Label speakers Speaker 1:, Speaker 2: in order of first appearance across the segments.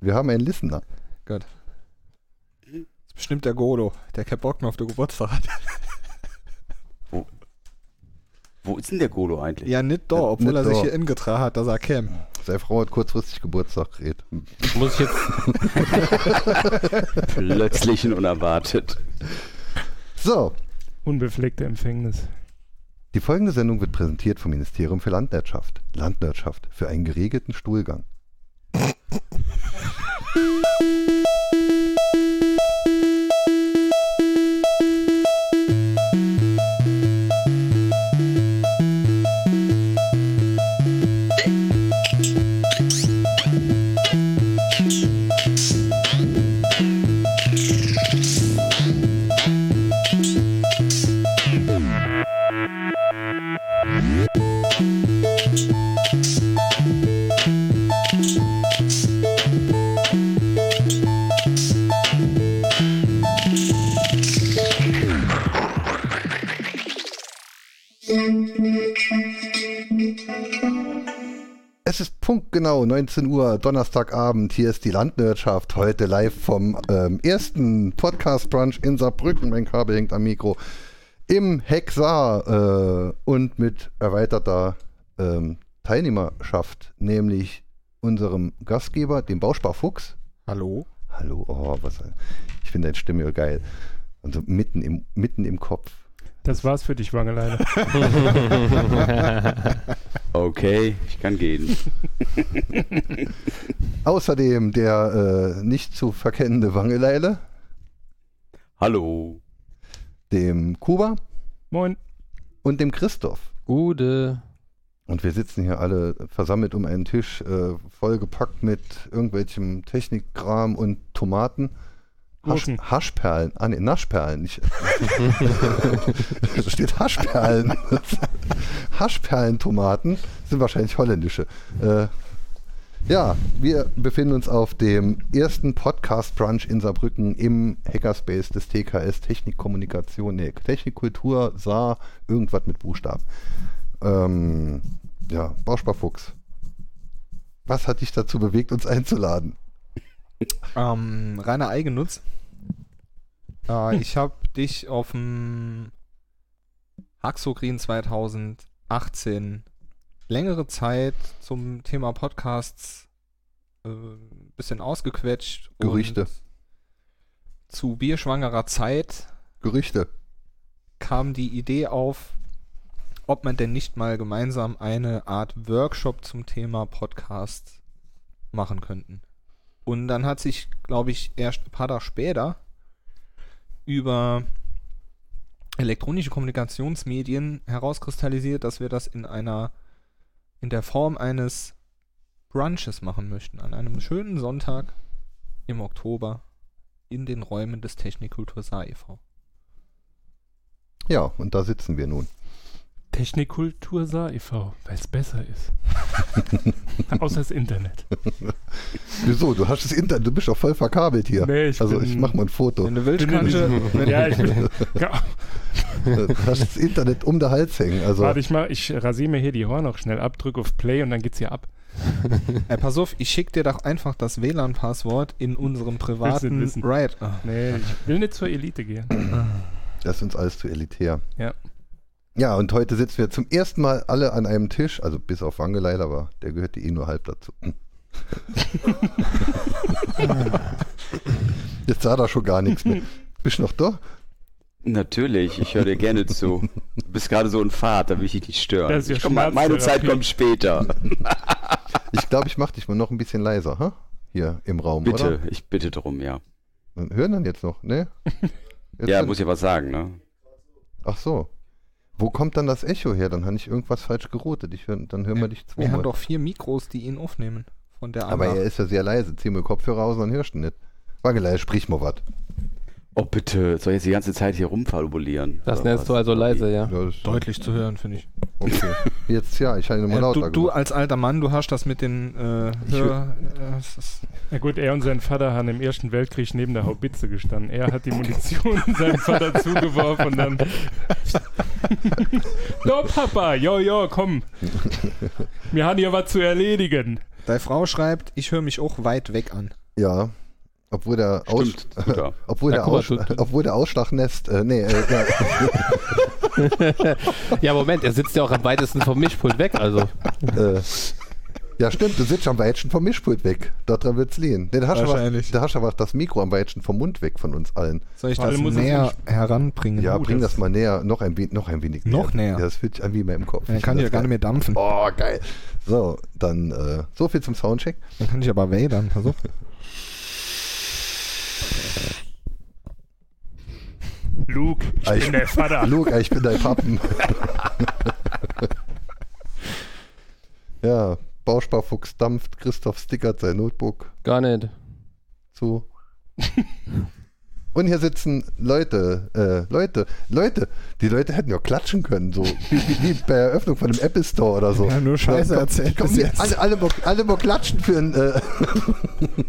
Speaker 1: Wir haben einen Listener.
Speaker 2: Gut. Das ist bestimmt der Golo, der keinen Bock mehr auf den Geburtstag hat.
Speaker 3: Wo ist denn der Golo eigentlich?
Speaker 2: Ja, nicht da,
Speaker 1: Ja,
Speaker 2: obwohl
Speaker 1: nicht
Speaker 2: er sich
Speaker 1: da.
Speaker 2: hier ingetragen hat, dass er käme.
Speaker 1: Seine Frau hat kurzfristig Geburtstag geredet.
Speaker 4: Muss ich jetzt.
Speaker 3: Plötzlich und unerwartet.
Speaker 1: So,
Speaker 5: Unbefleckte Empfängnis.
Speaker 1: die folgende Sendung wird präsentiert vom Ministerium für Landwirtschaft. Landwirtschaft für einen geregelten Stuhlgang. Es ist punktgenau 19 Uhr, Donnerstagabend. Hier ist die Landwirtschaft heute live vom ähm, ersten Podcast Brunch in Saarbrücken. Mein Kabel hängt am Mikro. Im Hexar äh, und mit erweiterter ähm, Teilnehmerschaft, nämlich unserem Gastgeber, dem Bauspar Fuchs.
Speaker 2: Hallo?
Speaker 1: Hallo, oh, was ein, ich finde deine Stimme geil. Und so mitten im, mitten im Kopf.
Speaker 5: Das war's für dich, Wangeleine.
Speaker 3: Okay, ich kann gehen.
Speaker 1: Außerdem der äh, nicht zu verkennende Wangeleile,
Speaker 3: Hallo.
Speaker 1: dem Kuba
Speaker 5: Moin.
Speaker 1: und dem Christoph.
Speaker 4: Gute.
Speaker 1: Und wir sitzen hier alle versammelt um einen Tisch, äh, vollgepackt mit irgendwelchem Technikkram und Tomaten. Hasch,
Speaker 5: Gurken.
Speaker 1: Haschperlen. Ah, nee, Naschperlen. Nicht. da steht Haschperlen. Haschperlentomaten sind wahrscheinlich holländische. Äh, ja, wir befinden uns auf dem ersten Podcast-Brunch in Saarbrücken im Hackerspace des TKS Technikkommunikation, nee, Technikkultur, Saar, irgendwas mit Buchstaben. Ähm, ja, Bausparfuchs. Was hat dich dazu bewegt, uns einzuladen?
Speaker 2: Ähm, reiner Eigennutz. Äh, Ich habe dich auf dem Haxo Green 2018 längere Zeit zum Thema Podcasts äh, ein bisschen ausgequetscht. und
Speaker 1: Gerüchte.
Speaker 2: Zu bierschwangerer Zeit
Speaker 1: Gerüchte.
Speaker 2: kam die Idee auf, ob man denn nicht mal gemeinsam eine Art Workshop zum Thema Podcast machen könnten. Und dann hat sich, glaube ich, erst ein paar Tage später über elektronische Kommunikationsmedien herauskristallisiert, dass wir das in einer in der Form eines Brunches machen möchten, an einem schönen Sonntag im Oktober in den Räumen des E Technikkultur Saar e.V.
Speaker 1: Ja, und da sitzen wir nun.
Speaker 5: Technikkultur Saar e.V., weil es e besser ist. Außer das Internet.
Speaker 1: Wieso? Du hast das Internet, du bist doch voll verkabelt hier.
Speaker 5: Nee, ich
Speaker 1: also
Speaker 5: bin-
Speaker 1: ich mach mal ein Foto.
Speaker 2: Wenn du willst, kannst du. Wenn,
Speaker 5: ja, ich bin. Ja,
Speaker 1: Du hast das Internet um den Hals hängen. Also
Speaker 5: Warte, ich, mach, ich rasiere mir hier die Haare noch schnell ab, drücke auf Play und dann geht's hier ab.
Speaker 2: ey, pass auf, ich schick dir doch einfach das WLAN-Passwort in unserem privaten
Speaker 5: wissen?
Speaker 2: Riot.
Speaker 5: Nee, ich will nicht zur Elite gehen.
Speaker 1: das ist uns alles zu elitär.
Speaker 5: Ja.
Speaker 1: Ja, und heute sitzen wir zum ersten Mal alle an einem Tisch, also bis auf Wangeleid, aber der gehört eh nur halb dazu. Jetzt sah da schon gar nichts mehr. Bist du noch da?
Speaker 3: Natürlich, ich höre dir gerne zu. Du bist gerade so ein Fahrt, da will ich dich nicht stören.
Speaker 5: Das ist ja
Speaker 3: ich komm, mal- meine
Speaker 5: Schmerztherapie.
Speaker 3: Zeit kommt später.
Speaker 1: Ich glaube, ich mache dich mal noch ein bisschen leiser, ha? Hier im Raum,
Speaker 3: Bitte, ich bitte drum, ja.
Speaker 1: oder? Hören dann jetzt noch, ne? Jetzt
Speaker 3: Ja,
Speaker 1: dann-
Speaker 3: muss ja was sagen, ne?
Speaker 1: Ach so. Wo kommt dann das Echo her? Dann habe ich irgendwas falsch gerotet. Ich hör, dann hören wir dich
Speaker 2: Wir haben
Speaker 1: zweimal.
Speaker 2: doch vier Mikros, die ihn aufnehmen. Von der
Speaker 1: Aber er
Speaker 2: Anlage.
Speaker 1: ist ja sehr leise. Zieh mal Kopfhörer aus, dann hörst du ihn nicht. Wangelei, sprich mal was.
Speaker 3: Oh, bitte, soll ich jetzt die ganze Zeit hier rumfabulieren?
Speaker 4: Das
Speaker 3: Oder
Speaker 4: nennst du
Speaker 3: was?
Speaker 4: also leise, ja.
Speaker 1: Ja, das ist
Speaker 2: deutlich zu hören, finde ich.
Speaker 1: okay. Jetzt ja, ich habe ihn mal
Speaker 2: Äh,
Speaker 1: lauter
Speaker 2: du, du
Speaker 1: gemacht.
Speaker 2: als alter Mann, du hast das mit den. Äh,
Speaker 1: Ich
Speaker 2: Hör, äh, es ist-
Speaker 5: Na gut, er und sein Vater haben im Ersten Weltkrieg neben der Haubitze gestanden. Er hat die Munition seinem Vater zugeworfen und dann. no, Papa, jo, jo, komm. Wir haben hier was zu erledigen.
Speaker 2: Deine Frau schreibt, ich höre mich auch weit weg an.
Speaker 1: Ja. Obwohl der, Aus,
Speaker 3: Stimmt, tut er.
Speaker 1: obwohl
Speaker 4: Ja,
Speaker 1: der,
Speaker 4: guck mal,
Speaker 1: Aus,
Speaker 4: du- du-
Speaker 1: obwohl der Ausschlag nässt. Äh, nee, äh, ja,
Speaker 4: Ja, Moment, er sitzt ja auch am weitesten vom Mischpult weg, also.
Speaker 1: äh, ja, stimmt, du sitzt am weitesten vom Mischpult weg. Daran wird's liegen. Nee, da hast du was-
Speaker 2: Wahrscheinlich.
Speaker 1: da hast du aber das Mikro am weitesten vom Mund weg von uns allen.
Speaker 2: Soll ich
Speaker 5: Vor allem
Speaker 2: das
Speaker 5: muss es
Speaker 2: näher
Speaker 5: nicht-
Speaker 2: heranbringen?
Speaker 1: Ja,
Speaker 2: Uh,
Speaker 1: bring das, mal näher, noch ein, we- noch ein wenig
Speaker 2: Noch
Speaker 1: näher.
Speaker 2: näher?
Speaker 1: Ja, das fühlt sich an wie in meinem Kopf.
Speaker 2: Dann kann ich ja gar nicht mehr dampfen.
Speaker 1: Oh, geil. So, dann äh, so viel zum Soundcheck.
Speaker 2: Dann kann ich aber wädern. Versuch.
Speaker 5: Luke, ich
Speaker 1: Eich-
Speaker 5: bin der Vater.
Speaker 1: Luke, ich Ah, bin dein Pappen. ja, Bausparfuchs dampft, Christoph stickert sein Notebook
Speaker 4: Gar nicht.
Speaker 1: zu. Und hier sitzen Leute, äh, Leute, Leute. Die Leute hätten ja klatschen können, so wie, wie, wie bei der Eröffnung von dem Apple Store oder so.
Speaker 2: Ja, nur Scheiße
Speaker 1: komm,
Speaker 2: erzählt
Speaker 1: komm,
Speaker 2: bis
Speaker 1: hier,
Speaker 2: jetzt.
Speaker 1: Alle, alle, mal, alle mal klatschen für ein. Äh,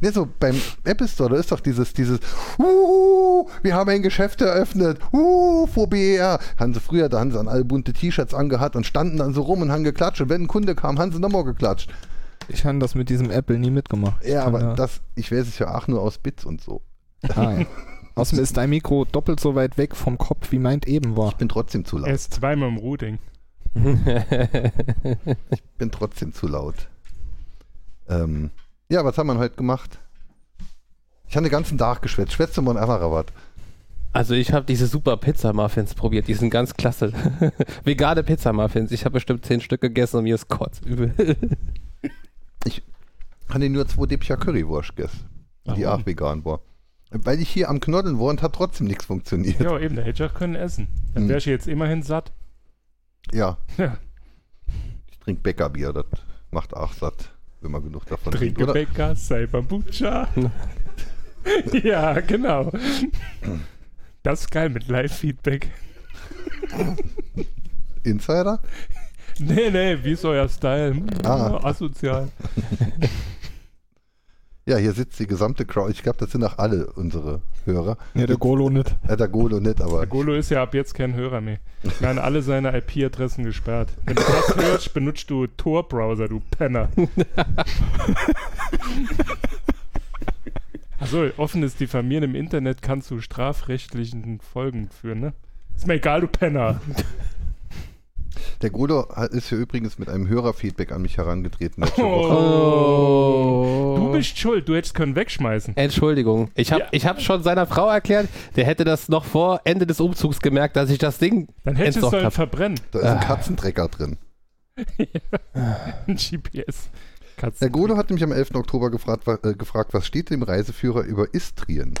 Speaker 1: Ne, so beim Apple Store, da ist doch dieses, dieses, uh, wir haben ein Geschäft eröffnet, uh, vor BER. Haben sie früher, da haben sie an alle bunte T-Shirts angehabt und standen dann so rum und haben geklatscht. Und wenn ein Kunde kam, haben sie nochmal geklatscht.
Speaker 2: Ich habe das mit diesem Apple nie mitgemacht.
Speaker 1: Ja,
Speaker 2: Kann
Speaker 1: aber
Speaker 2: da-
Speaker 1: das, ich weiß es ja auch nur aus Bits und so.
Speaker 2: Ah, ja. Außerdem ist dein Mikro doppelt so weit weg vom Kopf, wie meint eben war.
Speaker 1: Ich bin trotzdem zu laut.
Speaker 5: Er ist zweimal im Routing.
Speaker 1: Ich bin trotzdem zu laut. Ähm, ja, was haben wir denn heute gemacht? Ich habe den ganzen Tag geschwätzt. Schwätze mal einfach was.
Speaker 4: also ich habe diese super Pizza-Muffins probiert, die sind ganz klasse. Vegane Pizza-Muffins, ich habe bestimmt zehn Stück gegessen und mir ist kotzübel.
Speaker 1: Habe nur zwei Deppcher Currywurst gegessen, die
Speaker 4: Warum?
Speaker 1: auch vegan war. Weil ich hier am Knoddeln war und hat trotzdem nichts funktioniert.
Speaker 5: Ja, eben, da hätte ich auch können essen. Dann
Speaker 1: Hm.
Speaker 5: wäre ich jetzt immerhin satt.
Speaker 1: Ja,
Speaker 5: Ja,
Speaker 1: ich trinke Bäckerbier. Das macht auch satt, wenn man genug davon trinkt.
Speaker 5: trinke
Speaker 1: Oder?
Speaker 5: Bäcker, sei Bambucha. ja, genau. Das ist geil mit Live-Feedback.
Speaker 1: Insider?
Speaker 5: Nee, nee, wie ist euer Style? Hm,
Speaker 1: Ah.
Speaker 5: Asozial.
Speaker 1: Ja, hier sitzt die gesamte Crowd. Ich glaube, das sind auch alle unsere Hörer.
Speaker 2: Ja, der Golo nicht.
Speaker 1: Äh, der Golo nicht, aber
Speaker 5: Golo ist ja ab jetzt kein Hörer mehr. Werden alle seine IP-Adressen gesperrt. Wenn du das hörst, benutzt du Tor-Browser, du Penner. Achso, offenes Diffamieren im Internet kann zu strafrechtlichen Folgen führen, ne? Ist mir egal, du Penner.
Speaker 1: der Golo hat- ist hier übrigens mit einem Hörerfeedback an mich herangetreten. letzte
Speaker 5: Oh.
Speaker 1: Woche.
Speaker 4: Oh.
Speaker 5: Du bist schuld, du hättest können wegschmeißen.
Speaker 4: Entschuldigung. Ich habe
Speaker 5: Ja.
Speaker 4: ich hab schon seiner Frau erklärt, der hätte das noch vor Ende des Umzugs gemerkt, dass ich das Ding
Speaker 5: Dann hättest du es halt
Speaker 4: entsorgt
Speaker 5: sollen
Speaker 4: hab.
Speaker 5: verbrennen.
Speaker 1: Da ist ein Katzentrecker drin.
Speaker 5: Ein GPS.
Speaker 1: Der
Speaker 5: Katzen.
Speaker 1: Golo hat mich am 11. Oktober gefragt, wa- äh, gefragt, was steht dem Reiseführer über Istrien?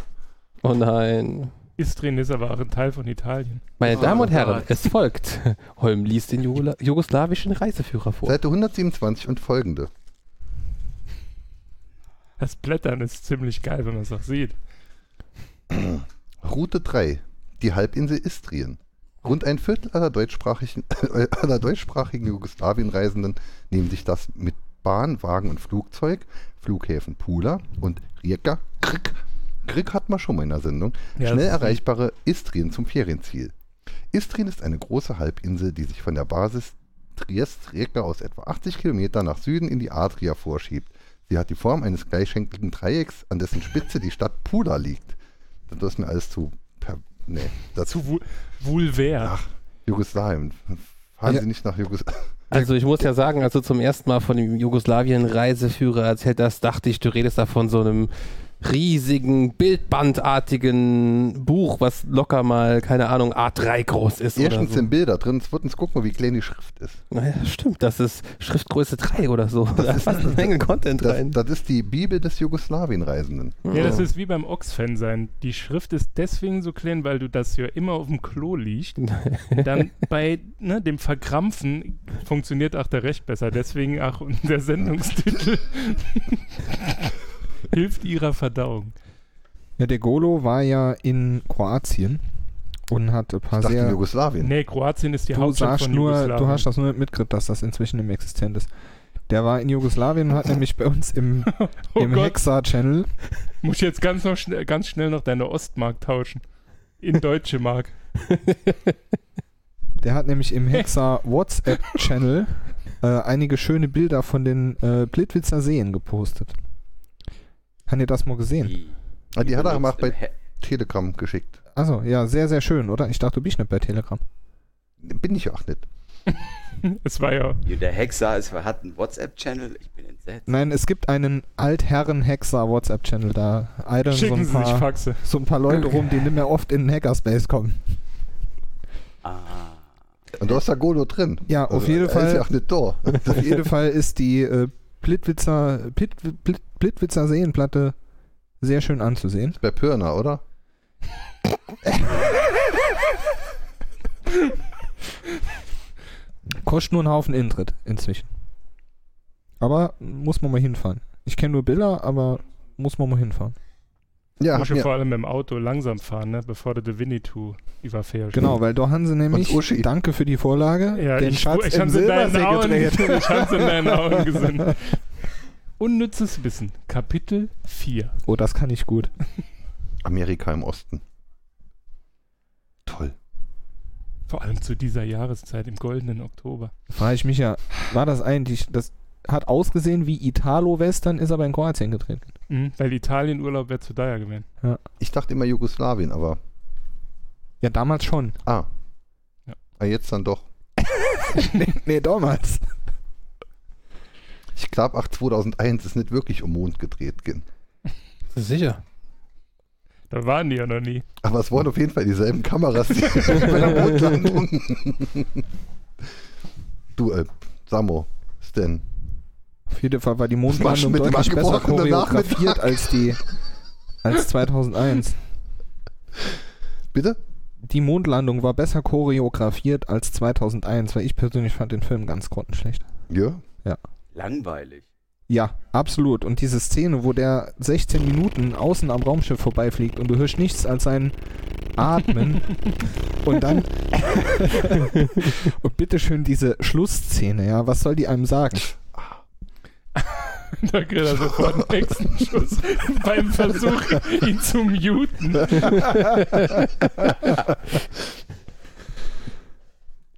Speaker 4: Oh nein.
Speaker 5: Istrien ist aber auch ein Teil von Italien.
Speaker 4: Meine
Speaker 3: Oh
Speaker 4: Damen und Herren,
Speaker 3: Gott.
Speaker 4: es folgt. Holm liest den Jugula- jugoslawischen Reiseführer vor.
Speaker 1: Seite 127 und folgende.
Speaker 5: Das Blättern ist ziemlich geil, wenn man es auch sieht.
Speaker 1: Route 3, die Halbinsel Istrien. Rund ein Viertel aller deutschsprachigen, äh, aller deutschsprachigen Jugoslawien-Reisenden nehmen sich das mit Bahn, Wagen und Flugzeug, Flughäfen Pula und Rijeka, Krik, Krik hat man schon mal in der Sendung,
Speaker 5: Ja,
Speaker 1: schnell
Speaker 5: das-
Speaker 1: erreichbare Istrien zum Ferienziel. Istrien ist eine große Halbinsel, die sich von der Basis Triest-Rijeka aus etwa 80 Kilometer nach Süden in die Adria vorschiebt. Sie hat die Form eines gleichschenkligen Dreiecks, an dessen Spitze die Stadt Pula liegt. Das ist mir alles zu. Per nee, dazu
Speaker 5: Zu Vul vulvär.
Speaker 1: Jugoslawien. Fahren
Speaker 2: Ja.
Speaker 1: Sie nicht nach Jugoslawien.
Speaker 4: Also ich muss ja sagen, als du zum ersten Mal von dem Jugoslawien-Reiseführer erzählt hast, dachte ich, du redest da von so einem riesigen, bildbandartigen Buch, was locker mal, keine Ahnung, A3 groß ist oder
Speaker 1: Erstens
Speaker 4: so.
Speaker 1: sind Bilder drin, zweitens gucken wir, wie klein die Schrift ist.
Speaker 4: Naja, stimmt, das ist Schriftgröße 3 oder so. Da
Speaker 1: ist-
Speaker 4: passt eine Menge Content
Speaker 1: Das,
Speaker 4: rein.
Speaker 1: das ist die Bibel des Jugoslawien-Reisenden.
Speaker 5: Ja, das ist wie beim Ox-Fan sein. Die Schrift ist deswegen so klein, weil du das ja immer auf dem Klo liegt. Dann bei ne, dem Verkrampfen funktioniert auch der Recht besser. Deswegen auch der Sendungstitel hilft ihrer Verdauung.
Speaker 2: Ja, der Golo war ja in Kroatien und hat ein paar
Speaker 1: Ich dachte
Speaker 2: sehr.
Speaker 1: Jugoslawien.
Speaker 5: Nee, Kroatien ist die
Speaker 2: Du,
Speaker 5: Hauptstadt
Speaker 2: sagst
Speaker 5: von
Speaker 2: nur,
Speaker 5: Jugoslawien.
Speaker 2: du hast das nur nicht mitgekriegt, dass das inzwischen im Existent ist. Der war in Jugoslawien und hat nämlich bei uns im,
Speaker 5: oh
Speaker 2: im
Speaker 5: Gott,
Speaker 2: Hexa-Channel
Speaker 5: muss ich jetzt ganz, noch schnell, ganz schnell noch deine Ostmark tauschen. In deutsche Mark.
Speaker 2: Der hat nämlich im Hexer WhatsApp-Channel äh, einige schöne Bilder von den äh, Plitwitzer Seen gepostet. Habt ihr das mal gesehen?
Speaker 1: Ah, die hat er gemacht
Speaker 3: benutzt im
Speaker 1: bei
Speaker 3: He-
Speaker 1: Telegram geschickt.
Speaker 2: Also ja, sehr, sehr schön, oder? Ich dachte, du bist nicht bei Telegram.
Speaker 1: Bin ich auch nicht.
Speaker 5: Es war ja.
Speaker 3: Jo, Der Hexer ist, hat einen WhatsApp-Channel. Ich bin entsetzt.
Speaker 2: Nein, es gibt einen Altherren-Hexer-WhatsApp-Channel. Da eideln so
Speaker 5: Schicken
Speaker 2: ein,
Speaker 5: Sie sich
Speaker 2: paar,
Speaker 5: Faxe.
Speaker 2: so ein paar Leute rum, die nicht mehr oft in den Hackerspace kommen.
Speaker 3: Ah.
Speaker 1: Und du hast da Golo drin. Also,
Speaker 2: Ja, auf jeden
Speaker 1: er Ist
Speaker 2: Fall.
Speaker 1: ja auch nicht da.
Speaker 2: Auf jeden Fall ist die äh, Plitwitzer, Pit, Plit, Plitwitzer Seenplatte sehr schön anzusehen.
Speaker 1: bei Pirna, oder?
Speaker 2: Kostet nur einen Haufen Intritt inzwischen. Aber muss man mal hinfahren. Ich kenne nur Billa, aber muss man mal hinfahren.
Speaker 1: Ja, hab
Speaker 5: Musst du
Speaker 1: mir,
Speaker 5: vor allem mit dem Auto langsam fahren, ne? bevor du den Winnetou überfährst.
Speaker 2: Genau, weil da haben sie nämlich,
Speaker 1: Und Uschi.
Speaker 2: danke für die Vorlage,
Speaker 5: Ja,
Speaker 2: den
Speaker 5: ich,
Speaker 2: Schatz
Speaker 5: ich
Speaker 2: im
Speaker 5: hab's in deinen
Speaker 2: Silbersee
Speaker 5: Augen,
Speaker 2: gedreht.
Speaker 5: ich hab's in deinen Augen gesehen. Unnützes Wissen, Kapitel 4.
Speaker 2: Oh, das kann ich gut.
Speaker 1: Amerika im Osten. Toll.
Speaker 5: Vor allem zu dieser Jahreszeit im goldenen Oktober.
Speaker 2: Frage ich mich ja, war das eigentlich, das hat ausgesehen wie Italo-Western, ist aber in Kroatien gedreht.
Speaker 5: Mhm, weil Italienurlaub wäre zu daher gewesen.
Speaker 1: Ich dachte immer Jugoslawien, aber
Speaker 2: Ja, damals schon.
Speaker 1: ah.
Speaker 5: Ja.
Speaker 1: ah jetzt dann doch.
Speaker 2: nee, nee, damals.
Speaker 1: Ich glaube, 2001 ist nicht wirklich um Mond gedreht. gen-
Speaker 4: Sicher.
Speaker 5: Da waren die ja noch nie.
Speaker 1: Aber es waren auf jeden Fall dieselben Kameras, die bei der Mondlandung. du, äh, Samo, Stan.
Speaker 2: Auf jeden Fall war die
Speaker 1: war schon
Speaker 2: Mondlandung
Speaker 1: mit dem
Speaker 2: deutlich besser
Speaker 1: angebrochenen
Speaker 2: choreografiert
Speaker 1: Nachmittag?
Speaker 2: als die als 2001.
Speaker 1: Bitte?
Speaker 2: Die Mondlandung war besser choreografiert als 2001, weil ich persönlich fand den Film ganz grottenschlecht.
Speaker 1: Ja.
Speaker 3: Langweilig.
Speaker 2: Ja, absolut. Und diese Szene, wo der 16 Minuten außen am Raumschiff vorbeifliegt und du hörst nichts als sein Atmen und dann und bitteschön diese Schlussszene, ja, was soll die einem sagen?
Speaker 5: Da kriegt er sofort einen nächsten Schuss beim Versuch, ihn zu muten.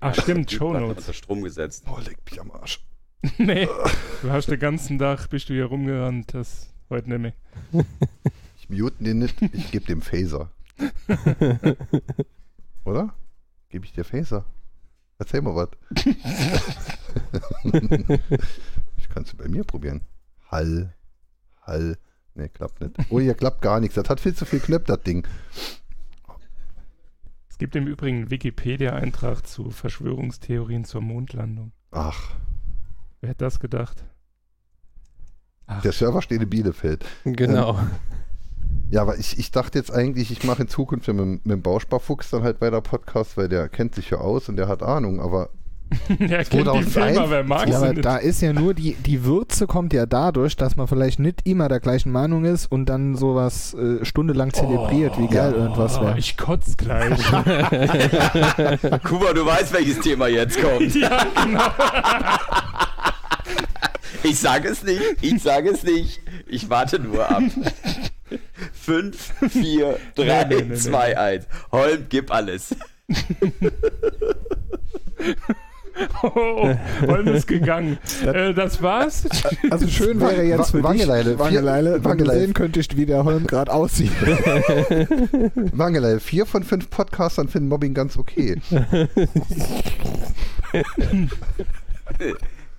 Speaker 5: Ach Ah, stimmt, Shownotes.
Speaker 3: Unter Strom gesetzt.
Speaker 1: Oh, leck mich am Arsch.
Speaker 5: Nee, du hast den ganzen Tag, bist du hier rumgerannt, das heute nicht mehr.
Speaker 1: Ich mute den nicht, ich gebe dem Phaser. Oder? Gebe ich dir Phaser? Erzähl mal was. ich kann es bei mir probieren. Hall. Hall. Nee, klappt nicht. Oh, hier klappt gar nichts. Das hat viel zu viel Knöpfe, das Ding.
Speaker 5: Es gibt im Übrigen einen Wikipedia-Eintrag zu Verschwörungstheorien zur Mondlandung.
Speaker 1: Ach,
Speaker 5: Wer hätte das gedacht?
Speaker 1: der Server steht in Bielefeld.
Speaker 4: Genau.
Speaker 1: Ähm, Ja, aber ich, ich dachte jetzt eigentlich, ich mache in Zukunft mit, dem- mit dem Bausparfuchs dann halt weiter Podcast, weil der kennt sich ja aus und der hat Ahnung, aber
Speaker 5: Er kennt die
Speaker 1: 2001?
Speaker 5: Filme, wer mag
Speaker 2: Ja,
Speaker 5: sie
Speaker 2: aber
Speaker 5: nicht?
Speaker 2: da ist ja nur die, die Würze kommt ja dadurch, dass man vielleicht nicht immer der gleichen Meinung ist und dann sowas äh, stundenlang zelebriert, wie geil irgendwas
Speaker 5: Oh,
Speaker 2: wäre.
Speaker 5: ich kotz gleich.
Speaker 3: Kuba, du weißt, welches Thema jetzt kommt.
Speaker 5: ja, genau.
Speaker 3: Ich sage es nicht. Ich sage es nicht. Ich warte nur ab. 5, 4,
Speaker 5: Nee, nee, nee,
Speaker 3: 3,
Speaker 5: nee.
Speaker 3: 2, 1. Holm, gib alles.
Speaker 5: Oh, oh, Holm ist gegangen. äh, das war's.
Speaker 2: Also schön wäre jetzt für
Speaker 1: Wangeleile.
Speaker 2: dich,
Speaker 1: Vier-
Speaker 2: Wangeleile, wenn du
Speaker 1: Wangeleile.
Speaker 2: sehen könntest, wie der Oh, Holm gerade aussieht.
Speaker 1: Wangelei, vier von fünf Podcastern finden Mobbing ganz okay.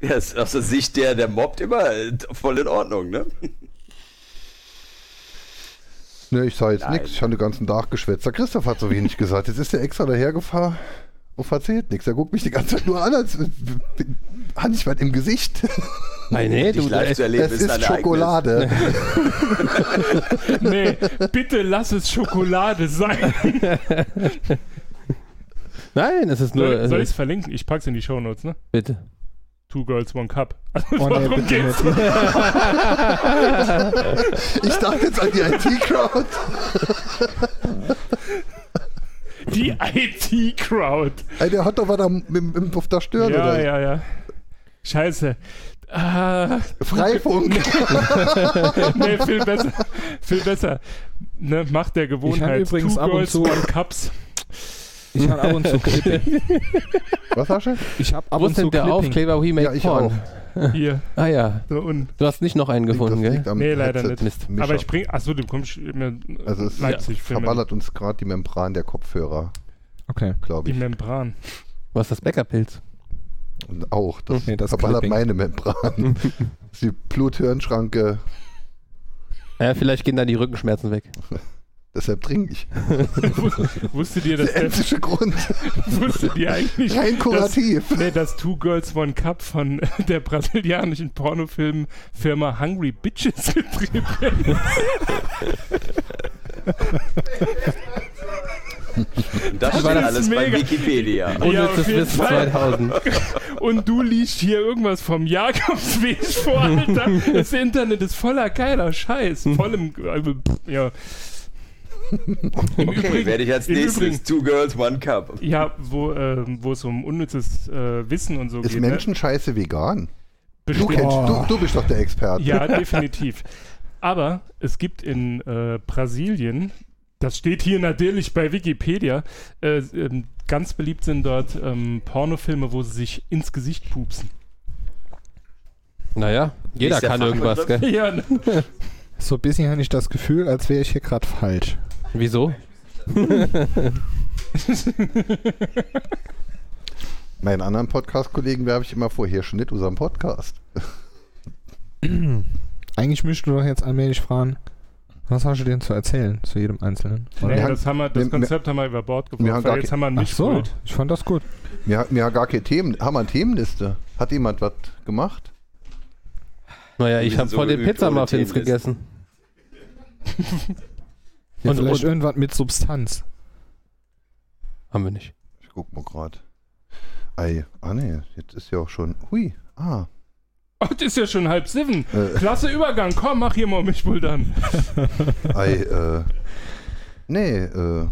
Speaker 3: Das ist aus der Sicht der, der mobbt immer äh, voll in Ordnung, ne?
Speaker 1: Ne, ich sage jetzt
Speaker 3: Nein.
Speaker 1: nichts, ich habe den ganzen Tag geschwätzt. Der Christoph hat so wenig gesagt. Jetzt ist der extra dahergefahren und erzählt nichts. Er guckt mich die ganze Zeit nur an, als hatte ich was im Gesicht.
Speaker 4: Nein, nee,
Speaker 3: Dich
Speaker 4: du, äh,
Speaker 3: live zu
Speaker 4: du,
Speaker 3: erleben
Speaker 1: es
Speaker 3: ist ein
Speaker 1: ist
Speaker 3: Ereignis.
Speaker 1: Schokolade.
Speaker 5: Nee, bitte lass es Schokolade sein.
Speaker 4: nein, es ist nur.
Speaker 5: Soll, soll
Speaker 4: äh,
Speaker 5: ich es verlinken? Ich pack's in die Shownotes, ne?
Speaker 4: bitte.
Speaker 5: Two Girls, One Cup.
Speaker 2: Oh, nee,
Speaker 5: Warum
Speaker 2: bitte
Speaker 5: geht's?
Speaker 2: nicht.
Speaker 1: Ich dachte jetzt an die IT-Crowd.
Speaker 5: Die IT-Crowd.
Speaker 1: Ey, Der hat doch was am, im, im, auf der Stirn,
Speaker 5: Ja,
Speaker 1: oder?
Speaker 5: ja, ja. Scheiße. Ah,
Speaker 1: Freifunk.
Speaker 5: nee, viel besser. Viel besser. Ne, macht der Gewohnheit.
Speaker 2: übrigens
Speaker 5: Two
Speaker 2: ab und
Speaker 5: Girls,
Speaker 2: zu-
Speaker 5: One Cups.
Speaker 2: Ich habe ab und zu Clipping.
Speaker 1: Was, Asche?
Speaker 2: Ich habe ab
Speaker 4: Wo
Speaker 2: und
Speaker 4: ist denn
Speaker 2: zu
Speaker 4: der
Speaker 2: Clipping.
Speaker 4: Aufkleber We Make
Speaker 1: Ja, ich
Speaker 4: Porn?
Speaker 1: auch.
Speaker 5: Hier.
Speaker 4: Ah ja.
Speaker 5: So und,
Speaker 4: Du hast nicht noch einen gefunden,
Speaker 1: das
Speaker 4: gell?
Speaker 1: liegt am
Speaker 5: Nee, leider
Speaker 1: Headset.
Speaker 5: nicht.
Speaker 4: Mist.
Speaker 1: Mischer.
Speaker 5: aber ich bringe. Achso, du kommst immer
Speaker 1: Also es
Speaker 5: Leipzig für
Speaker 1: verballert uns gerade die Membran der Kopfhörer,
Speaker 2: Okay.
Speaker 1: glaube
Speaker 5: die
Speaker 1: ich.
Speaker 5: Membran.
Speaker 4: Was ist das Bäckerpilz?
Speaker 1: Und auch. Das,
Speaker 2: Nee, das
Speaker 1: verballert
Speaker 2: Clipping.
Speaker 1: meine Membran. Das ist die Bluthirnschranke.
Speaker 4: Ja, vielleicht gehen dann die Rückenschmerzen weg.
Speaker 1: Deshalb trinke ich.
Speaker 5: Wusstet ihr, dass
Speaker 1: Der
Speaker 5: der,
Speaker 1: ethische Grund.
Speaker 5: wusstet ihr eigentlich,
Speaker 1: Rein kurativ.
Speaker 5: Nee, das Two Girls One Cup von der brasilianischen Pornofilmfirma Hungry Bitches getrieben wird.
Speaker 3: Das steht
Speaker 5: ist
Speaker 3: alles bei
Speaker 5: mega.
Speaker 3: Wikipedia.
Speaker 5: Ja, auf
Speaker 4: Unnützes
Speaker 5: jeden
Speaker 4: Wissen
Speaker 5: Fall.
Speaker 4: 2000.
Speaker 5: Und du liest hier irgendwas vom Jakobsweg vor, Alter. Das Internet ist voller geiler Scheiß. Vollem, äh, ja. Im
Speaker 3: Okay, werde ich als
Speaker 5: im
Speaker 3: nächstes
Speaker 5: Übrigen-
Speaker 3: Two Girls, One Cup.
Speaker 5: ja, wo ähm, wo es um unnützes äh, Wissen und so
Speaker 1: Ist
Speaker 5: geht.
Speaker 1: Menschenscheiße vegan?
Speaker 5: ne?
Speaker 1: ne? Du,
Speaker 5: Bestimmt.
Speaker 1: kennst, du, du bist doch der Experte.
Speaker 5: Ja, definitiv. Aber es gibt in äh, Brasilien, das steht hier natürlich bei Wikipedia, äh, ähm, ganz beliebt sind dort ähm, Pornofilme, wo sie sich ins Gesicht pupsen.
Speaker 4: Naja, jeder
Speaker 3: Ist der
Speaker 4: kann irgendwas,
Speaker 3: Fachbegriff?
Speaker 4: gell?
Speaker 5: Ja, ne?
Speaker 2: So ein bisschen habe ich das Gefühl, als wäre ich hier gerade falsch.
Speaker 4: Wieso?
Speaker 1: Meinen anderen Podcast-Kollegen werbe ich immer vor, hier schnitt unseren Podcast.
Speaker 2: Eigentlich müsstest du doch jetzt allmählich fragen, was hast du denn zu erzählen zu jedem Einzelnen?
Speaker 5: nee,
Speaker 1: Wir haben-
Speaker 5: das, haben wir, das
Speaker 1: wir-
Speaker 5: Konzept haben wir über Bord
Speaker 1: wir
Speaker 5: geworfen,
Speaker 1: haben gar
Speaker 5: weil jetzt
Speaker 1: kein-
Speaker 5: haben
Speaker 2: Ach
Speaker 5: wir nicht
Speaker 2: so, ich fand das gut.
Speaker 1: Wir, wir haben gar keine Themen. Haben wir eine Themenliste? Hat jemand was gemacht?
Speaker 4: Naja, ich
Speaker 3: sind
Speaker 4: habe
Speaker 3: so
Speaker 4: von den
Speaker 3: geübt ohne
Speaker 4: Pizzamuffins
Speaker 3: Themenliste.
Speaker 4: gegessen.
Speaker 2: Ja,
Speaker 4: Und-
Speaker 2: vielleicht
Speaker 4: und-
Speaker 2: irgendwas mit Substanz.
Speaker 4: Haben wir nicht.
Speaker 1: Ich guck mal gerade. Ei, ah ne, jetzt ist ja auch schon. Hui, ah.
Speaker 5: Oh, das ist ja schon halb sieben.
Speaker 1: Äh,
Speaker 5: Klasse Übergang, komm, mach hier mal um mich wohl dann.
Speaker 1: ei, äh. Nee, äh.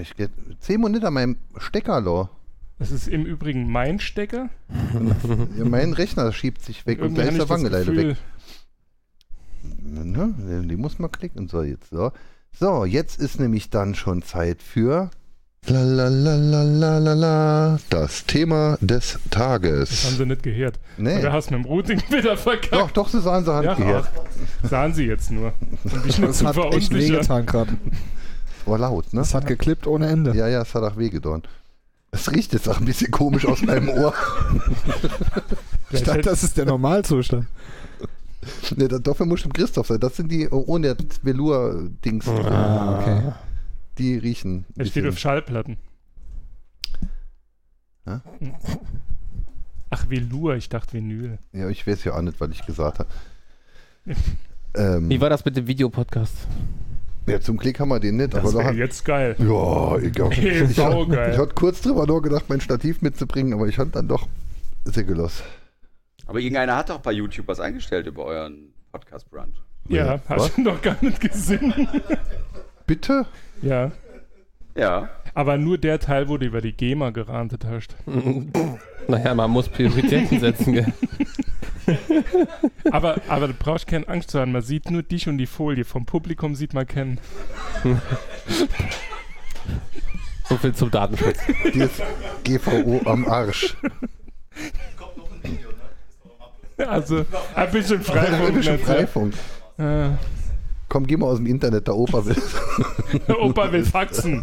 Speaker 1: Ich geh 10 Minuten an meinem Steckerlohr.
Speaker 5: Das ist im Übrigen mein Stecker.
Speaker 1: mein Rechner schiebt sich weg und
Speaker 5: Mhm. Irgendwie
Speaker 1: gleich
Speaker 5: habe
Speaker 1: ist
Speaker 5: ich
Speaker 1: der
Speaker 5: das
Speaker 1: Wangeleile
Speaker 5: Gefühl-
Speaker 1: weg. Ne? Die muss man klicken. So, jetzt so. So, jetzt ist nämlich dann schon Zeit für. La la la la la la la. Das Thema des
Speaker 5: Das haben
Speaker 1: Tages.
Speaker 5: sie nicht gehört.
Speaker 1: Nee.
Speaker 5: Oder hast du mit dem Routing wieder verkackt?
Speaker 1: Doch, doch, Susanne, sie
Speaker 5: Ja,
Speaker 1: hat gehört.
Speaker 5: ach, sahen sie jetzt nur. Und ich
Speaker 2: Das hat echt
Speaker 5: verunsichert.
Speaker 2: wehgetan gerade.
Speaker 1: War laut, ne?
Speaker 2: Das hat geklippt ohne Ende.
Speaker 1: Ja, ja, es hat auch wehgedorn. Es riecht jetzt auch ein bisschen komisch aus meinem Ohr.
Speaker 2: Ich dachte, das ist der Normalzustand.
Speaker 1: Ne, da- dafür muss schon Christoph sein. Das sind die oh, ohne Velour-Dings.
Speaker 4: Ah, okay.
Speaker 1: Die riechen. ein
Speaker 5: Es steht auf
Speaker 1: bisschen.
Speaker 5: Schallplatten.
Speaker 1: Hä?
Speaker 5: Ach, Velour, ich dachte Vinyl.
Speaker 1: Ja, ich weiß ja auch nicht, weil ich gesagt habe. Ähm,
Speaker 4: Wie war das mit dem Videopodcast?
Speaker 1: ja, zum Klick haben wir den nicht, aber
Speaker 5: Das
Speaker 1: da
Speaker 5: wäre
Speaker 1: hat,
Speaker 5: jetzt geil.
Speaker 1: Ja, egal.
Speaker 5: Ey,
Speaker 1: Ich hab-
Speaker 5: saugeil.
Speaker 1: Ich hatte kurz drüber nur gedacht, mein Stativ mitzubringen, aber ich hatte dann doch Sickelos.
Speaker 3: Aber irgendeiner hat doch bei YouTube was eingestellt über euren Podcast-Brunch.
Speaker 5: Ja, hast du noch gar nicht gesehen.
Speaker 1: Bitte?
Speaker 5: ja,
Speaker 3: Ja.
Speaker 5: aber nur der Teil, wo du über die GEMA gerantet hast.
Speaker 4: Naja, man muss Prioritäten setzen, gell?
Speaker 5: Aber, aber du brauchst keine Angst zu haben, man sieht nur dich und die Folie. Vom Publikum sieht man keinen.
Speaker 4: So viel zum Datenschutz.
Speaker 1: Die ist GVO am Arsch.
Speaker 5: Also, ein bisschen Freifunk.
Speaker 1: Freifunk.
Speaker 5: nicht, ne?
Speaker 1: Freifunk.
Speaker 5: Äh,
Speaker 1: Komm, geh mal aus dem Internet, der Opa will.
Speaker 5: der Opa will faxen.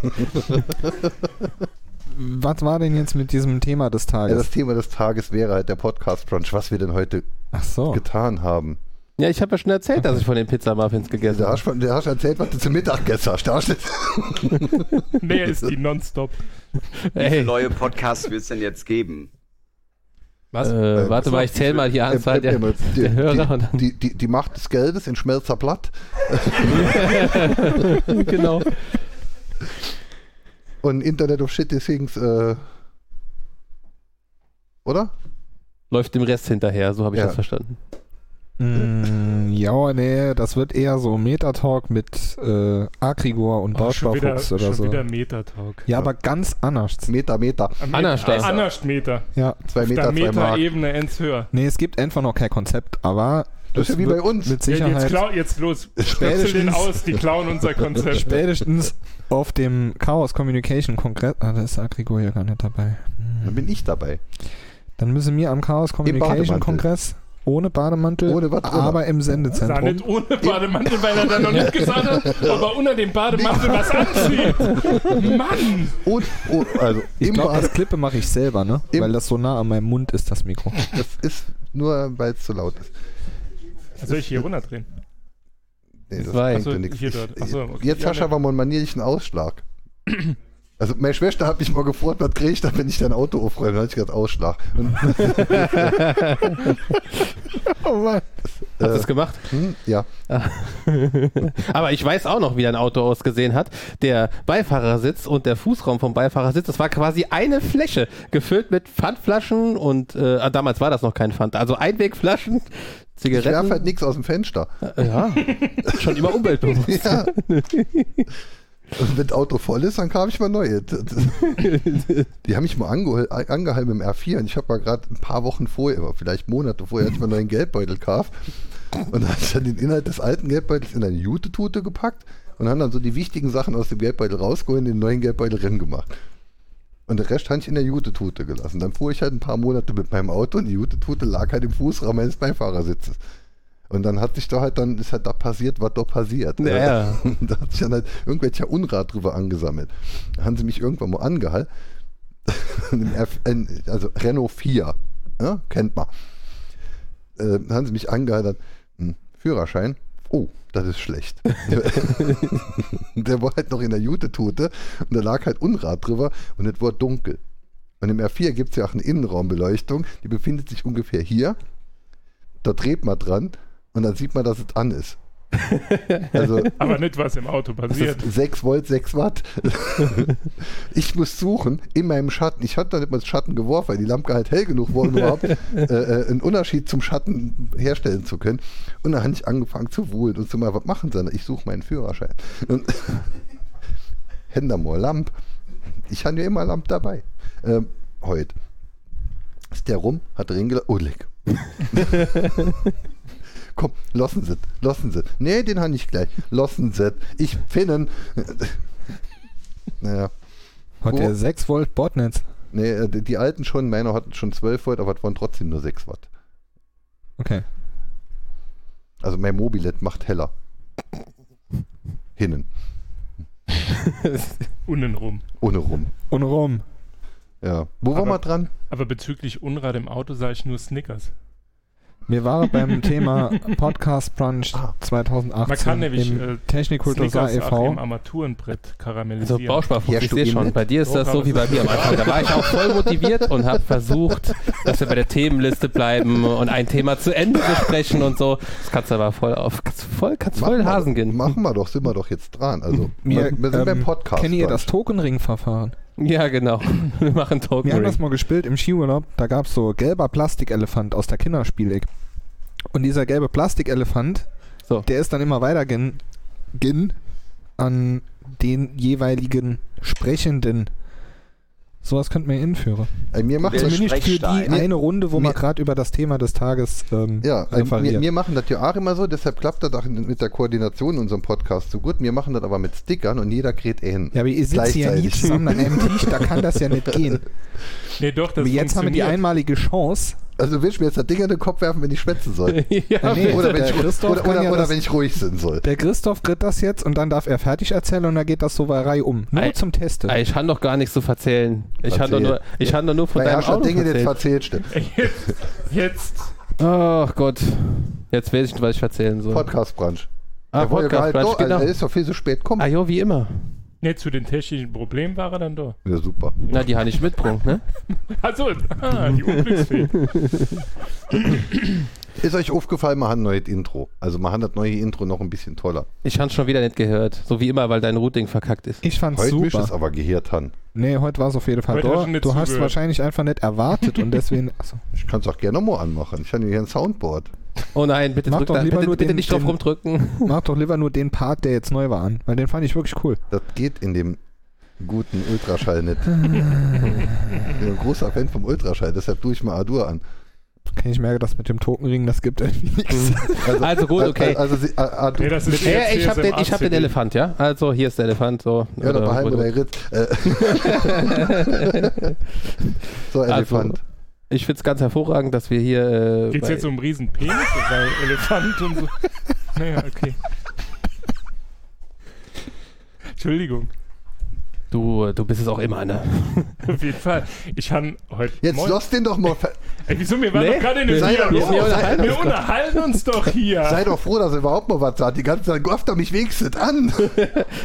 Speaker 2: Was war denn jetzt mit diesem Thema des
Speaker 1: Ja, Also das
Speaker 2: Tages?
Speaker 1: Thema des Tages wäre halt der Podcast Brunch, was wir denn heute
Speaker 2: Ach
Speaker 4: Oh.
Speaker 2: so.
Speaker 1: getan haben.
Speaker 4: Ja, ich habe ja schon erzählt, dass ich von den Pizzamuffins gegessen
Speaker 1: Der
Speaker 4: habe.
Speaker 1: Arsch, von- der Arsch erzählt, was du zum Mittag gestern hast. Der Arsch ist-
Speaker 5: Mehr ist die nonstop.
Speaker 4: Ey,
Speaker 3: Neue Podcasts wird es denn jetzt geben?
Speaker 4: was? Äh, warte mal, ich zähle mal die Anzahl
Speaker 1: Ähm,
Speaker 4: Ah, der,
Speaker 1: ähm, ähm, die-
Speaker 4: der Hörer und dann
Speaker 1: Die, die, die Macht des Geldes in Schmelzer Platt.
Speaker 4: genau.
Speaker 1: Und Internet of Shit Things, äh, oder?
Speaker 4: Läuft dem Rest hinterher, so habe ich
Speaker 1: Ja.
Speaker 4: das verstanden.
Speaker 2: Mm, ja, nee, das wird eher so Metatalk mit äh, Agrigor und
Speaker 5: Oh, schon wieder,
Speaker 2: Bauschbaufuchs oder
Speaker 5: schon
Speaker 2: so.
Speaker 5: wieder Meter-Talk.
Speaker 2: Ja, aber ganz anders.
Speaker 1: Meter, Meter.
Speaker 4: Anna-Stein.
Speaker 5: Anna-Meter.
Speaker 2: Ja.
Speaker 1: Zwei
Speaker 5: Auf Äh, der
Speaker 1: Meter, zwei Mark.
Speaker 5: Meta-Ebene ends höher.
Speaker 2: Nee, es gibt einfach noch kein Konzept, aber
Speaker 1: Das, ist ja wie bei
Speaker 2: wird
Speaker 1: uns.
Speaker 2: Mit
Speaker 5: Ja, jetzt,
Speaker 2: Sicherheit
Speaker 5: klau jetzt los. Stöpsel den
Speaker 2: Spätestens-
Speaker 5: aus, die klauen unser Konzept.
Speaker 2: spätestens auf dem Chaos Communication Kongress. Ah, da ist Agrigo ja gar nicht dabei. Hm.
Speaker 1: Dann bin ich dabei.
Speaker 2: Dann müssen wir am Chaos Communication
Speaker 1: Bademantel.
Speaker 2: Kongress ohne Bademantel,
Speaker 1: Ohne was drüber.
Speaker 2: aber im
Speaker 5: Sah
Speaker 2: Sendezentrum.
Speaker 5: nicht ohne Bademantel, weil er da noch nicht gesagt hat, ob er unter dem Bademantel was anzieht. Mann!
Speaker 1: Und, oh, also
Speaker 2: Ich
Speaker 1: im
Speaker 2: glaube,
Speaker 1: Bad-
Speaker 2: das Klippe mache ich selber, ne?
Speaker 1: Im-
Speaker 2: Weil das so nah an meinem Mund ist, das Mikro.
Speaker 1: das ist nur, weil es zu laut ist.
Speaker 5: Soll ich hier runterdrehen?
Speaker 1: Nee, das
Speaker 4: Zwei.
Speaker 1: bringt
Speaker 5: Achso,
Speaker 1: ja nichts.
Speaker 5: hier dort. Achso, okay.
Speaker 1: Jetzt
Speaker 5: Ja,
Speaker 1: hast du aber mal einen manierlichen Ausschlag. Also meine Schwester hat mich mal gefragt, was kriege ich dann, wenn ich dein Auto aufräume? Da hatte ich gerade Ausschlag. Und, Oh
Speaker 4: Hast du es gemacht?
Speaker 1: hm, ja,
Speaker 4: Aber ich weiß auch noch, wie dein Auto ausgesehen hat. Der Beifahrersitz und der Fußraum vom Beifahrersitz, das war quasi eine Fläche, gefüllt mit Pfandflaschen und äh, ah, damals war das noch kein Pfand, also Einwegflaschen,
Speaker 1: ich werfe halt
Speaker 4: Zigaretten. äh,
Speaker 1: nichts aus dem Fenster.
Speaker 4: Ja, schon immer umweltbewusst.
Speaker 1: Ja. Und wenn das Auto voll ist, dann kam ich mal neue. Das- das- Die haben mich mal angehe angehalten im R4 und ich habe mal gerade ein paar Wochen vorher, oder vielleicht Monate vorher, hatte ich mal einen neuen Geldbeutel gekauft und habe dann den Inhalt des alten Geldbeutels in eine Jute-Tute gepackt und haben dann so die wichtigen Sachen aus dem Geldbeutel rausgeholt und den neuen Geldbeutel drin gemacht. Und den Rest habe ich in der Jute-Tute gelassen. Dann fuhr ich halt ein paar Monate mit meinem Auto und die Jute-Tute lag halt im Fußraum meines Beifahrersitzes. Und dann hat sich da halt dann, ist halt da passiert, was da passiert.
Speaker 4: Ja, ja.
Speaker 1: Da hat sich dann halt irgendwelcher Unrat drüber angesammelt. Da haben sie mich irgendwann mal angehalten. Im F- in- also Renault 4, ja, kennt man. Äh, da haben sie mich angehalten. Hm, Führerschein. Oh, das ist schlecht. der war halt noch in der Jute-Tute und da lag halt Unrat drüber und es war dunkel. Und im R4 gibt es ja auch eine Innenraumbeleuchtung, die befindet sich ungefähr hier. Da dreht man dran und dann sieht man, dass es an ist. Also
Speaker 5: Aber nicht, was im Auto passiert.
Speaker 1: 6 Volt, 6 Watt. ich muss suchen in meinem Schatten. Ich hatte da nicht mal das Schatten geworfen, weil die Lampe halt hell genug war, um überhaupt äh, äh, einen Unterschied zum Schatten herstellen zu können. Und dann habe ich angefangen zu wohlen und zu mal was machen, sondern ich suche meinen Führerschein. Und Händer mal Lamp. Ich habe ja immer Lamp dabei. Ähm, heute. Ist der rum, hat er hingelassen. Oh, leck. Komm, lassen Sie, lassen Sie. Nee, den habe ich gleich. Lassen Sie. Ich finden. naja,
Speaker 2: Hat
Speaker 1: Oh.
Speaker 2: der 6 Volt Bordnetz.
Speaker 1: nee, äh, die, die alten schon, meiner hatten schon 12 Volt, aber es waren trotzdem nur 6 Watt.
Speaker 2: Okay.
Speaker 1: Also mein Mobilet macht heller. Hinnen,
Speaker 5: Unten rum.
Speaker 1: ohne rum.
Speaker 2: Und rum.
Speaker 1: Ja. Wo war
Speaker 5: Aber-
Speaker 1: mal dran?
Speaker 5: Aber bezüglich Unrat im Auto sah ich nur Snickers.
Speaker 2: Wir waren beim Thema Podcast Brunch
Speaker 1: Ah.
Speaker 2: 2018
Speaker 5: Man kann nämlich,
Speaker 2: im
Speaker 5: äh,
Speaker 2: Technikultur e
Speaker 5: Snickers auch
Speaker 2: e.V.
Speaker 5: im Armaturenbrett
Speaker 4: Also
Speaker 5: karamellisieren.
Speaker 4: Bausparfuchs, ich
Speaker 1: Herrst du
Speaker 4: sehe
Speaker 1: ihn
Speaker 4: schon,
Speaker 1: mit?
Speaker 4: bei dir ist das so wie bei mir am Anfang. Da war ich auch voll motiviert und habe versucht, dass wir bei der Themenliste bleiben und ein Thema zu Ende besprechen und so. Das kannst du aber voll auf, kannst voll, kannst voll
Speaker 1: Machen wir-
Speaker 4: Hasen gehen.
Speaker 1: Machen wir doch, sind wir doch jetzt dran. Also,
Speaker 2: Mir,
Speaker 1: wir, wir sind
Speaker 2: ähm,
Speaker 1: beim Podcast.
Speaker 2: Kennt ihr
Speaker 1: dran.
Speaker 2: das Tokenring-Verfahren?
Speaker 4: Ja, genau. Wir machen
Speaker 2: Wir haben das
Speaker 4: Token
Speaker 2: mal gespielt im Skiurlaub. Da gab es so gelber Plastikelefant aus der Kinderspielecke. Und dieser gelbe Plastikelefant,
Speaker 4: So.
Speaker 2: der ist dann immer weiter gen, gen an den jeweiligen Sprechenden. Sowas könnten wir hinführen.
Speaker 1: Äh, mir macht
Speaker 3: Der
Speaker 1: das,
Speaker 2: Zumindest für die
Speaker 3: Sprechstein.
Speaker 2: eine Runde, wo
Speaker 1: Mir-
Speaker 2: wir gerade über das Thema des Tages ähm,
Speaker 1: ja, äh,
Speaker 2: referieren.
Speaker 1: wir, wir machen das ja auch immer so, deshalb klappt das auch in- mit der Koordination in unserem Podcast so gut. Wir machen das aber mit Stickern und jeder kräht eh ähnlich.
Speaker 2: ja, aber ihr sitzt ja nie
Speaker 1: Gleichzeitig.
Speaker 2: zusammen an einem Tisch, da kann das ja nicht gehen.
Speaker 5: nee, doch, das
Speaker 2: Jetzt haben wir die
Speaker 5: funktioniert.
Speaker 2: einmalige Chance.
Speaker 1: Also willst du mir jetzt das Ding in den Kopf werfen, wenn ich schwätzen soll?
Speaker 4: ja,
Speaker 2: Nee,
Speaker 1: oder wenn
Speaker 2: der
Speaker 1: ich, ru-
Speaker 2: Christoph
Speaker 1: oder,
Speaker 2: kann
Speaker 1: oder,
Speaker 2: ja
Speaker 1: oder
Speaker 2: das-
Speaker 1: wenn ich ruhig sein soll.
Speaker 2: Der Christoph tritt das jetzt und dann darf er fertig erzählen und dann geht das so bei Reihe um. Nur
Speaker 4: Ei-
Speaker 2: zum Testen.
Speaker 4: Ah, Ich kann doch gar nichts zu verzählen. Ich kann doch
Speaker 1: Verzähl.
Speaker 4: nur, ich kann doch nur von
Speaker 1: Bei
Speaker 4: deinem
Speaker 1: Herrscher
Speaker 4: Auto
Speaker 1: Dinge, den
Speaker 4: erzählen.
Speaker 1: verzählt du.
Speaker 5: Jetzt, jetzt.
Speaker 4: Ach Gott. Jetzt weiß ich nicht, was ich verzählen soll.
Speaker 1: Podcast-Branch.
Speaker 4: ah,
Speaker 1: Der wollte gar
Speaker 4: Podcast,
Speaker 1: nicht-
Speaker 4: Brunch,
Speaker 1: doch,
Speaker 4: genau.
Speaker 1: Er ist doch viel zu spät
Speaker 4: Ah,
Speaker 1: kommen.
Speaker 4: jo, wie immer.
Speaker 5: Nee, zu den technischen Problemen war er dann da.
Speaker 1: Ja, super.
Speaker 4: Na, die habe ich mitgebracht, ne?
Speaker 5: Also, ah, die Unglücksfee.
Speaker 1: Ist euch aufgefallen, wir haben ein neues Intro. Also wir haben das neue Intro noch ein bisschen toller.
Speaker 4: Ich habe schon wieder nicht gehört. So wie immer, weil dein Routing verkackt ist.
Speaker 2: Ich fand's
Speaker 1: Heute mischt
Speaker 2: super.
Speaker 1: es aber gehirrt han.
Speaker 2: Nee, heute war es auf jeden Fall
Speaker 5: Heute hast
Speaker 2: da.
Speaker 5: du nicht
Speaker 2: Du hast
Speaker 5: zugehört.
Speaker 2: wahrscheinlich einfach nicht erwartet und deswegen. Achso.
Speaker 1: Ich kann es auch gerne nochmal anmachen. Ich habe hier ein Soundboard.
Speaker 4: Oh nein, bitte
Speaker 2: Mach
Speaker 4: drück
Speaker 2: doch
Speaker 4: da,
Speaker 2: lieber
Speaker 4: bitte,
Speaker 2: nur
Speaker 4: bitte
Speaker 2: den-
Speaker 4: nicht drauf
Speaker 2: den-
Speaker 4: rumdrücken.
Speaker 2: Mach doch lieber nur den Part, der jetzt neu war, an, weil den fand ich wirklich cool.
Speaker 1: Das geht in dem guten Ultraschall nicht. ich bin ein großer Fan vom Ultraschall, deshalb tue ich mal Adur an.
Speaker 2: Okay, ich merke, das mit dem Tokenring, das gibt irgendwie nichts.
Speaker 4: Also gut, okay.
Speaker 1: Also, sie, ah, ah, du,
Speaker 5: Nee, das ist
Speaker 4: Ja, ich habe den, ich hab den
Speaker 5: CSMA-CD.
Speaker 4: Elefant, ja? Also hier ist der Elefant. So.
Speaker 1: ja, dann
Speaker 4: Oder-
Speaker 1: behalten wir
Speaker 4: oder-
Speaker 1: deinen Ritt. Äh, so,
Speaker 5: Also,
Speaker 1: Elefant.
Speaker 4: ich finde es ganz hervorragend, dass wir hier. Äh,
Speaker 5: Geht's
Speaker 4: bei-
Speaker 5: jetzt um Riesenpenis oder Elefant und so? Naja, okay. Entschuldigung,
Speaker 4: du, äh, du bist es auch immer, ne?
Speaker 5: auf jeden Fall. Ich habe heute.
Speaker 1: Jetzt
Speaker 5: Moin-
Speaker 1: lass den doch mal. ver-
Speaker 5: Ey, wieso? Wir waren
Speaker 4: Nee,
Speaker 5: doch gerade in dem
Speaker 4: wir
Speaker 1: sind ja-
Speaker 5: Dialog.
Speaker 1: wir sind ja
Speaker 4: unterhalten
Speaker 5: Wir unterhalten uns doch hier.
Speaker 1: Sei doch froh, dass er überhaupt mal was sagt. Die ganze Zeit gofft er mich wenigstens an.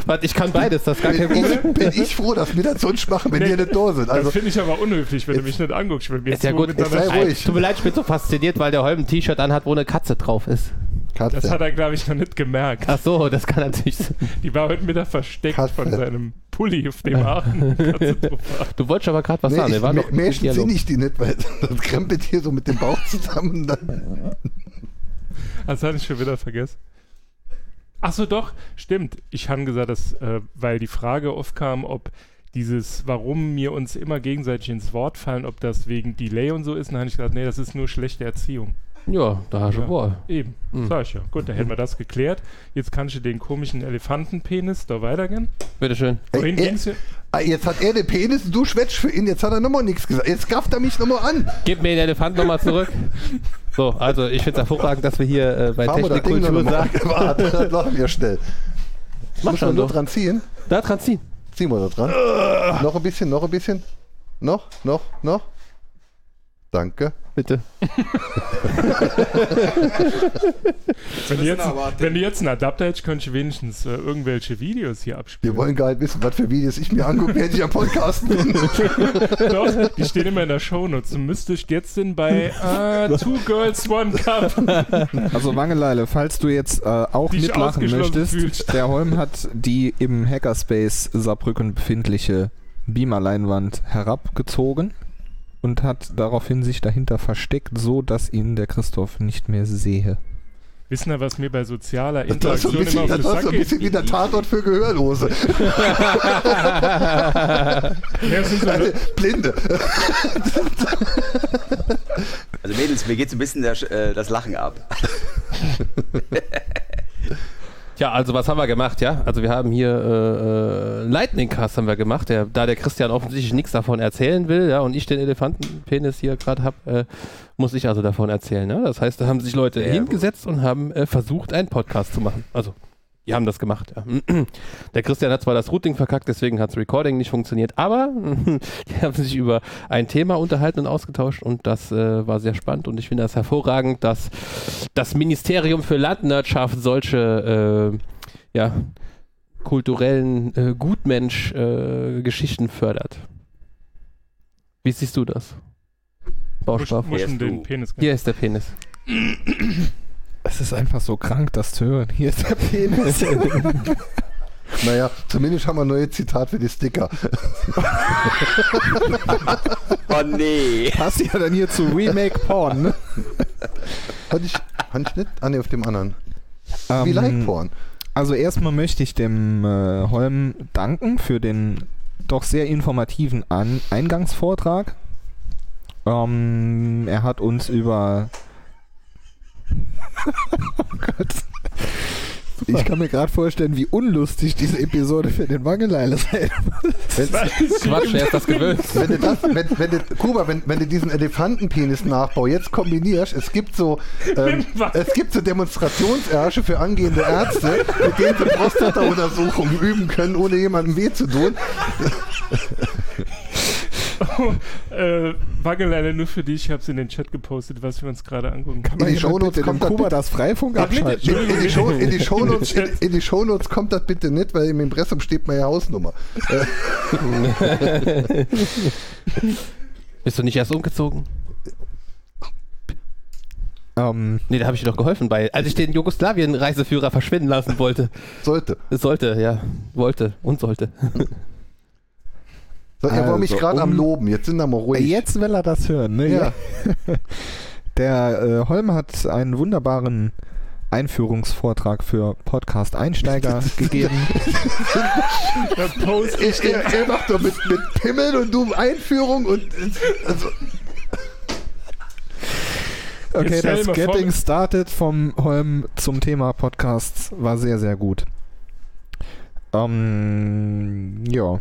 Speaker 4: Warte, ich kann beides, das ist gar kein
Speaker 1: Bin
Speaker 4: Problem.
Speaker 1: ich, bin ich froh, dass wir das sonst machen, wenn
Speaker 5: Nee,
Speaker 1: wir nicht da sind. Also,
Speaker 5: das finde ich aber unhöflich, wenn du mich nicht anguckst. Wenn wir
Speaker 4: Ist ja
Speaker 5: so
Speaker 4: gut.
Speaker 5: miteinander-
Speaker 1: Sei ruhig.
Speaker 4: Tut mir leid, ich bin so fasziniert, weil der Holm ein T-Shirt anhat, wo eine Katze drauf ist.
Speaker 5: Das hat
Speaker 1: Katze.
Speaker 5: er, glaube ich, noch nicht gemerkt.
Speaker 4: Ach so, das kann natürlich sein.
Speaker 5: Die war heute Mittag versteckt
Speaker 1: Katze.
Speaker 5: von seinem Pulli, auf dem Aachen Katze drauf war.
Speaker 4: Du wolltest aber gerade was
Speaker 1: Nee,
Speaker 4: sagen.
Speaker 1: ich,
Speaker 4: Wir waren
Speaker 1: M-
Speaker 4: doch im
Speaker 1: Märchen
Speaker 4: Dialog.
Speaker 1: sind ich die nicht, weil das krempelt hier so mit dem Bauch zusammen. Dann,
Speaker 5: Das hatte ich schon wieder vergessen. Achso, doch, stimmt. Ich habe gesagt, dass, äh, weil die Frage oft kam, ob dieses, warum wir uns immer gegenseitig ins Wort fallen, ob das wegen Delay und so ist. Und dann habe ich gesagt, nee, das ist nur schlechte Erziehung.
Speaker 4: Ja, da hast du
Speaker 5: Ja.
Speaker 4: wohl.
Speaker 5: Eben,
Speaker 1: Mhm.
Speaker 5: sag ich ja. Gut, dann hätten wir das geklärt. Jetzt kannst du den komischen Elefantenpenis da weitergehen.
Speaker 4: Bitteschön.
Speaker 5: Vorhin
Speaker 1: Ey,
Speaker 5: ging's ja.
Speaker 1: Ah, jetzt hat er den Penis und du schwätzt für ihn. Jetzt hat er nochmal nichts gesagt. Jetzt gafft er mich nochmal an.
Speaker 4: Gib mir den Elefant nochmal zurück. So, also ich finde es hervorragend, dass wir hier äh, bei
Speaker 1: Fahren wir das Ding noch
Speaker 4: Technikkultur
Speaker 1: nochmal.
Speaker 4: sagen.
Speaker 1: Warte, das machen wir schnell.
Speaker 4: Mach
Speaker 1: Muss man
Speaker 4: schon
Speaker 1: nur
Speaker 4: doch.
Speaker 1: dran ziehen?
Speaker 4: Da dran ziehen.
Speaker 1: Ziehen wir da dran.
Speaker 2: Äh.
Speaker 1: noch ein bisschen, noch ein bisschen. Noch, noch, noch. Danke.
Speaker 4: Bitte.
Speaker 5: Wenn, du
Speaker 6: müssen
Speaker 5: jetzt,
Speaker 6: aber den-
Speaker 5: wenn du jetzt einen Adapter hättest, könntest du wenigstens äh, irgendwelche Videos hier abspielen.
Speaker 1: Wir wollen gar nicht wissen, was für Videos ich mir angucke, während ich am Podcast bin.
Speaker 5: Doch, die stehen immer in der Shownotes. Du müsstest jetzt sind bei äh, Two Girls One Cup.
Speaker 2: Also Wangeleile, falls du jetzt äh, auch
Speaker 5: Dich
Speaker 2: mitlachen
Speaker 5: ausgeschlossen
Speaker 2: möchtest,
Speaker 5: fühlst.
Speaker 2: der Holm hat die im Hackerspace Saarbrücken befindliche Beamer-Leinwand herabgezogen und hat daraufhin sich dahinter versteckt, so dass ihn der Christoph nicht mehr sehe.
Speaker 5: Wissen ihr, was mir bei sozialer
Speaker 1: Das ist so ein
Speaker 5: Interaktion immer
Speaker 1: bisschen,
Speaker 5: auf den
Speaker 1: das war so
Speaker 5: Sack
Speaker 1: ein bisschen
Speaker 5: geht?
Speaker 1: wie der Tatort für Gehörlose.
Speaker 5: Ja, es sind so,
Speaker 1: Äh, Blinde.
Speaker 3: Also Mädels, mir geht so ein bisschen der, Sch- äh, das Lachen ab.
Speaker 4: Ja, also was haben wir gemacht, ja? Also wir haben hier äh, äh, Lightning Cast haben wir gemacht, der, da der Christian offensichtlich nichts davon erzählen will, ja, und ich den Elefantenpenis hier gerade habe, äh, muss ich also davon erzählen, ne? Das heißt, da haben sich Leute
Speaker 3: Sehr
Speaker 4: hingesetzt und haben äh, versucht, einen Podcast zu machen. Also, die haben das gemacht, ja. Der Christian hat zwar das Routing verkackt, deswegen hat das Recording nicht funktioniert, aber die haben sich über ein Thema unterhalten und ausgetauscht und das äh, war sehr spannend und ich finde das hervorragend, dass das Ministerium für Landwirtschaft solche äh, ja, kulturellen äh, Gutmensch-Geschichten fördert. Wie siehst du das? Bauschwaff.
Speaker 5: Musch- Muschen
Speaker 3: Erst
Speaker 5: den
Speaker 3: du.
Speaker 5: Penis.
Speaker 4: Hier ist der Penis.
Speaker 2: Es ist einfach so krank, das zu hören. Hier ist der Penis.
Speaker 1: Naja, zumindest haben wir ein neues Zitat für die Sticker.
Speaker 3: Oh nee.
Speaker 2: Passt ja dann hier zu Remake Porn. Ne?
Speaker 1: Hatte ich, hatte ich nicht? Ah, ne, auf dem anderen.
Speaker 2: Ähm,
Speaker 1: Wie like Porn.
Speaker 2: Also erstmal möchte ich dem äh, Holm danken für den doch sehr informativen An Eingangsvortrag. Ähm, er hat uns über... oh Gott. Ich kann mir gerade vorstellen, wie unlustig diese Episode für den Wangeleile sein
Speaker 4: Quatsch, wer ist das gewöhnt?
Speaker 1: Wenn du das, wenn, wenn du, Kuba, wenn, wenn du diesen Elefantenpenis-Nachbau jetzt kombinierst, es gibt so, ähm, es gibt so Demonstrationsärsche für angehende Ärzte, mit denen sie Prostata-Untersuchungen üben können, ohne jemandem weh zu tun.
Speaker 5: Äh, Wangeleile nur für dich. Ich habe es in den Chat gepostet, was wir uns gerade angucken.
Speaker 1: In die Shownotes kommt das bitte-
Speaker 2: das Freifunk
Speaker 1: in, in, die Show, in, die Shownotes,
Speaker 5: In
Speaker 1: in,
Speaker 5: den Chat.
Speaker 1: in die Shownotes kommt das bitte nicht, weil im Impressum steht meine Hausnummer.
Speaker 4: Bist du nicht erst umgezogen?
Speaker 2: Ähm,
Speaker 4: Nee, da habe ich dir doch geholfen bei. Als ich den Jugoslawien-Reiseführer verschwinden lassen wollte.
Speaker 1: Sollte.
Speaker 4: Sollte, ja. Wollte und sollte.
Speaker 1: So, er war mich
Speaker 2: Also,
Speaker 1: gerade am
Speaker 2: um-
Speaker 1: Loben, jetzt sind wir mal ruhig.
Speaker 2: Jetzt will er das hören, ne?
Speaker 1: Ja.
Speaker 2: Der äh, Holm hat einen wunderbaren Einführungsvortrag für Podcast-Einsteiger gegeben.
Speaker 5: Da post
Speaker 1: Ich, er, er macht doch mit, mit Pimmel und du Einführung und also,
Speaker 2: Okay,
Speaker 5: Jetzt stell
Speaker 2: das
Speaker 5: dir mal vor-
Speaker 2: Getting Started vom Holm zum Thema Podcasts war sehr, sehr gut. Ähm, ja.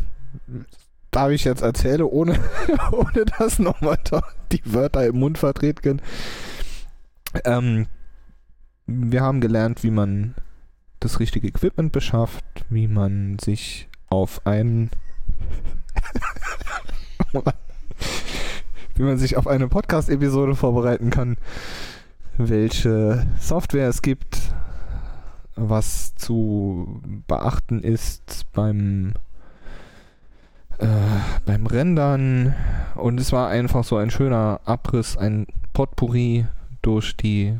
Speaker 2: Darf ich jetzt erzähle, ohne, ohne dass nochmal da die Wörter im Mund vertreten können. Ähm, wir haben gelernt, wie man das richtige Equipment beschafft, wie man sich auf einen wie man sich auf eine Podcast-Episode vorbereiten kann, welche Software es gibt, was zu beachten ist beim äh, beim Rendern und es war einfach so ein schöner Abriss, ein Potpourri durch die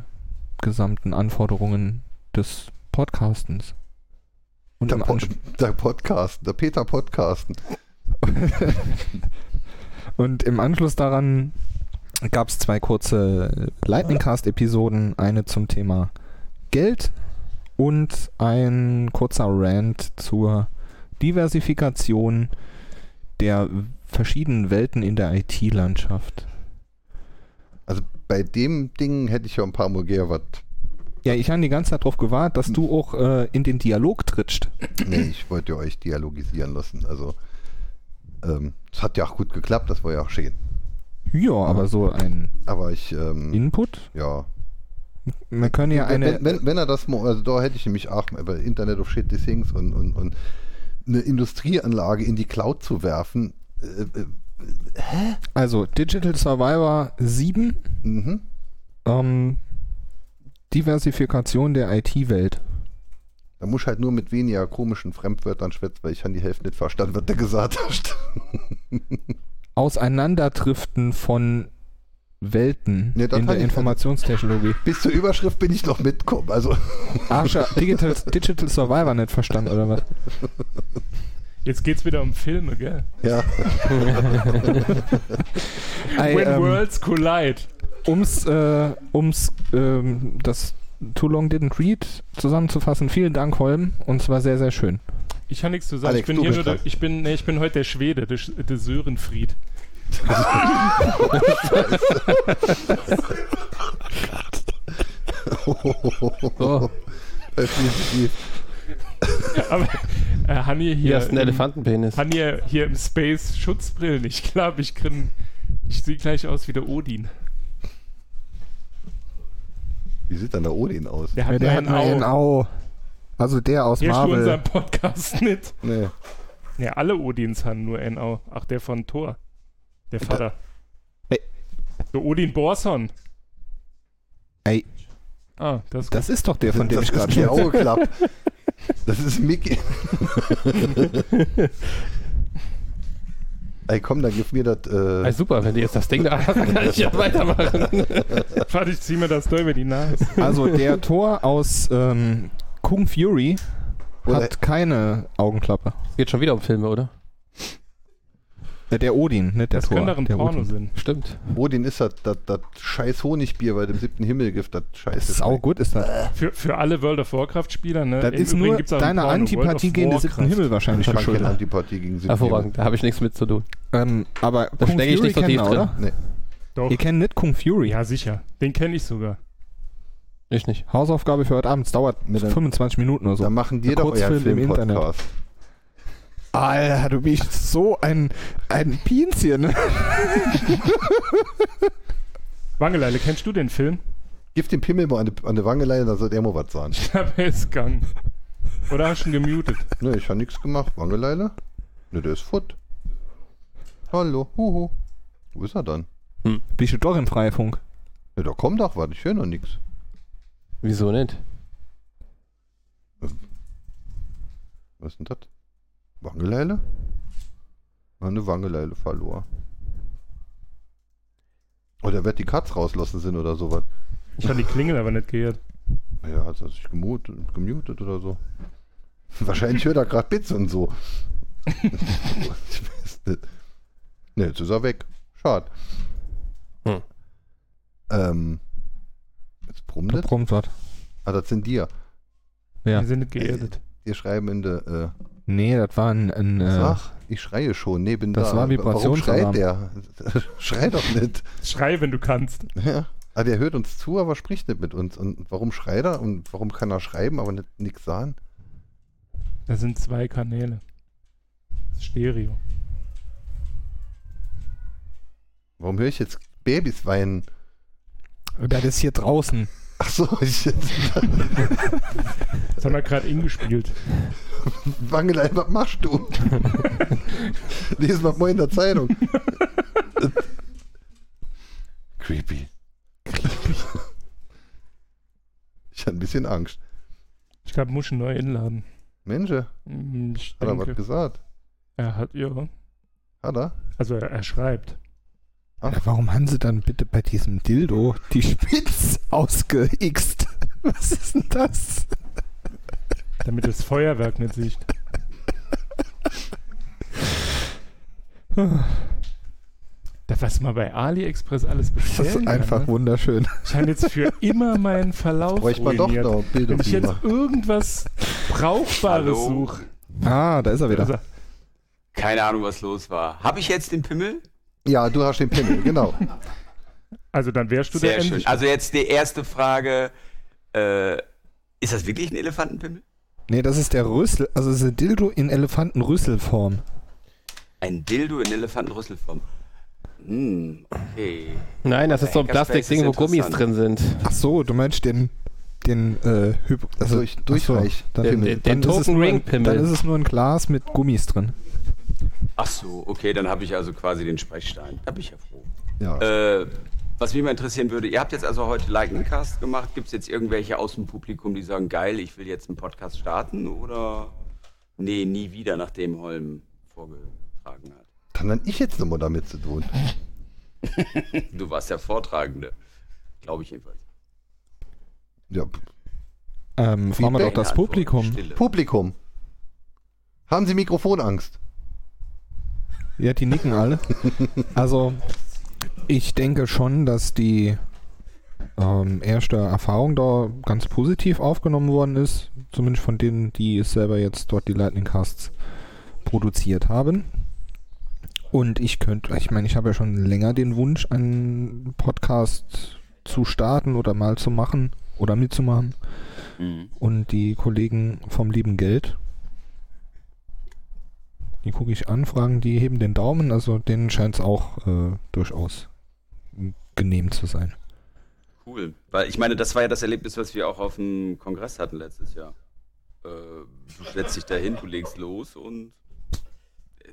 Speaker 2: gesamten Anforderungen des Podcastens. Und
Speaker 1: Der,
Speaker 2: im
Speaker 1: Pod
Speaker 2: Anschluss-
Speaker 1: der Podcast, der Peter Podcasten.
Speaker 2: Und im Anschluss daran gab es zwei kurze Lightning Cast Episoden, eine zum Thema Geld und ein kurzer Rant zur Diversifikation der verschiedenen Welten in der IT-Landschaft.
Speaker 1: Also Bei dem Ding hätte ich ja ein paar Mal gern was.
Speaker 2: Ja, ich habe die ganze Zeit darauf gewartet, dass du auch äh, in den Dialog trittst.
Speaker 1: Nee, ich wollte ja euch dialogisieren lassen. Also, ähm, es hat ja auch gut geklappt, das war ja auch schön.
Speaker 2: Ja, aber so ein
Speaker 1: Aber ich, ähm,
Speaker 2: Input.
Speaker 1: ja.
Speaker 2: Man können ja
Speaker 1: Wenn,
Speaker 2: eine.
Speaker 1: wenn, wenn er das mal, also da hätte ich nämlich auch, weil Internet of Shit Things und, und, und eine Industrieanlage in die Cloud zu werfen, äh, äh,
Speaker 2: Also Digital Survivor 7
Speaker 1: mhm.
Speaker 2: Ähm, Diversifikation der IT-Welt.
Speaker 1: da muss ich halt nur mit weniger komischen Fremdwörtern schwätzen, weil ich habe die Hälfte nicht verstanden, was der gesagt hat.
Speaker 2: Auseinanderdriften von Welten
Speaker 1: Nee, das kann
Speaker 2: in der
Speaker 1: ich- also.
Speaker 2: Informationstechnologie.
Speaker 1: Bis zur Überschrift bin ich noch mitgekommen. Also,
Speaker 2: Arscher, Digital, Digital Survivor nicht verstanden, oder was?
Speaker 5: Jetzt geht's wieder um Filme, gell?
Speaker 1: ja.
Speaker 2: Ei,
Speaker 5: When
Speaker 2: ähm,
Speaker 5: Worlds Collide.
Speaker 2: ums äh, ums ähm, das Too Long Didn't Read zusammenzufassen, vielen Dank, Holm. Und zwar sehr, sehr schön.
Speaker 5: Ich kann nichts zu sagen.
Speaker 1: Alex,
Speaker 5: ich bin
Speaker 1: du
Speaker 5: hier
Speaker 1: bist
Speaker 5: nur der,
Speaker 1: dran.
Speaker 5: ich bin, nee, ich bin heute der Schwede, der, Sch- der Sörenfried.
Speaker 4: Oh,
Speaker 1: Öffentlich die-
Speaker 5: Aber äh, Hanni
Speaker 4: hier
Speaker 5: hier,
Speaker 4: hast
Speaker 5: im,
Speaker 4: einen Elefantenpenis.
Speaker 5: Hanni hier im Space Schutzbrillen. Ich glaube, ich kann, ich sehe gleich aus wie der Odin.
Speaker 1: Wie sieht dann der Odin aus?
Speaker 5: Der hat ja, einen
Speaker 2: einen
Speaker 5: Au.
Speaker 2: Au. Also der aus
Speaker 5: Hier schon
Speaker 2: Marvel.
Speaker 5: unseren Podcast mit.
Speaker 1: Nee.
Speaker 5: Ja, alle Odins haben nur einen Au. Ach, der von Thor. Der Vater.
Speaker 2: Hey.
Speaker 5: Der Odin Borson.
Speaker 2: Ey.
Speaker 5: Ah, das,
Speaker 2: Das ist doch der, von dem
Speaker 1: das
Speaker 2: ich gerade
Speaker 1: ist die
Speaker 2: schon.
Speaker 1: Auge klappt. Das ist Mickey. Ey, komm, dann gib mir das.
Speaker 4: Ah,
Speaker 1: Äh,
Speaker 2: Also,
Speaker 4: super, wenn du jetzt das Ding da hast, dann kann ich ja weitermachen.
Speaker 5: Warte, ich zieh mir das da über die Nase.
Speaker 2: Also der Tor aus ähm, Kung Fury
Speaker 1: Oder-
Speaker 2: hat keine Augenklappe.
Speaker 4: Es geht schon wieder um Filme, oder?
Speaker 2: Äh, Der Odin, nicht der
Speaker 5: Das
Speaker 2: Thor.
Speaker 5: könnte doch ein
Speaker 2: der
Speaker 5: Porno
Speaker 2: Odin.
Speaker 5: sein.
Speaker 4: Stimmt.
Speaker 1: Odin Oh, ist das, das, das scheiß Honigbier bei dem siebten Himmelgift. Das scheiße.
Speaker 2: Sau gut ist das.
Speaker 5: Für, für alle World of Warcraft-Spieler, ne?
Speaker 2: Das
Speaker 5: Äh, Im
Speaker 2: ist
Speaker 5: Übrigen
Speaker 2: nur
Speaker 5: gibt's auch ein
Speaker 2: deine
Speaker 5: Porno, World of
Speaker 2: Antipathie gegen den siebten
Speaker 5: Warcraft.
Speaker 2: Himmel wahrscheinlich
Speaker 1: Ich kann keine
Speaker 2: verschuldet.
Speaker 1: Antipathie gegen siebten
Speaker 4: Hervorragend, da habe ich nichts mit zu tun.
Speaker 2: Ähm, aber Kung
Speaker 4: stecke ich
Speaker 2: Fury
Speaker 4: nicht so
Speaker 2: kennt
Speaker 4: tief
Speaker 2: ihr,
Speaker 4: drin.
Speaker 2: oder?
Speaker 5: Doch.
Speaker 2: Ihr kennt nicht Kung Fury.
Speaker 5: Ja, sicher. Den kenne ich sogar.
Speaker 4: Ich nicht.
Speaker 2: Hausaufgabe für heute Abend. Es dauert
Speaker 1: Mit einem-
Speaker 2: 25 Minuten oder
Speaker 1: Himmel. Dann
Speaker 2: so.
Speaker 1: machen dir
Speaker 2: Ein
Speaker 1: doch euren
Speaker 2: Kurzfilm im
Speaker 1: Film-Podcast.
Speaker 2: Alter, du bist so ein, ein Pinzchen. ne?
Speaker 5: Wangeleile, kennst du den Film?
Speaker 1: Gib dem Pimmel mal an die, an die Wange leider, dann soll der mal was sagen.
Speaker 5: Ich glaube, er ist gegangen. Oder hast du ihn gemutet?
Speaker 1: Ne, ich habe nichts gemacht. Wangeleile? Ne, der ist foot. Hallo, huhu. Wo ist er dann?
Speaker 2: Bist du doch im Freifunk?
Speaker 1: Ne, da kommt doch was. Ich höre noch nichts.
Speaker 4: Wieso nicht?
Speaker 1: Was ist denn das? Wangeleile? Eine Wangeleile verlor. Oder wird die Katz rauslassen sind oder sowas.
Speaker 5: Ich habe die Klingel aber nicht gehört.
Speaker 1: Ja, hat er sich gemutet, gemutet oder so. Wahrscheinlich hört er gerade Bits und so. ich weiß nicht. Ne, jetzt ist er weg. Schade.
Speaker 4: Hm.
Speaker 1: Ähm, jetzt brummt
Speaker 2: Da
Speaker 1: es.
Speaker 2: brummt was.
Speaker 1: Ah, das sind dir.
Speaker 2: Ja.
Speaker 5: Wir sind nicht geerdet.
Speaker 1: Die schreiben in der. Äh,
Speaker 2: Nee, das war ein, ein äh,
Speaker 1: Ach, ich schreie schon. Nee, bin
Speaker 2: Das
Speaker 1: da.
Speaker 2: war
Speaker 1: Warum schreit
Speaker 2: Vibrationsalarm.
Speaker 1: der? Schrei doch nicht.
Speaker 5: Schrei, wenn du kannst.
Speaker 1: Ja. Also er hört uns zu, aber spricht nicht mit uns. Und warum schreit er? Und warum kann er schreiben, aber nichts sagen?
Speaker 5: Das sind zwei Kanäle. Das ist Stereo.
Speaker 1: Warum höre ich jetzt Babys weinen?
Speaker 2: Das ist hier draußen.
Speaker 1: Ach so, ich jetzt.
Speaker 5: Das haben wir gerade ingespielt.
Speaker 1: Wangelein, was machst du? Lies mal mal in der Zeitung. Creepy. Ich hatte ein bisschen Angst.
Speaker 5: Ich glaube, muss ihn neu einladen.
Speaker 1: Mensch, hat
Speaker 5: Hm, Ich
Speaker 1: er was
Speaker 5: denke,
Speaker 1: gesagt?
Speaker 5: er hat, ja.
Speaker 1: Hat er?
Speaker 5: Also er, er schreibt.
Speaker 2: Warum haben sie dann bitte bei diesem Dildo die Spitz ausgeixt? Was ist denn das?
Speaker 5: Damit das Feuerwerk nicht sieht. Da was man bei AliExpress alles
Speaker 2: Das
Speaker 5: bestellen
Speaker 2: ist einfach
Speaker 5: kann, ne?
Speaker 2: wunderschön.
Speaker 5: Ich habe jetzt für immer meinen Verlauf
Speaker 1: Bräuchte man doch
Speaker 5: Oh, ruiniert.
Speaker 1: noch
Speaker 5: Wenn ich
Speaker 1: Bilder.
Speaker 5: jetzt irgendwas Brauchbares
Speaker 3: Hallo?
Speaker 5: suche.
Speaker 2: Ah, da ist er
Speaker 5: Also,
Speaker 2: wieder.
Speaker 3: Keine Ahnung, was los war. Habe ich jetzt den Pimmel?
Speaker 1: Ja, du hast den Pimmel, genau.
Speaker 5: also dann wärst du
Speaker 3: Sehr
Speaker 5: der
Speaker 3: schön.
Speaker 5: Endlich.
Speaker 3: Also jetzt die erste Frage. Äh, ist das wirklich ein Elefantenpimmel?
Speaker 2: Nee, das ist der Rüssel. Also das ist ein Dildo in Elefantenrüsselform.
Speaker 3: Ein Dildo in Elefantenrüsselform. Hm, okay.
Speaker 4: Nein, das ist so ein
Speaker 3: Hackerspace
Speaker 4: Plastikding,
Speaker 3: ist
Speaker 4: wo Gummis drin
Speaker 3: interessant.
Speaker 4: sind.
Speaker 2: Ach so, du meinst den den äh, Hyp also
Speaker 1: Durch-
Speaker 2: ach so,
Speaker 1: Durchreich-
Speaker 2: dann, dann
Speaker 4: Den- den
Speaker 2: ist es
Speaker 4: Token
Speaker 2: nur ein-
Speaker 4: Ring Pimmel.
Speaker 2: Dann ist es nur ein Glas mit Gummis drin.
Speaker 3: Ach so, okay, dann habe ich also quasi den Sprechstein. Da bin ich ja froh.
Speaker 1: Ja.
Speaker 3: Äh, was mich mal interessieren würde, ihr habt jetzt also heute Lightning Cast gemacht. Gibt es jetzt irgendwelche aus dem Publikum, die sagen, geil, ich will jetzt einen Podcast starten oder nee, nie wieder, nachdem Holm vorgetragen hat?
Speaker 1: Dann habe ich jetzt nochmal damit zu tun.
Speaker 3: Du warst der Vortragende, glaube ich jedenfalls.
Speaker 1: Ja,
Speaker 2: Ähm, fragen wir doch
Speaker 1: Feedback?
Speaker 2: das
Speaker 3: Keine Antwort,
Speaker 2: Publikum.
Speaker 3: Stille.
Speaker 1: Publikum. Haben Sie Mikrofonangst?
Speaker 2: Ja, die nicken alle. Also, ich denke schon, dass die ähm, erste Erfahrung da ganz positiv aufgenommen worden ist. Zumindest von denen, die es selber jetzt dort die Lightning Casts produziert haben. Und ich könnte, ich meine, ich habe ja schon länger den Wunsch, einen Podcast zu starten oder mal zu machen oder mitzumachen.
Speaker 3: Mhm.
Speaker 2: Und die Kollegen vom lieben Geld, die gucke ich an, fragen, die heben den Daumen, also denen scheint es auch äh, durchaus genehm zu sein.
Speaker 3: Cool. Weil ich meine, das war ja das Erlebnis, was wir auch auf dem Kongress hatten letztes Jahr. Äh, du setzt dich dahin, du legst los und äh,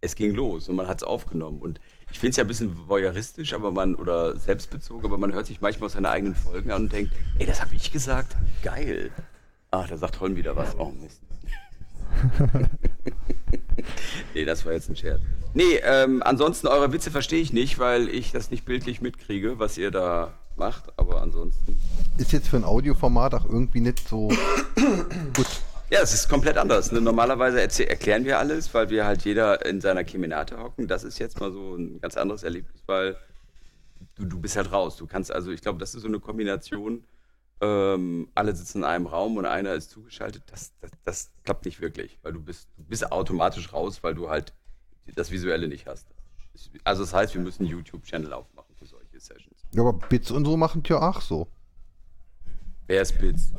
Speaker 3: es ging los und man hat es aufgenommen. Und ich finde es ja ein bisschen voyeuristisch, aber man, oder selbstbezogen, aber man hört sich manchmal aus seine eigenen Folgen an und denkt, ey, das habe ich gesagt. Geil. Ach, da sagt Holm wieder was. Oh, Mist. Nee, das war jetzt ein Scherz. Nee, ähm, ansonsten eure Witze verstehe ich nicht, weil ich das nicht bildlich mitkriege, was ihr da macht, aber ansonsten.
Speaker 1: Ist jetzt für ein Audioformat auch irgendwie nicht so.
Speaker 3: Ja, es ist komplett anders. Ne? Normalerweise erzäh- erklären wir alles, weil wir halt jeder in seiner Kemenate hocken. Das ist jetzt mal so ein ganz anderes Erlebnis, weil du, du bist halt raus. Du kannst also, ich glaube, das ist so eine Kombination. Ähm, alle sitzen in einem Raum und einer ist zugeschaltet. Das, das, das klappt nicht wirklich, weil du bist, du bist automatisch raus, weil du halt das Visuelle nicht hast. Also das heißt, wir müssen einen YouTube-Channel aufmachen für solche Sessions.
Speaker 1: Ja, aber Bits und so machen ja auch so.
Speaker 3: Wer ist Bits?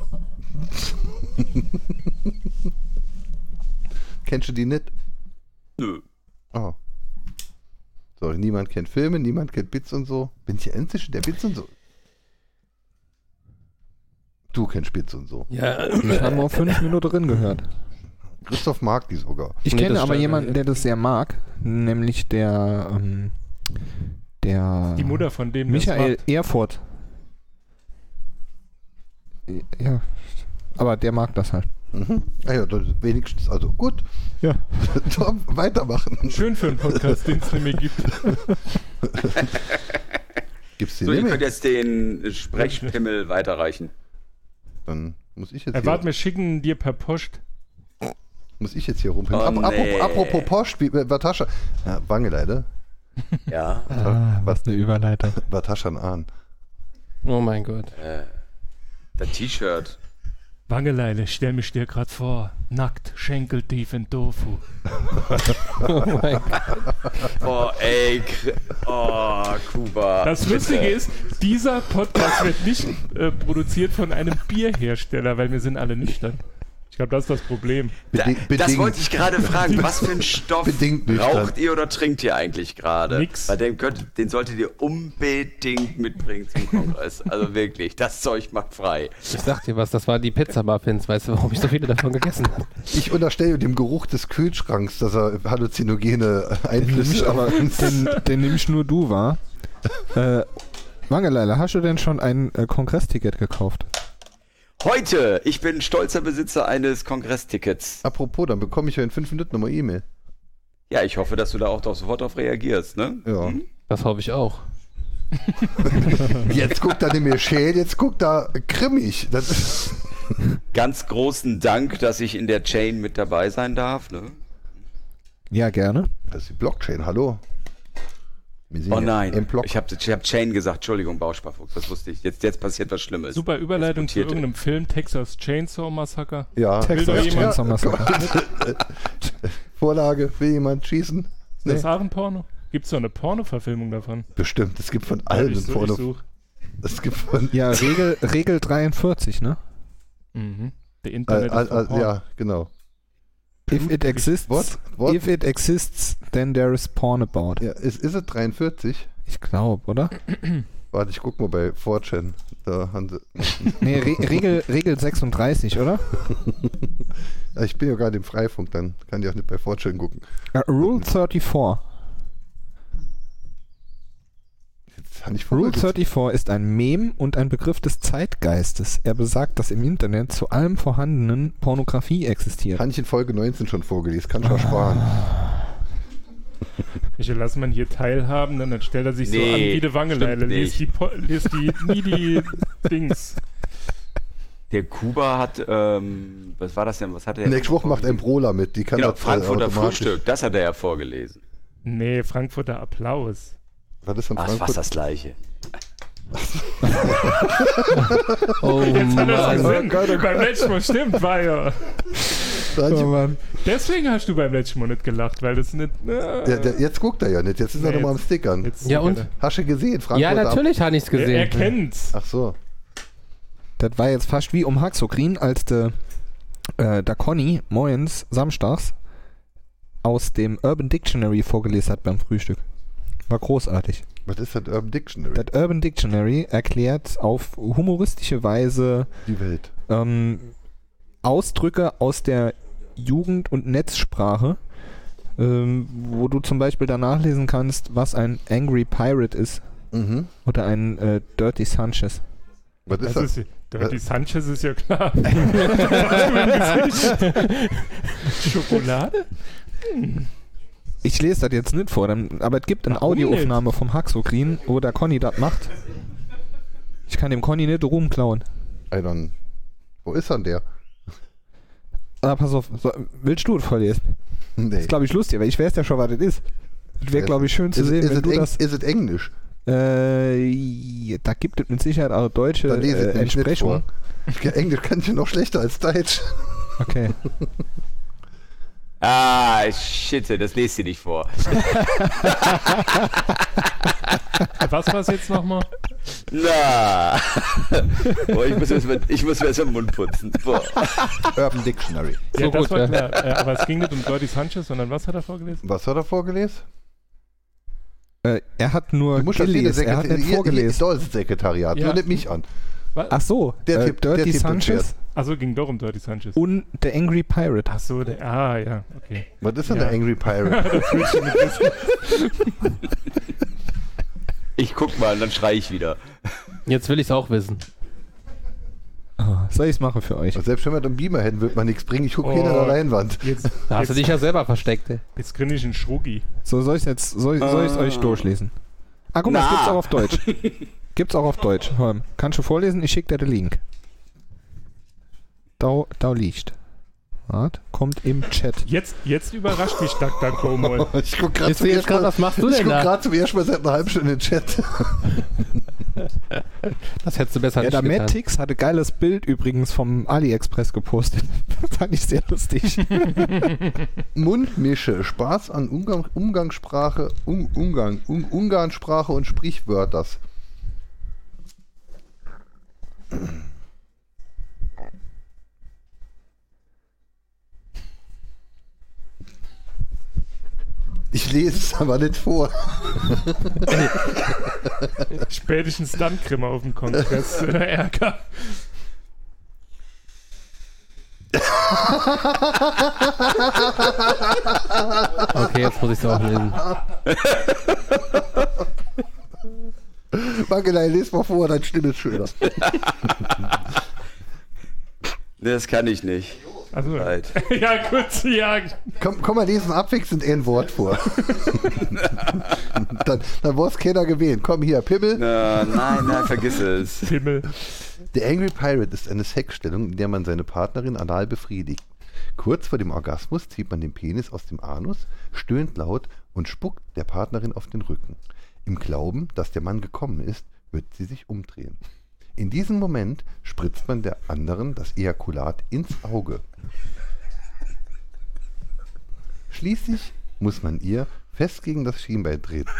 Speaker 1: Kennst du die nicht?
Speaker 3: Nö.
Speaker 1: Ah. So, niemand kennt Filme, niemand kennt Bits und so. Bin ich der Einzige, der Bits und so. Du kennst Bits und so.
Speaker 4: Ja,
Speaker 2: Ich habe nur fünf Minuten drin gehört.
Speaker 1: Christoph mag die sogar.
Speaker 2: Ich
Speaker 4: Nee,
Speaker 2: kenne
Speaker 4: das
Speaker 2: aber
Speaker 4: stimmt.
Speaker 2: jemanden, der das sehr mag, nämlich der, ähm, der
Speaker 5: Die Mutter von dem, das
Speaker 2: Michael
Speaker 5: macht.
Speaker 2: Erfurt. Ja, aber der mag das halt.
Speaker 1: Mhm. Ah ja, das ist wenigstens, also gut.
Speaker 2: Ja.
Speaker 1: Tom, weitermachen.
Speaker 5: Schön für einen Podcast, den es nicht mehr gibt.
Speaker 1: Gibt's die
Speaker 3: So, ihr könnt
Speaker 1: Limit?
Speaker 3: jetzt den Sprechpimmel weiterreichen.
Speaker 1: Dann muss ich jetzt
Speaker 5: Äh, Warte,
Speaker 1: hier,
Speaker 5: wir schicken dir per Post.
Speaker 1: muss ich jetzt hier rumpinnen.
Speaker 3: Oh,
Speaker 1: Ap-
Speaker 3: nee.
Speaker 1: apropos, apropos Post, wie, äh, Watascha. Ja, Wangeleide.
Speaker 3: Ja.
Speaker 2: Ah, was eine Überleitung.
Speaker 1: Watascha an.
Speaker 4: oh mein Gott.
Speaker 3: Das T-Shirt.
Speaker 5: Wangeleile, stell mich dir grad vor. Nackt, schenkeltief in Tofu.
Speaker 4: Oh mein Gott.
Speaker 3: Oh, ey. Kr- Oh, Kuba.
Speaker 5: Das Lustige ist, dieser Podcast wird nicht äh, produziert von einem Bierhersteller, weil wir sind alle nüchtern. Ich glaube, das ist das Problem.
Speaker 3: Da,
Speaker 1: Beding-
Speaker 3: das
Speaker 1: bedingt.
Speaker 3: wollte ich gerade fragen. Was für einen Stoff
Speaker 1: Bedingt nüchtern.
Speaker 3: raucht ihr oder trinkt ihr eigentlich gerade?
Speaker 5: Nix.
Speaker 3: Bei dem könnt, den solltet ihr unbedingt mitbringen zum Kongress. Also wirklich, das Zeug macht frei.
Speaker 4: Ich sag dir was, das waren die Pizza-Muffins. Weißt du, warum ich so viele davon gegessen habe?
Speaker 1: Ich unterstelle dem Geruch des Kühlschranks, dass er halluzinogene Einflüsse aber
Speaker 2: den, den nimmst nur du wahr. Äh, Mangeleile, hast du denn schon ein äh, Kongressticket gekauft?
Speaker 3: Heute, ich bin stolzer Besitzer eines Kongresstickets.
Speaker 1: Apropos, dann bekomme ich ja in fünf Minuten nochmal E-Mail.
Speaker 3: Ja, ich hoffe, dass du da auch doch sofort drauf reagierst, ne?
Speaker 1: Ja.
Speaker 4: Das hoffe ich auch.
Speaker 1: Jetzt guckt er nämlich schäl, jetzt guckt er grimmig. Das ist
Speaker 3: Ganz großen Dank, dass ich in der Chain mit dabei sein darf, ne?
Speaker 2: Ja, gerne.
Speaker 1: Das ist die Blockchain, hallo. Wir sind
Speaker 3: Oh
Speaker 1: hier
Speaker 3: nein,
Speaker 1: Im Block.
Speaker 3: ich habe ich hab Chain gesagt. Entschuldigung, Bausparfuchs, das wusste ich. Jetzt, jetzt passiert was Schlimmes.
Speaker 5: Super Überleitung zu
Speaker 3: Jetzt mutiert er.
Speaker 5: irgendeinem Film, Texas Chainsaw Massacre.
Speaker 1: ja.
Speaker 5: Will doch jemand-
Speaker 2: Chainsaw Massacre.
Speaker 1: Vorlage, will jemand schießen?
Speaker 5: Ist das Affenporno? Gibt es so eine Porno-Verfilmung davon?
Speaker 1: Bestimmt, es gibt von allem
Speaker 5: ich
Speaker 1: im
Speaker 5: so- ich
Speaker 1: Porno.
Speaker 5: such.
Speaker 1: Es gibt von.
Speaker 2: Ja, Regel, Regel 43, ne?
Speaker 5: Mhm. Der
Speaker 1: Äh,
Speaker 5: Internet ist
Speaker 1: äh,
Speaker 5: vom
Speaker 1: äh,
Speaker 5: Porno.
Speaker 1: ja, genau.
Speaker 2: If it exists,
Speaker 1: What? What?
Speaker 2: if it exists, then there is porn about.
Speaker 1: Ja, ist, ist es 43?
Speaker 2: Ich glaube, oder?
Speaker 1: Warte, ich guck mal bei 4chan. Da haben sie,
Speaker 2: Nee, Re Regel, Regel 36, oder?
Speaker 1: Ah, ich bin ja gerade im Freifunk, dann kann ich auch nicht bei 4chan gucken.
Speaker 2: Äh, Rule 34.
Speaker 1: Jetzt habe ich
Speaker 2: Rule
Speaker 1: verrückt.
Speaker 2: 34 ist ein Mem und ein Begriff des Zeitgeistes. Er besagt, dass im Internet zu allem vorhandenen Pornografie existiert.
Speaker 1: Kann ich in Folge 19 schon vorgelesen, kann ich auch
Speaker 2: Ah.
Speaker 1: sparen.
Speaker 5: Ich lasse man hier teilhaben, dann dann stellt er sich so
Speaker 3: Nee,
Speaker 5: an wie die Wangeleile.
Speaker 3: stimmt
Speaker 5: Lies die, Po- lies die, nie die Dings.
Speaker 3: Der Kuba hat, ähm, was war das denn? Was hat er?
Speaker 1: Nächste Woche macht ein Brola mit, die kann
Speaker 3: Genau,
Speaker 1: das äh,
Speaker 3: Frankfurter
Speaker 1: automatisch-
Speaker 3: Frühstück, das hat er ja vorgelesen.
Speaker 5: Nee, Frankfurter Applaus.
Speaker 1: War das von
Speaker 3: Ach, was
Speaker 1: Frankfurt?
Speaker 3: das Gleiche.
Speaker 4: Oh
Speaker 5: Jetzt hat er es
Speaker 4: Mann.
Speaker 5: gesehen. beim letzten Mal stimmt, war ja.
Speaker 1: Da hat-
Speaker 5: Deswegen hast du beim letzten Mal nicht gelacht, weil das nicht. Äh,
Speaker 1: der, der, jetzt guckt er ja nicht, jetzt ist er
Speaker 5: Nee,
Speaker 1: nochmal am Stickern.
Speaker 5: jetzt-
Speaker 4: Ja, und?
Speaker 1: Hast du gesehen, Frankfurt?
Speaker 4: Ja,
Speaker 1: ab-
Speaker 4: natürlich habe ich es
Speaker 5: Er, er
Speaker 4: gesehen.
Speaker 5: kennt's.
Speaker 1: Ach so.
Speaker 2: Das war jetzt fast wie um Haxogrin, als der, äh, der Conny moins samstags aus dem Urban Dictionary vorgelesen hat beim Frühstück. War großartig.
Speaker 1: Was ist das Urban Dictionary?
Speaker 2: Das Urban Dictionary erklärt auf humoristische Weise
Speaker 1: die Welt.
Speaker 2: ähm, Ausdrücke aus der Jugend- und Netzsprache, ähm, wo du zum Beispiel danach lesen kannst, was ein Angry Pirate ist
Speaker 1: Mhm.
Speaker 2: oder ein äh, Dirty Sanchez.
Speaker 1: Was ist
Speaker 5: Das
Speaker 1: das?
Speaker 5: ist, Dirty Sanchez ist ja klar. Was du im Gesicht- Schokolade?
Speaker 2: Ich lese das jetzt nicht vor, dann, aber es gibt eine
Speaker 5: Warum
Speaker 2: Audioaufnahme vom Haxogreen, wo der Conny das macht. Ich kann dem Conny nicht rumklauen.
Speaker 1: Alter, wo ist dann der?
Speaker 2: Ah, pass auf, so, willst du es vorlesen?
Speaker 1: Nee.
Speaker 2: Ist, glaube ich, lustig, weil ich weiß ja schon, was das ist. Das wäre, glaube ich, schön zu
Speaker 1: Ist-
Speaker 2: sehen,
Speaker 1: ist
Speaker 2: wenn
Speaker 1: es
Speaker 2: du
Speaker 1: Eng-
Speaker 2: das
Speaker 1: Ist es Englisch?
Speaker 2: Äh, da gibt es mit Sicherheit auch deutsche
Speaker 1: Dann lese
Speaker 2: äh,
Speaker 1: ich nämlich nicht
Speaker 2: Entsprechung.
Speaker 1: vor. Ich kann- Englisch kann ich noch schlechter als Deutsch.
Speaker 2: Okay.
Speaker 3: Ah, shit, das lest ihr nicht vor.
Speaker 5: Was war's jetzt nochmal?
Speaker 3: Na. Boah, ich muss, erst mal, ich muss mir erst mal den Mund putzen. Boah.
Speaker 1: Urban Dictionary.
Speaker 5: Ja,
Speaker 4: So
Speaker 5: das
Speaker 4: gut,
Speaker 5: war
Speaker 4: ja.
Speaker 5: klar. Äh, aber es ging nicht um Dirty Sanchez, sondern was hat er vorgelesen?
Speaker 1: Was hat er vorgelesen?
Speaker 2: Äh, er hat nur
Speaker 1: Du musst das jede
Speaker 2: gelesen, er hat
Speaker 1: Sekretariat.
Speaker 2: nicht vorgelesen.
Speaker 1: Sekretariat.
Speaker 5: Ja.
Speaker 1: Nur nimmt mich an.
Speaker 2: Ach so,
Speaker 1: Der
Speaker 2: äh,
Speaker 1: Typ- der
Speaker 2: Dirty
Speaker 1: Typ, der
Speaker 2: Sanchez
Speaker 1: fährt.
Speaker 5: Achso, ging doch um Dirty Sanchez.
Speaker 2: und der Angry Pirate.
Speaker 5: Ach so, der. Ah, ja, okay.
Speaker 1: Was ist denn
Speaker 5: Ja.
Speaker 1: der Angry Pirate?
Speaker 3: Ich guck mal, dann schrei ich wieder.
Speaker 4: Jetzt will ich es auch wissen.
Speaker 2: Ah, Soll ich es machen für euch?
Speaker 1: Selbst wenn wir einen Beamer hätten, wird man nichts bringen. Ich gucke
Speaker 5: Oh.
Speaker 1: hier an der Leinwand.
Speaker 5: Jetzt,
Speaker 4: Da hast du
Speaker 5: jetzt,
Speaker 4: dich ja selber versteckt. ey.
Speaker 5: jetzt grinne ich einen Schruggi.
Speaker 2: So, soll ich es jetzt, soll, soll ich's euch durchlesen? Ah, guck mal,
Speaker 3: Na.
Speaker 2: es gibt's auch auf Deutsch. gibt's auch auf Deutsch. Holm, kannst du vorlesen? Ich schick dir den Link. Da, da liegt. Wart, kommt im Chat.
Speaker 5: Jetzt, jetzt überrascht mich DuckDuckGo mal.
Speaker 1: Ich gucke gerade
Speaker 4: Jetzt,
Speaker 1: zum
Speaker 4: jetzt
Speaker 1: ersten
Speaker 4: grad,
Speaker 1: Mal.
Speaker 4: was machst du
Speaker 1: Ich
Speaker 4: denn
Speaker 1: guck
Speaker 4: da?
Speaker 1: gerade zum ersten Mal seit einer halben Stunde in den Chat.
Speaker 4: Das hättest du besser
Speaker 2: Ja,
Speaker 4: nicht
Speaker 2: da
Speaker 4: getan.
Speaker 2: Mattix hatte geiles Bild übrigens vom AliExpress gepostet. Das fand ich sehr lustig.
Speaker 1: Mundmische, Spaß an Umgang, Umgangssprache, um, Umgang, um, Ungarnsprache und Sprichwörters. Ich lese es aber nicht vor.
Speaker 5: Spätestens dann Krimmer auf dem Kongress. äh, Ärger.
Speaker 4: Okay, jetzt muss ich es auch lesen.
Speaker 1: Magdalena, lese mal vor, dein Stimme ist schöner.
Speaker 3: Nee, das kann ich nicht.
Speaker 5: Also,
Speaker 3: Leid.
Speaker 5: ja, gut, ja.
Speaker 1: Komm, komm mal lesen abwechselnd ein Wort vor. dann dann war es keiner gewählt. Komm hier, Pimmel.
Speaker 3: Na, nein, nein, vergiss es.
Speaker 5: Himmel.
Speaker 1: The Angry Pirate ist eine Sexstellung, in der man seine Partnerin anal befriedigt. Kurz vor dem Orgasmus zieht man den Penis aus dem Anus, stöhnt laut und spuckt der Partnerin auf den Rücken. Im Glauben, dass der Mann gekommen ist, wird sie sich umdrehen. In diesem Moment spritzt man der anderen das Ejakulat ins Auge. Schließlich muss man ihr fest gegen das Schienbein treten.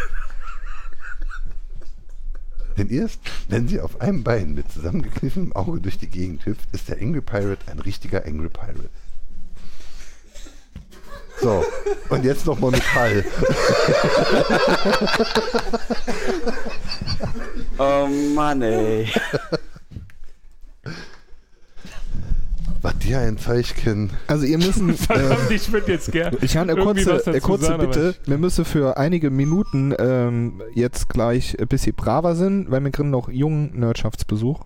Speaker 1: Denn erst, wenn sie auf einem Bein mit zusammengekniffenem Auge durch die Gegend hüpft, ist der Angry Pirate ein richtiger Angry Pirate. So, und jetzt nochmal mit Hall.
Speaker 3: Oh Mann, ey.
Speaker 1: Was dir ein Zeichen.
Speaker 2: Also ihr müssen
Speaker 5: Verdammt, ich würde jetzt gern.
Speaker 2: Ich habe eine
Speaker 5: irgendwie was
Speaker 2: kurze,
Speaker 5: dazu
Speaker 2: äh, kurze
Speaker 5: sagen, aber
Speaker 2: Bitte. Wir müssen für einige Minuten ähm, jetzt gleich ein bisschen braver sind, weil wir kriegen noch jungen Nerdschaftsbesuch,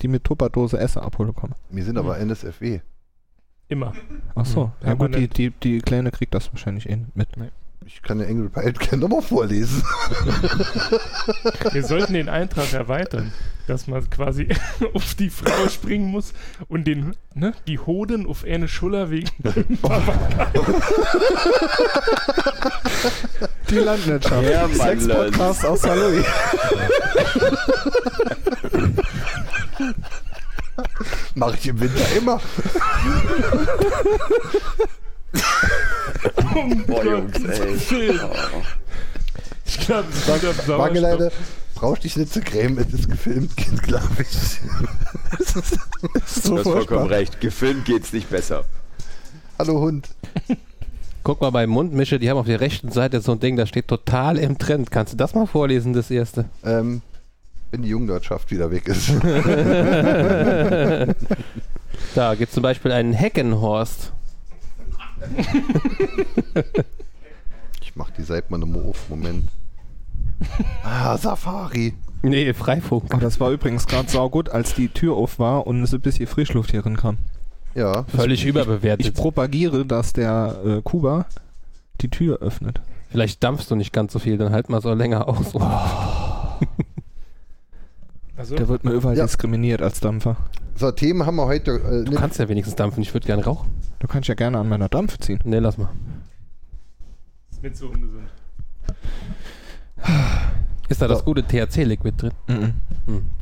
Speaker 2: die mit Tupperdose Essen abholen kommen.
Speaker 1: Wir sind aber NSFW.
Speaker 5: Immer.
Speaker 2: Ach so,
Speaker 5: Mhm.
Speaker 2: ja gut, die,
Speaker 5: Permanent.
Speaker 2: die, die Kleine kriegt das wahrscheinlich eh mit.
Speaker 1: Ich kann den Angry Pirate gerne nochmal vorlesen.
Speaker 5: Wir sollten den Eintrag erweitern, dass man quasi auf die Frau springen muss und den, ne, die Hoden auf eine Schuller wegen.
Speaker 2: Die Landwirtschaft.
Speaker 3: Ja, Mann,
Speaker 2: Sex-Podcast aus Saloy.
Speaker 1: Mache ich im Winter immer.
Speaker 5: Um
Speaker 3: Boah, Jungs, ey. Oh.
Speaker 5: Ich glaube, das ist wieder Sauerstoff.
Speaker 1: Mageleide, brauchst dich nicht zu grämen, es ist gefilmt, glaube ich.
Speaker 3: Du
Speaker 2: so
Speaker 3: hast vollkommen recht. Gefilmt geht's nicht besser.
Speaker 1: Hallo Hund.
Speaker 4: Guck mal bei Mundmische, die haben auf der rechten Seite so ein Ding, das steht total im Trend. Kannst du das mal vorlesen, das erste?
Speaker 1: Ähm, wenn die Jungdeutschaft wieder weg ist.
Speaker 4: Da gibt es zum Beispiel einen Heckenhorst.
Speaker 1: Ich mach die Seite mal nochmal auf. Moment. Ah, Safari.
Speaker 4: Nee, Freifunk.
Speaker 2: Oh, das war übrigens gerade saugut, als die Tür auf war und es ein bisschen Frischluft hier drin kam.
Speaker 1: Ja.
Speaker 4: Völlig überbewertet.
Speaker 2: Ich propagiere, dass der äh, Kuba die Tür öffnet.
Speaker 4: Vielleicht dampfst du nicht ganz so viel, dann halt mal so länger aus.
Speaker 5: Also,
Speaker 2: Der wird mir überall
Speaker 1: Ja.
Speaker 2: diskriminiert als Dampfer.
Speaker 1: So, Themen haben wir heute. Äh,
Speaker 4: Du
Speaker 1: nicht.
Speaker 4: kannst ja wenigstens dampfen, ich würde gern rauchen.
Speaker 2: Du kannst ja gerne an meiner Dampfe ziehen.
Speaker 4: Nee, lass mal.
Speaker 5: ist nicht so ungesund.
Speaker 4: Ist da das
Speaker 1: So. Ah,
Speaker 4: gute THC-Liquid drin? Hm,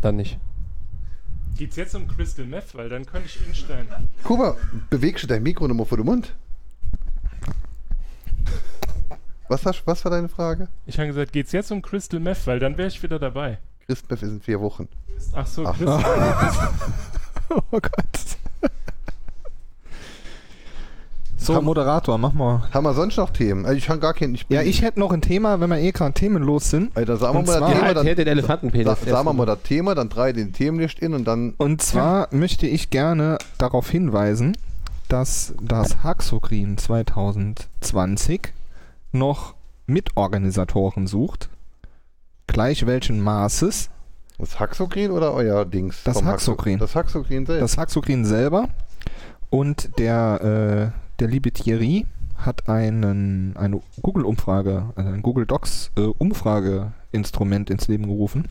Speaker 4: dann nicht.
Speaker 5: Geht's jetzt um Crystal Meth, weil dann könnte ich insteigen.
Speaker 1: Kuba, bewegst du dein Mikro nochmal vor den Mund? Was, hast, was war deine Frage?
Speaker 5: Ich habe gesagt, geht's jetzt um Crystal Meth, weil dann wäre ich wieder dabei.
Speaker 1: Christbeth ist in vier Wochen.
Speaker 5: Ach so,
Speaker 1: Ach.
Speaker 5: Crystal.
Speaker 2: Oh Gott. So,
Speaker 1: Komm.
Speaker 2: Moderator, mach mal.
Speaker 1: Haben wir sonst noch Themen? Also ich habe gar keinen. bin-
Speaker 2: Ja, ich hätte noch ein Thema, wenn wir eh gerade themenlos sind.
Speaker 1: Alter, sagen wir
Speaker 2: Und
Speaker 1: mal das
Speaker 2: zwar- Ja,
Speaker 1: Thema,
Speaker 4: halt,
Speaker 1: dann,
Speaker 4: hält den Elefantenpenis.
Speaker 1: sa- sagen wir mal das Thema, dann drei den Themenlicht in und dann.
Speaker 2: Und zwar möchte ich gerne darauf hinweisen, dass das Haxogrin 2020 noch Mitorganisatoren sucht. Gleich welchen Maßes.
Speaker 1: Das Haxogrin oder euer Dings?
Speaker 2: Das
Speaker 1: vom
Speaker 2: Haxogrin.
Speaker 1: Das Haxogrin selbst.
Speaker 2: Das Haxogrin selber und der, äh, der liebe Thierry hat einen, eine Google-Umfrage, also ein Google Docs-Umfrage-Instrument ins Leben gerufen.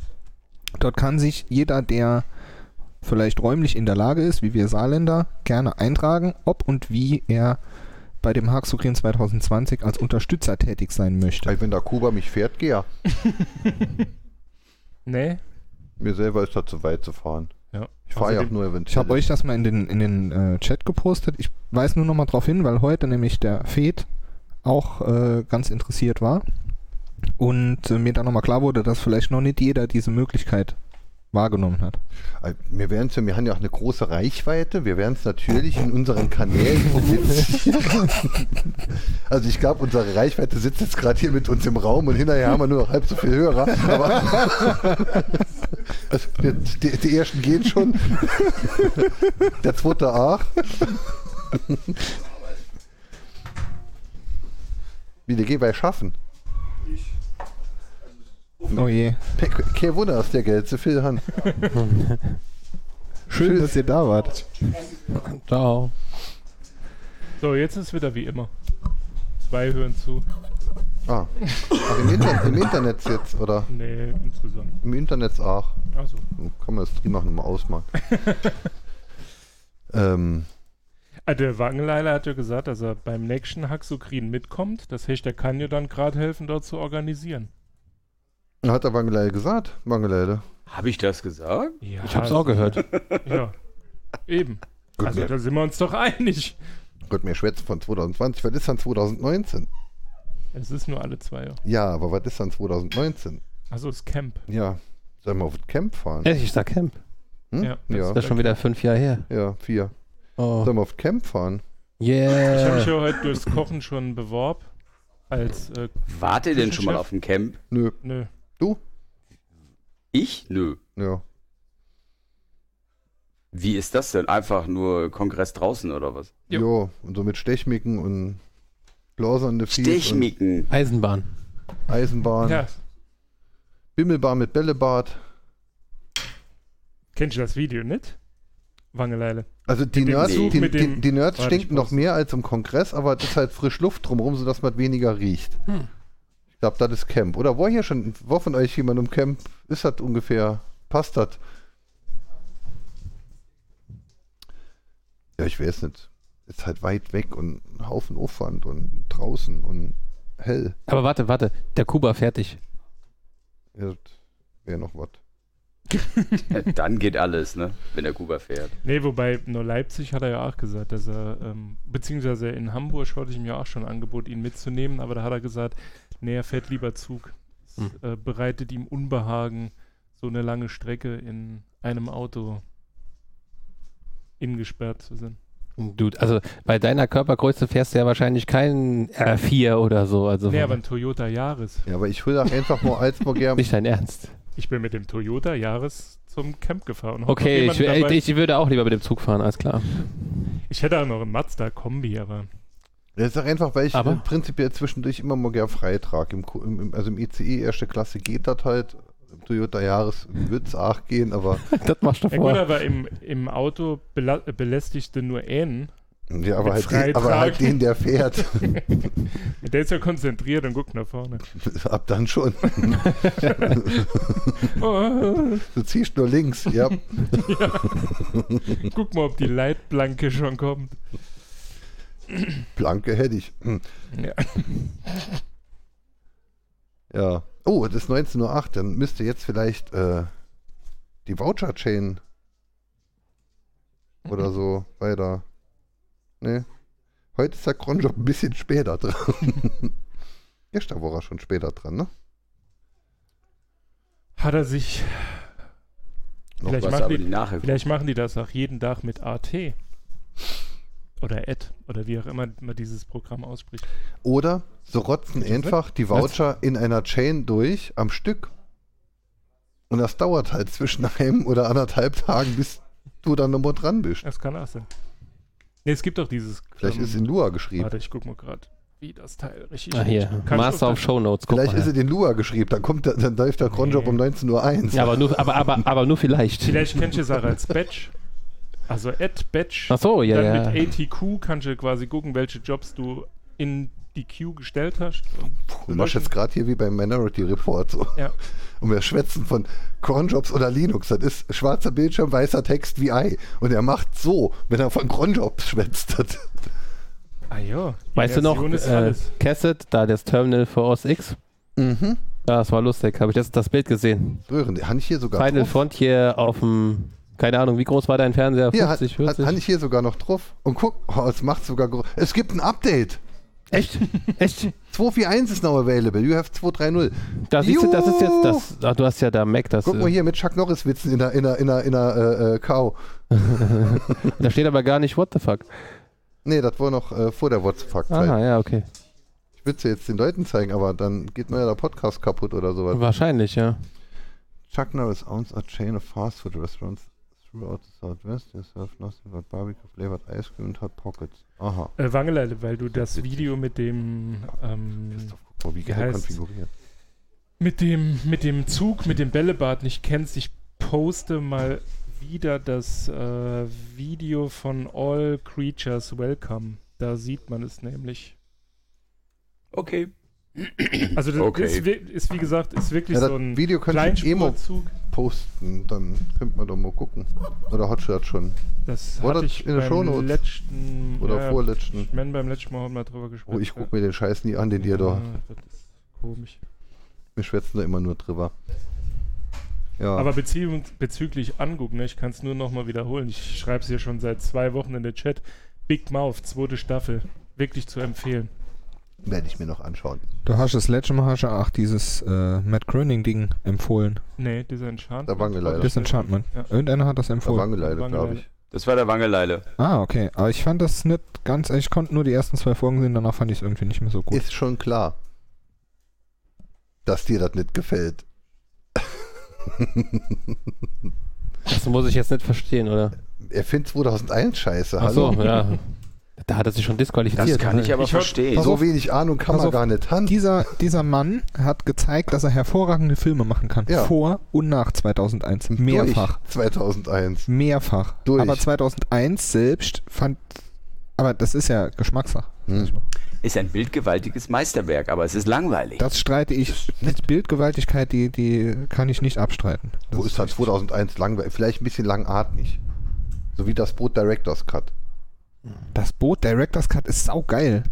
Speaker 2: Dort kann sich jeder, der vielleicht räumlich in der Lage ist, wie wir Saarländer, gerne eintragen, ob und wie er bei dem Haxogrin 2020 als Unterstützer tätig sein möchte.
Speaker 1: Also wenn da Kuba mich fährt, geh ja.
Speaker 5: Nee?
Speaker 1: Mir selber ist das zu weit zu fahren.
Speaker 5: Ja.
Speaker 1: Ich fahre ja auch nur eventuell.
Speaker 2: Also Ich habe euch das mal in den, in den äh, Chat gepostet. Ich weiß nur noch mal drauf hin, weil heute nämlich der Fed auch äh, ganz interessiert war und äh, mir dann noch mal klar wurde, dass vielleicht noch nicht jeder diese Möglichkeit wahrgenommen hat.
Speaker 1: Äh, Wir, werden's ja, wir haben ja auch eine große Reichweite. Wir werden es natürlich in unseren Kanälen publizieren. also ich glaube, unsere Reichweite sitzt jetzt gerade hier mit uns im Raum und hinterher haben wir nur noch halb so viel Hörer. Aber also jetzt die, die ersten gehen schon. Der zweite auch. Wie der geht bei Schaffen.
Speaker 2: Oh je.
Speaker 1: Pe- Kein Wunder, dass der Geld zu viel hat.
Speaker 2: Schön,
Speaker 1: Tschüss.
Speaker 2: dass ihr da wart.
Speaker 4: Ciao.
Speaker 5: So, jetzt ist wieder wie immer. Zwei hören zu.
Speaker 1: Ah. Ach, im, Inter Im Internet jetzt, oder?
Speaker 5: Nee, insgesamt.
Speaker 1: Im Internet auch.
Speaker 5: Also.
Speaker 1: Kann man das Stream auch nochmal ausmachen. ähm,
Speaker 5: Ah, der Wagenleiler hat ja gesagt, dass er beim nächsten Haxokrin mitkommt. Das heißt, der kann dir dann gerade helfen, dort zu organisieren.
Speaker 1: hat der Wangeleide gesagt? Wangeleide.
Speaker 3: Habe ich das gesagt?
Speaker 5: Ja,
Speaker 4: Ich hab's auch gehört.
Speaker 5: Ja. Eben.
Speaker 1: Gut,
Speaker 5: also,
Speaker 1: mir-
Speaker 5: da sind wir uns doch einig.
Speaker 1: Gott, mir schwätzen von 2020. Was ist dann 2019?
Speaker 5: Es ist nur alle zwei Jahre.
Speaker 1: Ja, aber was ist dann 2019?
Speaker 5: Also, das Camp.
Speaker 1: Ja. Sollen wir auf das Camp fahren?
Speaker 4: Echt, ich sag Camp.
Speaker 1: Hm?
Speaker 5: Äh, Ja,
Speaker 1: ja.
Speaker 4: Das ist schon wieder fünf Jahre her.
Speaker 1: Ja, vier.
Speaker 4: Oh.
Speaker 1: Sollen wir auf das Camp fahren?
Speaker 5: Ich habe mich
Speaker 4: Yeah.
Speaker 5: ja heute durchs Kochen schon beworben. Als, äh,
Speaker 3: Wart ihr denn schon mal
Speaker 5: Küchenchef?
Speaker 3: auf dem Camp?
Speaker 1: Nö.
Speaker 5: nö.
Speaker 3: Ich? Nö.
Speaker 1: Ja.
Speaker 3: Wie ist das denn? Einfach nur Kongress draußen oder was?
Speaker 5: Jo.
Speaker 1: Jo. Und so mit Stechmicken und Glasern de Fies
Speaker 3: Stechmiken.
Speaker 4: Eisenbahn.
Speaker 1: und Eisenbahn.
Speaker 5: Ja,
Speaker 1: Bimmelbar mit Bällebad.
Speaker 5: kennst du das Video nicht? Wangeleile.
Speaker 1: Also die
Speaker 5: dem
Speaker 1: Nerds,
Speaker 3: Zug
Speaker 1: die,
Speaker 5: mit
Speaker 1: die,
Speaker 5: dem-
Speaker 1: die Nerds
Speaker 5: Warte, ich
Speaker 1: stinken noch
Speaker 5: poste.
Speaker 1: mehr als im Kongress, aber es ist halt frisch Luft drumherum, sodass man weniger riecht.
Speaker 4: Hm.
Speaker 1: Ich glaube, das ist Camp. Oder war hier schon, war von euch jemand im Camp? Ist das ungefähr? Passt das? Ja, ich weiß nicht. Ist halt weit weg und ein Haufen Aufwand und draußen und hell.
Speaker 4: Aber warte, warte. Der Kuba fertig.
Speaker 1: Ja, das Wäre noch was.
Speaker 3: Ja, dann geht alles, ne? Wenn der Kuba fährt.
Speaker 5: Nee, wobei, nur Leipzig hat er ja auch gesagt, dass er, ähm, beziehungsweise in Hamburg hatte ich ihm ja auch schon ein Angebot, ihn mitzunehmen, aber da hat er gesagt, nee, er fährt lieber Zug. Es
Speaker 4: Hm.
Speaker 5: äh, bereitet ihm Unbehagen, so eine lange Strecke in einem Auto ingesperrt zu sein.
Speaker 4: Dude, also bei deiner Körpergröße fährst du ja wahrscheinlich keinen R4 oder so. Also
Speaker 5: Nee, aber ein Toyota Yaris.
Speaker 1: Ja, aber ich will doch einfach mal als mal gern.
Speaker 4: nicht dein Ernst.
Speaker 5: Ich bin mit dem Toyota Yaris zum Camp gefahren. Hab noch
Speaker 4: Okay, ich,
Speaker 5: jemanden dabei.
Speaker 4: ich, ich würde auch lieber mit dem Zug fahren, alles klar.
Speaker 5: ich hätte auch noch einen Mazda Kombi, aber
Speaker 1: Das ist doch einfach, weil ich
Speaker 4: Aber-
Speaker 1: äh, prinzipiell zwischendurch immer mal gern Freitrag. Im, Ku- im, im- also im ECE erste Klasse geht das halt. Im Toyota Jahres wird es auch gehen, aber,
Speaker 4: das machst du
Speaker 5: Ja gut,
Speaker 4: vor.
Speaker 5: aber im, im Auto bela äh, belästigte nur Ähnen.
Speaker 1: ja, aber,
Speaker 5: Mit
Speaker 1: halt den, aber
Speaker 5: Freitrag.
Speaker 1: halt den, der fährt.
Speaker 5: Der ist ja konzentriert und guckt nach vorne.
Speaker 1: Ab dann schon.
Speaker 5: Oh,
Speaker 1: Du ziehst nur links. Ja,
Speaker 5: guck mal, ob die Leitplanke schon kommt.
Speaker 1: Planke hätte ich. Hm,
Speaker 5: Ja.
Speaker 1: Ja. Oh, es ist 19.08 Uhr. Dann müsste jetzt vielleicht äh, die Voucher-Chain oder so weiter. Nee. Heute ist der Kronjob ein bisschen später dran. Gestern war er schon später dran, ne?
Speaker 5: Hat er sich.
Speaker 1: Noch
Speaker 5: Vielleicht
Speaker 3: Was
Speaker 5: machen,
Speaker 3: aber
Speaker 5: die,
Speaker 3: die Nachhilfe.
Speaker 5: vielleicht machen die das auch jeden Tag mit AT. Oder Ad. Oder wie auch immer man dieses Programm ausspricht.
Speaker 1: Oder so rotzen einfach die Voucher in einer Chain durch am Stück. Und das dauert halt zwischen einem oder anderthalb Tagen, bis du dann nochmal dran bist.
Speaker 5: Das kann auch sein. Nee, es gibt doch dieses.
Speaker 1: Vielleicht
Speaker 5: ähm,
Speaker 1: ist in Lua geschrieben.
Speaker 5: Warte, ich guck mal gerade, wie das Teil richtig
Speaker 4: Ah, hier,
Speaker 5: Kannst
Speaker 4: Master
Speaker 5: du-
Speaker 4: auf Shownotes. guck
Speaker 1: Vielleicht
Speaker 4: mal.
Speaker 1: ist es in Lua geschrieben, dann kommt der, dann läuft der Kronjob
Speaker 5: Nee.
Speaker 1: um 19.01 Uhr.
Speaker 4: ja, aber nur, aber, aber, aber nur vielleicht.
Speaker 5: Vielleicht kennst du es auch als Batch. Also Ad Batch.
Speaker 4: Ach so, ja,
Speaker 5: Dann
Speaker 4: ja.
Speaker 5: mit ATQ kannst du quasi gucken, welche Jobs du in die Queue gestellt hast.
Speaker 1: Du machst jetzt gerade hier wie beim Minority Report so.
Speaker 5: Ja.
Speaker 1: Und wir schwätzen von Cronjobs oder Linux. Das ist schwarzer Bildschirm, weißer Text wie Ei. Und er macht so, wenn er von Cronjobs schwätzt. Das-
Speaker 5: Ah ja.
Speaker 4: Weißt du noch,
Speaker 5: Immersion Ist
Speaker 4: äh,
Speaker 5: alles.
Speaker 4: Cassette, da das Terminal für OS X,
Speaker 1: Mhm.
Speaker 4: Ja, das war lustig. Habe ich das, das Bild gesehen.
Speaker 1: Röhren, habe ich hier sogar
Speaker 4: Final
Speaker 1: drauf.
Speaker 4: Frontier auf dem. Keine Ahnung, wie groß war dein Fernseher?
Speaker 1: Hier,
Speaker 4: 50,
Speaker 1: hat, hat,
Speaker 4: 40?
Speaker 1: habe ich hier sogar noch drauf. Und guck, oh, es macht sogar groß. Es gibt ein Update.
Speaker 4: Echt? Echt?
Speaker 1: 241 ist now available. You have 230.
Speaker 4: Da siehst du, das ist jetzt
Speaker 1: Juhu!
Speaker 4: das. Ach, du hast ja da Mac, das.
Speaker 1: Guck mal
Speaker 4: äh,
Speaker 1: hier mit Chuck Norris Witzen in der, in der, in der, in der äh, äh, Cow.
Speaker 4: Da steht aber gar nicht, what the fuck.
Speaker 1: Nee, das war noch äh, vor der WhatsApp-Zeit.
Speaker 4: Ah, ja, okay.
Speaker 1: Ich will es jetzt den Leuten zeigen, aber dann geht mir ja der Podcast kaputt oder sowas.
Speaker 4: Wahrscheinlich, ja.
Speaker 1: Chuck Norris owns a chain of fast food restaurants throughout the Southwest. They serve nothing but barbecue flavored ice cream and hot pockets. Aha.
Speaker 5: Äh, Wangeleile, weil du das Video mit dem ähm,
Speaker 1: Christoph, guck mal, wie
Speaker 5: Wie
Speaker 1: geil
Speaker 5: heißt's?
Speaker 1: konfiguriert.
Speaker 5: mit dem mit dem Zug, mit dem Bällebad nicht kennst. Ich poste mal wieder das äh, Video von All Creatures Welcome. Da sieht man es nämlich.
Speaker 3: Okay.
Speaker 5: Also das
Speaker 3: Okay.
Speaker 5: ist, wi- ist wie gesagt ist wirklich
Speaker 1: Ja, das
Speaker 5: so ein
Speaker 1: Video könnte ich im Emo
Speaker 5: Kleinspurzug.
Speaker 1: posten, dann könnte man doch mal gucken. Oder Hotshot schon.
Speaker 5: Das
Speaker 1: Oder
Speaker 5: hatte ich
Speaker 1: in der
Speaker 5: beim
Speaker 1: Shownotes.
Speaker 5: letzten
Speaker 1: Oder
Speaker 5: ja,
Speaker 1: vorletzten.
Speaker 5: Ich meine beim letzten Mal haben wir drüber gesprochen.
Speaker 1: Oh, ich guck mir den Scheiß nie an, den ihr da.
Speaker 5: Das ist komisch.
Speaker 1: Wir schwätzen da immer nur drüber. Ja.
Speaker 5: Aber Beziehung, bezüglich angucken, ne, ich kann es nur nochmal wiederholen. Ich schreibe es hier schon seit zwei Wochen in den Chat. Big Mouth, zweite Staffel. Wirklich zu empfehlen.
Speaker 1: werde ich mir noch anschauen.
Speaker 2: Du hast das letzte Mal hast du auch dieses äh, Matt Groening-Ding empfohlen.
Speaker 5: Nee, dieser Enchantment.
Speaker 1: Da waren wir leider.
Speaker 2: Das Enchantment. Irgendeiner hat das
Speaker 1: Da waren
Speaker 2: empfohlen.
Speaker 1: wir leider, glaube ich.
Speaker 3: Das war der Wangeleile.
Speaker 2: Ah, okay. Aber ich fand das nicht ganz. Ich konnte nur die ersten zwei Folgen sehen, danach fand ich es irgendwie nicht mehr so gut.
Speaker 1: Ist schon klar, dass dir das nicht gefällt.
Speaker 4: Das muss ich jetzt nicht verstehen, oder?
Speaker 1: er findet 2001 scheiße.
Speaker 4: Ach so,
Speaker 1: Hallo?
Speaker 4: ja. Da hat er sich schon disqualifiziert.
Speaker 3: Das kann ich aber
Speaker 5: Ich hab-
Speaker 3: verstehen.
Speaker 1: So wenig Ahnung kann
Speaker 2: Pass
Speaker 1: man
Speaker 2: auf.
Speaker 1: gar nicht haben.
Speaker 2: Dieser, dieser Mann hat gezeigt, dass er hervorragende Filme machen kann.
Speaker 1: Ja.
Speaker 2: Vor und nach 2001. Mehrfach.
Speaker 1: Durch 2001.
Speaker 2: Mehrfach.
Speaker 1: Durch.
Speaker 2: Aber 2001 selbst fand. Aber das ist ja Geschmackssache.
Speaker 1: Hm.
Speaker 3: Ist ein bildgewaltiges Meisterwerk, aber es ist langweilig.
Speaker 2: Das streite ich. Mit Bildgewaltigkeit, die, die kann ich nicht abstreiten.
Speaker 1: Wo ist das 2001 langweilig? Vielleicht ein bisschen langatmig. So wie das Brot Directors Cut.
Speaker 2: Das Boot Director's Cut ist saugeil.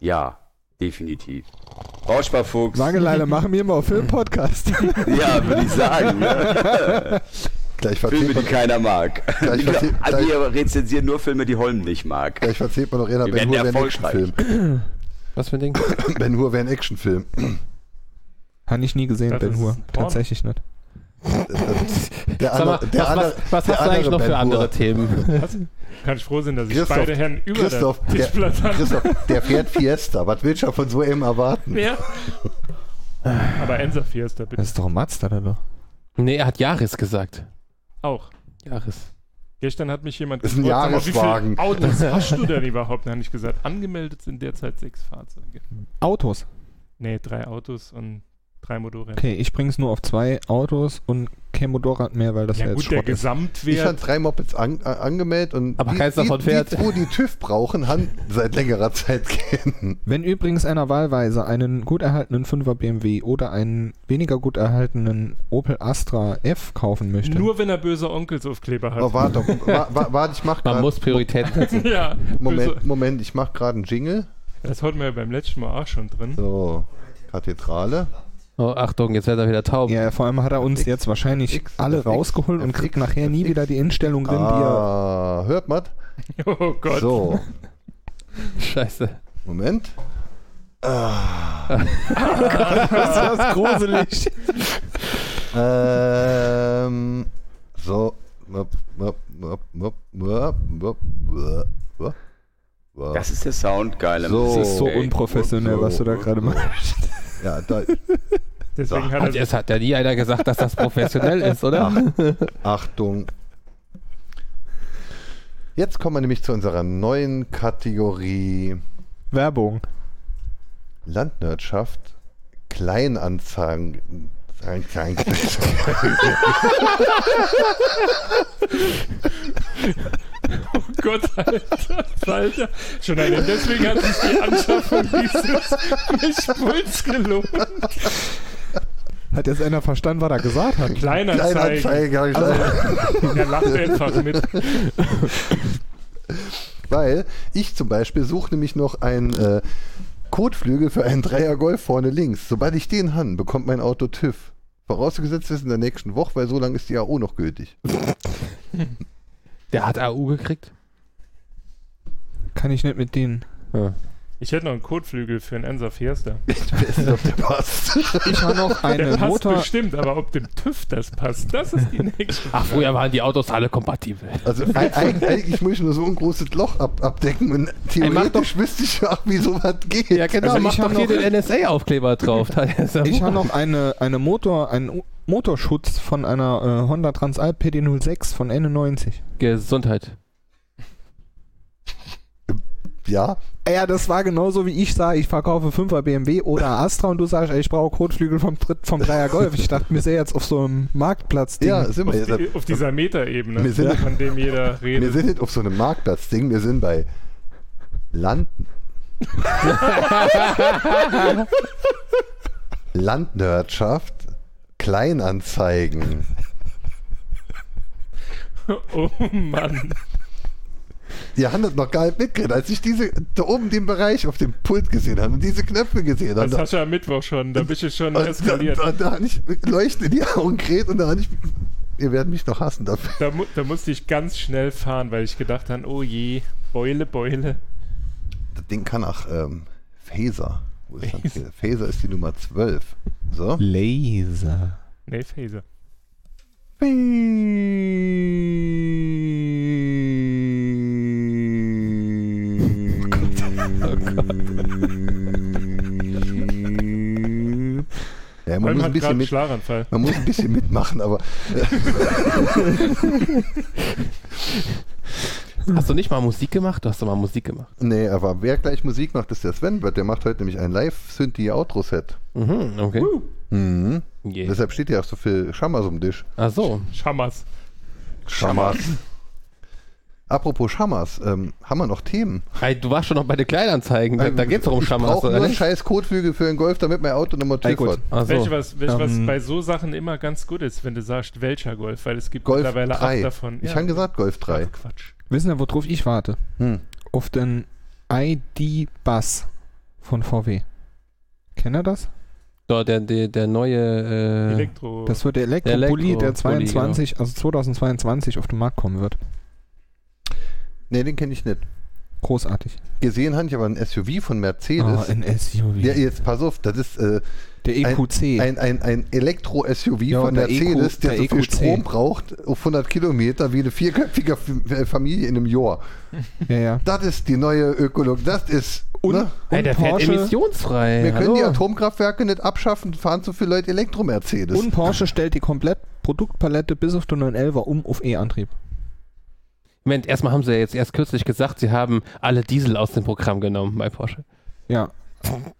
Speaker 3: ja, definitiv. Rauschbarfuchs.
Speaker 2: Wangeleile, machen wir mal einen Filmpodcast.
Speaker 3: Ja, würde ich sagen. Ne?
Speaker 1: Gleich
Speaker 3: Filme,
Speaker 1: verzählt,
Speaker 3: die
Speaker 1: man,
Speaker 3: keiner mag.
Speaker 1: Ja, ich verstehe-
Speaker 3: Also wir rezensieren nur Filme, die Holm nicht mag.
Speaker 1: gleich verzählt man noch eher
Speaker 3: Wir
Speaker 1: Ben
Speaker 3: werden
Speaker 1: Hur wäre ein
Speaker 3: erfolgreich.
Speaker 1: Actionfilm.
Speaker 4: Was für ein Ding?
Speaker 1: Ben Hur wäre ein Actionfilm.
Speaker 2: Habe ich nie gesehen,
Speaker 5: Das
Speaker 2: Ben
Speaker 5: ist
Speaker 2: Hur.
Speaker 5: ein Porno.
Speaker 2: Tatsächlich nicht.
Speaker 1: Der
Speaker 4: Sag mal,
Speaker 1: andere, der
Speaker 4: was,
Speaker 1: andere,
Speaker 4: was, was
Speaker 1: der
Speaker 4: hast du eigentlich
Speaker 1: andere
Speaker 4: noch für
Speaker 1: Ben Hur.
Speaker 4: andere Themen?
Speaker 5: Was? Kann ich froh sein, dass ich
Speaker 1: Christoph,
Speaker 5: beide Herren über
Speaker 1: Christoph,
Speaker 5: der
Speaker 1: der,
Speaker 5: Tischplatte hatte.
Speaker 1: Christoph, der fährt Fiesta. Was willst du von so einem erwarten?
Speaker 5: Ja. Aber Ensa Fiesta bitte
Speaker 2: Das ist doch ein Mazda, da doch.
Speaker 4: Nee, er hat Jahres gesagt.
Speaker 5: auch.
Speaker 4: Jahres.
Speaker 5: Gestern hat mich jemand
Speaker 1: Ist ein
Speaker 5: sag mal, wie viele
Speaker 1: Jahreswagen.
Speaker 5: Autos hast du denn überhaupt? Dann habe ich gesagt, angemeldet sind derzeit sechs Fahrzeuge.
Speaker 2: Autos.
Speaker 5: Nee, drei Autos und drei Motorräder.
Speaker 2: Okay, ich bring's nur auf zwei Autos und kein Motorrad mehr, weil das ja,
Speaker 5: ja
Speaker 2: jetzt
Speaker 5: gut, der
Speaker 2: Schrott ist.
Speaker 1: Ich
Speaker 5: Gesamtwert
Speaker 1: habe drei Mopeds an, a- angemeldet und
Speaker 4: Aber
Speaker 1: die,
Speaker 4: keins
Speaker 1: die,
Speaker 4: davon fährt.
Speaker 1: Die, zwei, die TÜV brauchen, haben seit längerer Zeit kennen.
Speaker 2: Wenn übrigens einer wahlweise einen gut erhaltenen 5er BMW oder einen weniger gut erhaltenen Opel Astra F kaufen möchte,
Speaker 5: Nur wenn er böse Onkelsaufkleber hat.
Speaker 1: Oh, warte, wa- wa- warte, ich mach
Speaker 4: Man
Speaker 1: gerade.
Speaker 4: muss Also- Prioritäten setzen.
Speaker 5: ja,
Speaker 1: Moment,
Speaker 5: böse.
Speaker 1: Moment, ich mach gerade einen Jingle.
Speaker 5: Das hatten wir ja beim letzten Mal auch schon drin.
Speaker 1: So, Kathedrale.
Speaker 4: Oh, Achtung, jetzt wird er wieder taub.
Speaker 2: ja, vor allem hat er uns
Speaker 1: X.
Speaker 2: jetzt wahrscheinlich
Speaker 1: X.
Speaker 2: alle
Speaker 1: X.
Speaker 2: rausgeholt und
Speaker 1: X.
Speaker 2: kriegt nachher nie
Speaker 1: X.
Speaker 2: wieder die Instellung drin,
Speaker 1: Ah, hört man?
Speaker 5: Oh Gott.
Speaker 1: So,
Speaker 4: Scheiße.
Speaker 1: Moment. Ah.
Speaker 2: die er. Das ist gruselig.
Speaker 1: Ähm, so. Möp, möp, möp, möp, möp, möp, möp, möp.
Speaker 3: Das ist der Sound, geil.
Speaker 1: So.
Speaker 2: Das ist so
Speaker 1: Ey,
Speaker 2: unprofessionell,
Speaker 1: so.
Speaker 2: was du da gerade machst.
Speaker 1: Ja, da,
Speaker 5: Deswegen
Speaker 4: Hat,
Speaker 5: hat er
Speaker 4: es hat ja nie einer gesagt, dass das professionell ist, oder?
Speaker 1: Achtung. Jetzt kommen wir nämlich zu unserer neuen Kategorie
Speaker 2: Werbung.
Speaker 1: Landwirtschaft. Kleinanzeigen. Zang, zang.
Speaker 5: Gott, Alter, Alter. Schon allein deswegen hat sich die Anschaffung dieses Mischpuls gelohnt.
Speaker 2: Hat jetzt einer verstanden, was er gesagt hat?
Speaker 5: Kleiner, zeigen.
Speaker 1: Kleinanzeigen. hab ich gesagt.
Speaker 5: Er lacht einfach mit.
Speaker 1: Weil ich zum Beispiel suche nämlich noch ein äh, Kotflügel für einen Dreier Golf vorne links. Sobald ich den habe, bekommt mein Auto TÜV. Vorausgesetzt ist in der nächsten Woche, weil so lange ist die AO noch gültig.
Speaker 4: Der hat AU gekriegt.
Speaker 2: Kann ich nicht mit denen.
Speaker 4: Ja.
Speaker 5: Ich hätte noch einen Kotflügel für einen Ensa Fiesta.
Speaker 1: Wer ist auf der passt?
Speaker 2: Ich habe noch
Speaker 5: Der
Speaker 2: eine
Speaker 5: passt
Speaker 2: Motor.
Speaker 5: bestimmt, aber ob dem TÜV das passt, das ist die nächste.
Speaker 4: Ach, früher waren die Autos alle kompatibel.
Speaker 1: Also e- eig- eigentlich muss ich nur so ein großes Loch ab abdecken und
Speaker 4: mach
Speaker 1: theoretisch
Speaker 4: doch-
Speaker 1: wüsste ich ja, wie sowas geht.
Speaker 4: genau.
Speaker 2: Also
Speaker 4: mach
Speaker 2: ich hab
Speaker 4: doch hier
Speaker 2: noch-
Speaker 4: den NSA-Aufkleber drauf.
Speaker 2: Ich habe noch eine, eine Motor, einen O- Motorschutz von einer äh, Honda Transalp PD06 von Ende 90.
Speaker 4: Gesundheit.
Speaker 1: Ja,
Speaker 2: Ja, das war genauso wie ich sah, ich verkaufe 5er BMW oder Astra und du sagst, ey, ich brauche Kotflügel vom Dritt vom Dreier Golf. Ich dachte mir sehr jetzt auf so einem Marktplatz
Speaker 1: ja, sind wir jetzt.
Speaker 5: Auf dieser Metaebene,
Speaker 1: Wir sind-
Speaker 5: von dem jeder
Speaker 1: Wir
Speaker 5: redet.
Speaker 1: sind nicht auf so einem Marktplatzding, wir sind bei Landen. Landwirtschaft, Kleinanzeigen.
Speaker 5: Oh Mann.
Speaker 1: Ihr handelt noch gar nicht mitgekriegt, als ich diese da oben den Bereich auf dem Pult gesehen habe und diese Knöpfe gesehen habe.
Speaker 5: Das hast du am Mittwoch schon, da bist du schon
Speaker 1: Und da,
Speaker 5: eskaliert.
Speaker 1: da, da hatte ich leuchte in die Augen gerät und da hatte ich. Ihr werdet mich noch hassen dafür.
Speaker 5: Da, mu da musste ich ganz schnell fahren, weil ich gedacht habe, oh je, Beule, Beule.
Speaker 1: Das Ding kann nach ähm, Phaser. Wo ist dann Phaser? Phaser ist die Nummer 12. So.
Speaker 2: Laser.
Speaker 5: Nee, Phaser.
Speaker 1: Ja, man,
Speaker 5: Holm
Speaker 1: muss
Speaker 5: hat
Speaker 1: ein
Speaker 5: gerade
Speaker 1: bisschen
Speaker 5: einen
Speaker 1: mit,
Speaker 5: Schlaganfall.
Speaker 1: man muss ein bisschen mitmachen, aber
Speaker 4: Hast du nicht mal Musik gemacht? Du hast doch mal Musik gemacht.
Speaker 1: nee, aber wer gleich Musik macht, ist der Sven, weil der macht heute nämlich ein Live-Synthi-Outro-Set.
Speaker 4: Mhm, okay.
Speaker 1: Mhm.
Speaker 4: Yeah.
Speaker 1: Deshalb steht ja auch so viel Schammers um den Tisch.
Speaker 4: Ach so.
Speaker 5: Schammers.
Speaker 1: Schammers. Apropos Schammers, ähm, haben wir noch Themen?
Speaker 4: Ey, du warst schon noch bei den Kleinanzeigen. Da, da geht's doch um
Speaker 1: Ähm, Ich
Speaker 4: Schamas,
Speaker 1: brauch nur
Speaker 4: oder
Speaker 1: einen
Speaker 4: nicht?
Speaker 1: scheiß Kotflügel für den Golf, damit mein Auto nochmal
Speaker 4: Ey,
Speaker 1: TÜV
Speaker 4: gut.
Speaker 1: hat.
Speaker 4: Ach so.
Speaker 5: Welche was, welche was
Speaker 2: Ähm,
Speaker 5: bei so Sachen immer ganz gut ist, wenn du sagst, welcher Golf, weil es gibt
Speaker 1: Golf
Speaker 5: mittlerweile
Speaker 1: 3.
Speaker 5: acht davon.
Speaker 1: Ich
Speaker 5: Ja.
Speaker 1: habe gesagt Golf 3.
Speaker 5: Ach, Quatsch.
Speaker 2: Wissen ihr, worauf ich warte?
Speaker 1: Hm.
Speaker 2: Auf den ID-Bus von VW. Kennt ihr das?
Speaker 4: So, der, der, der neue. Äh,
Speaker 5: Elektro.
Speaker 2: Das wird der Elektrobully,
Speaker 4: Elektro-
Speaker 1: genau.
Speaker 2: der 22, also 2022 auf den Markt kommen wird.
Speaker 1: Nee, den kenne ich nicht.
Speaker 2: Großartig.
Speaker 1: Gesehen habe ich aber ein SUV von
Speaker 2: Ah,
Speaker 4: Oh,
Speaker 1: Mercedes.
Speaker 2: ein SUV.
Speaker 1: ja, jetzt pass auf, das ist äh,
Speaker 2: der
Speaker 4: E
Speaker 2: E EQC.
Speaker 1: ein, ein, ein Elektro-SUV
Speaker 2: Ja,
Speaker 1: von
Speaker 2: und der
Speaker 1: Mercedes,
Speaker 2: EQ
Speaker 1: der, so
Speaker 2: der
Speaker 4: E
Speaker 1: viel
Speaker 2: EQC.
Speaker 1: Strom braucht auf 100 Kilometer wie eine vierköpfige F- äh, Familie in einem Jahr.
Speaker 2: ja, ja.
Speaker 1: Das ist die neue Ökologie. Das ist. ne?
Speaker 4: Ey, der fährt emissionsfrei.
Speaker 1: Wir können die
Speaker 4: Hallo.
Speaker 1: Atomkraftwerke nicht abschaffen, fahren so viele Leute Elektro-Mercedes.
Speaker 2: Und Porsche stellt die komplett Produktpalette bis auf den 911er um auf E-Antrieb.
Speaker 4: Moment, erstmal haben sie ja jetzt erst kürzlich gesagt, sie haben alle Diesel aus dem Programm genommen bei Porsche.
Speaker 2: Ja.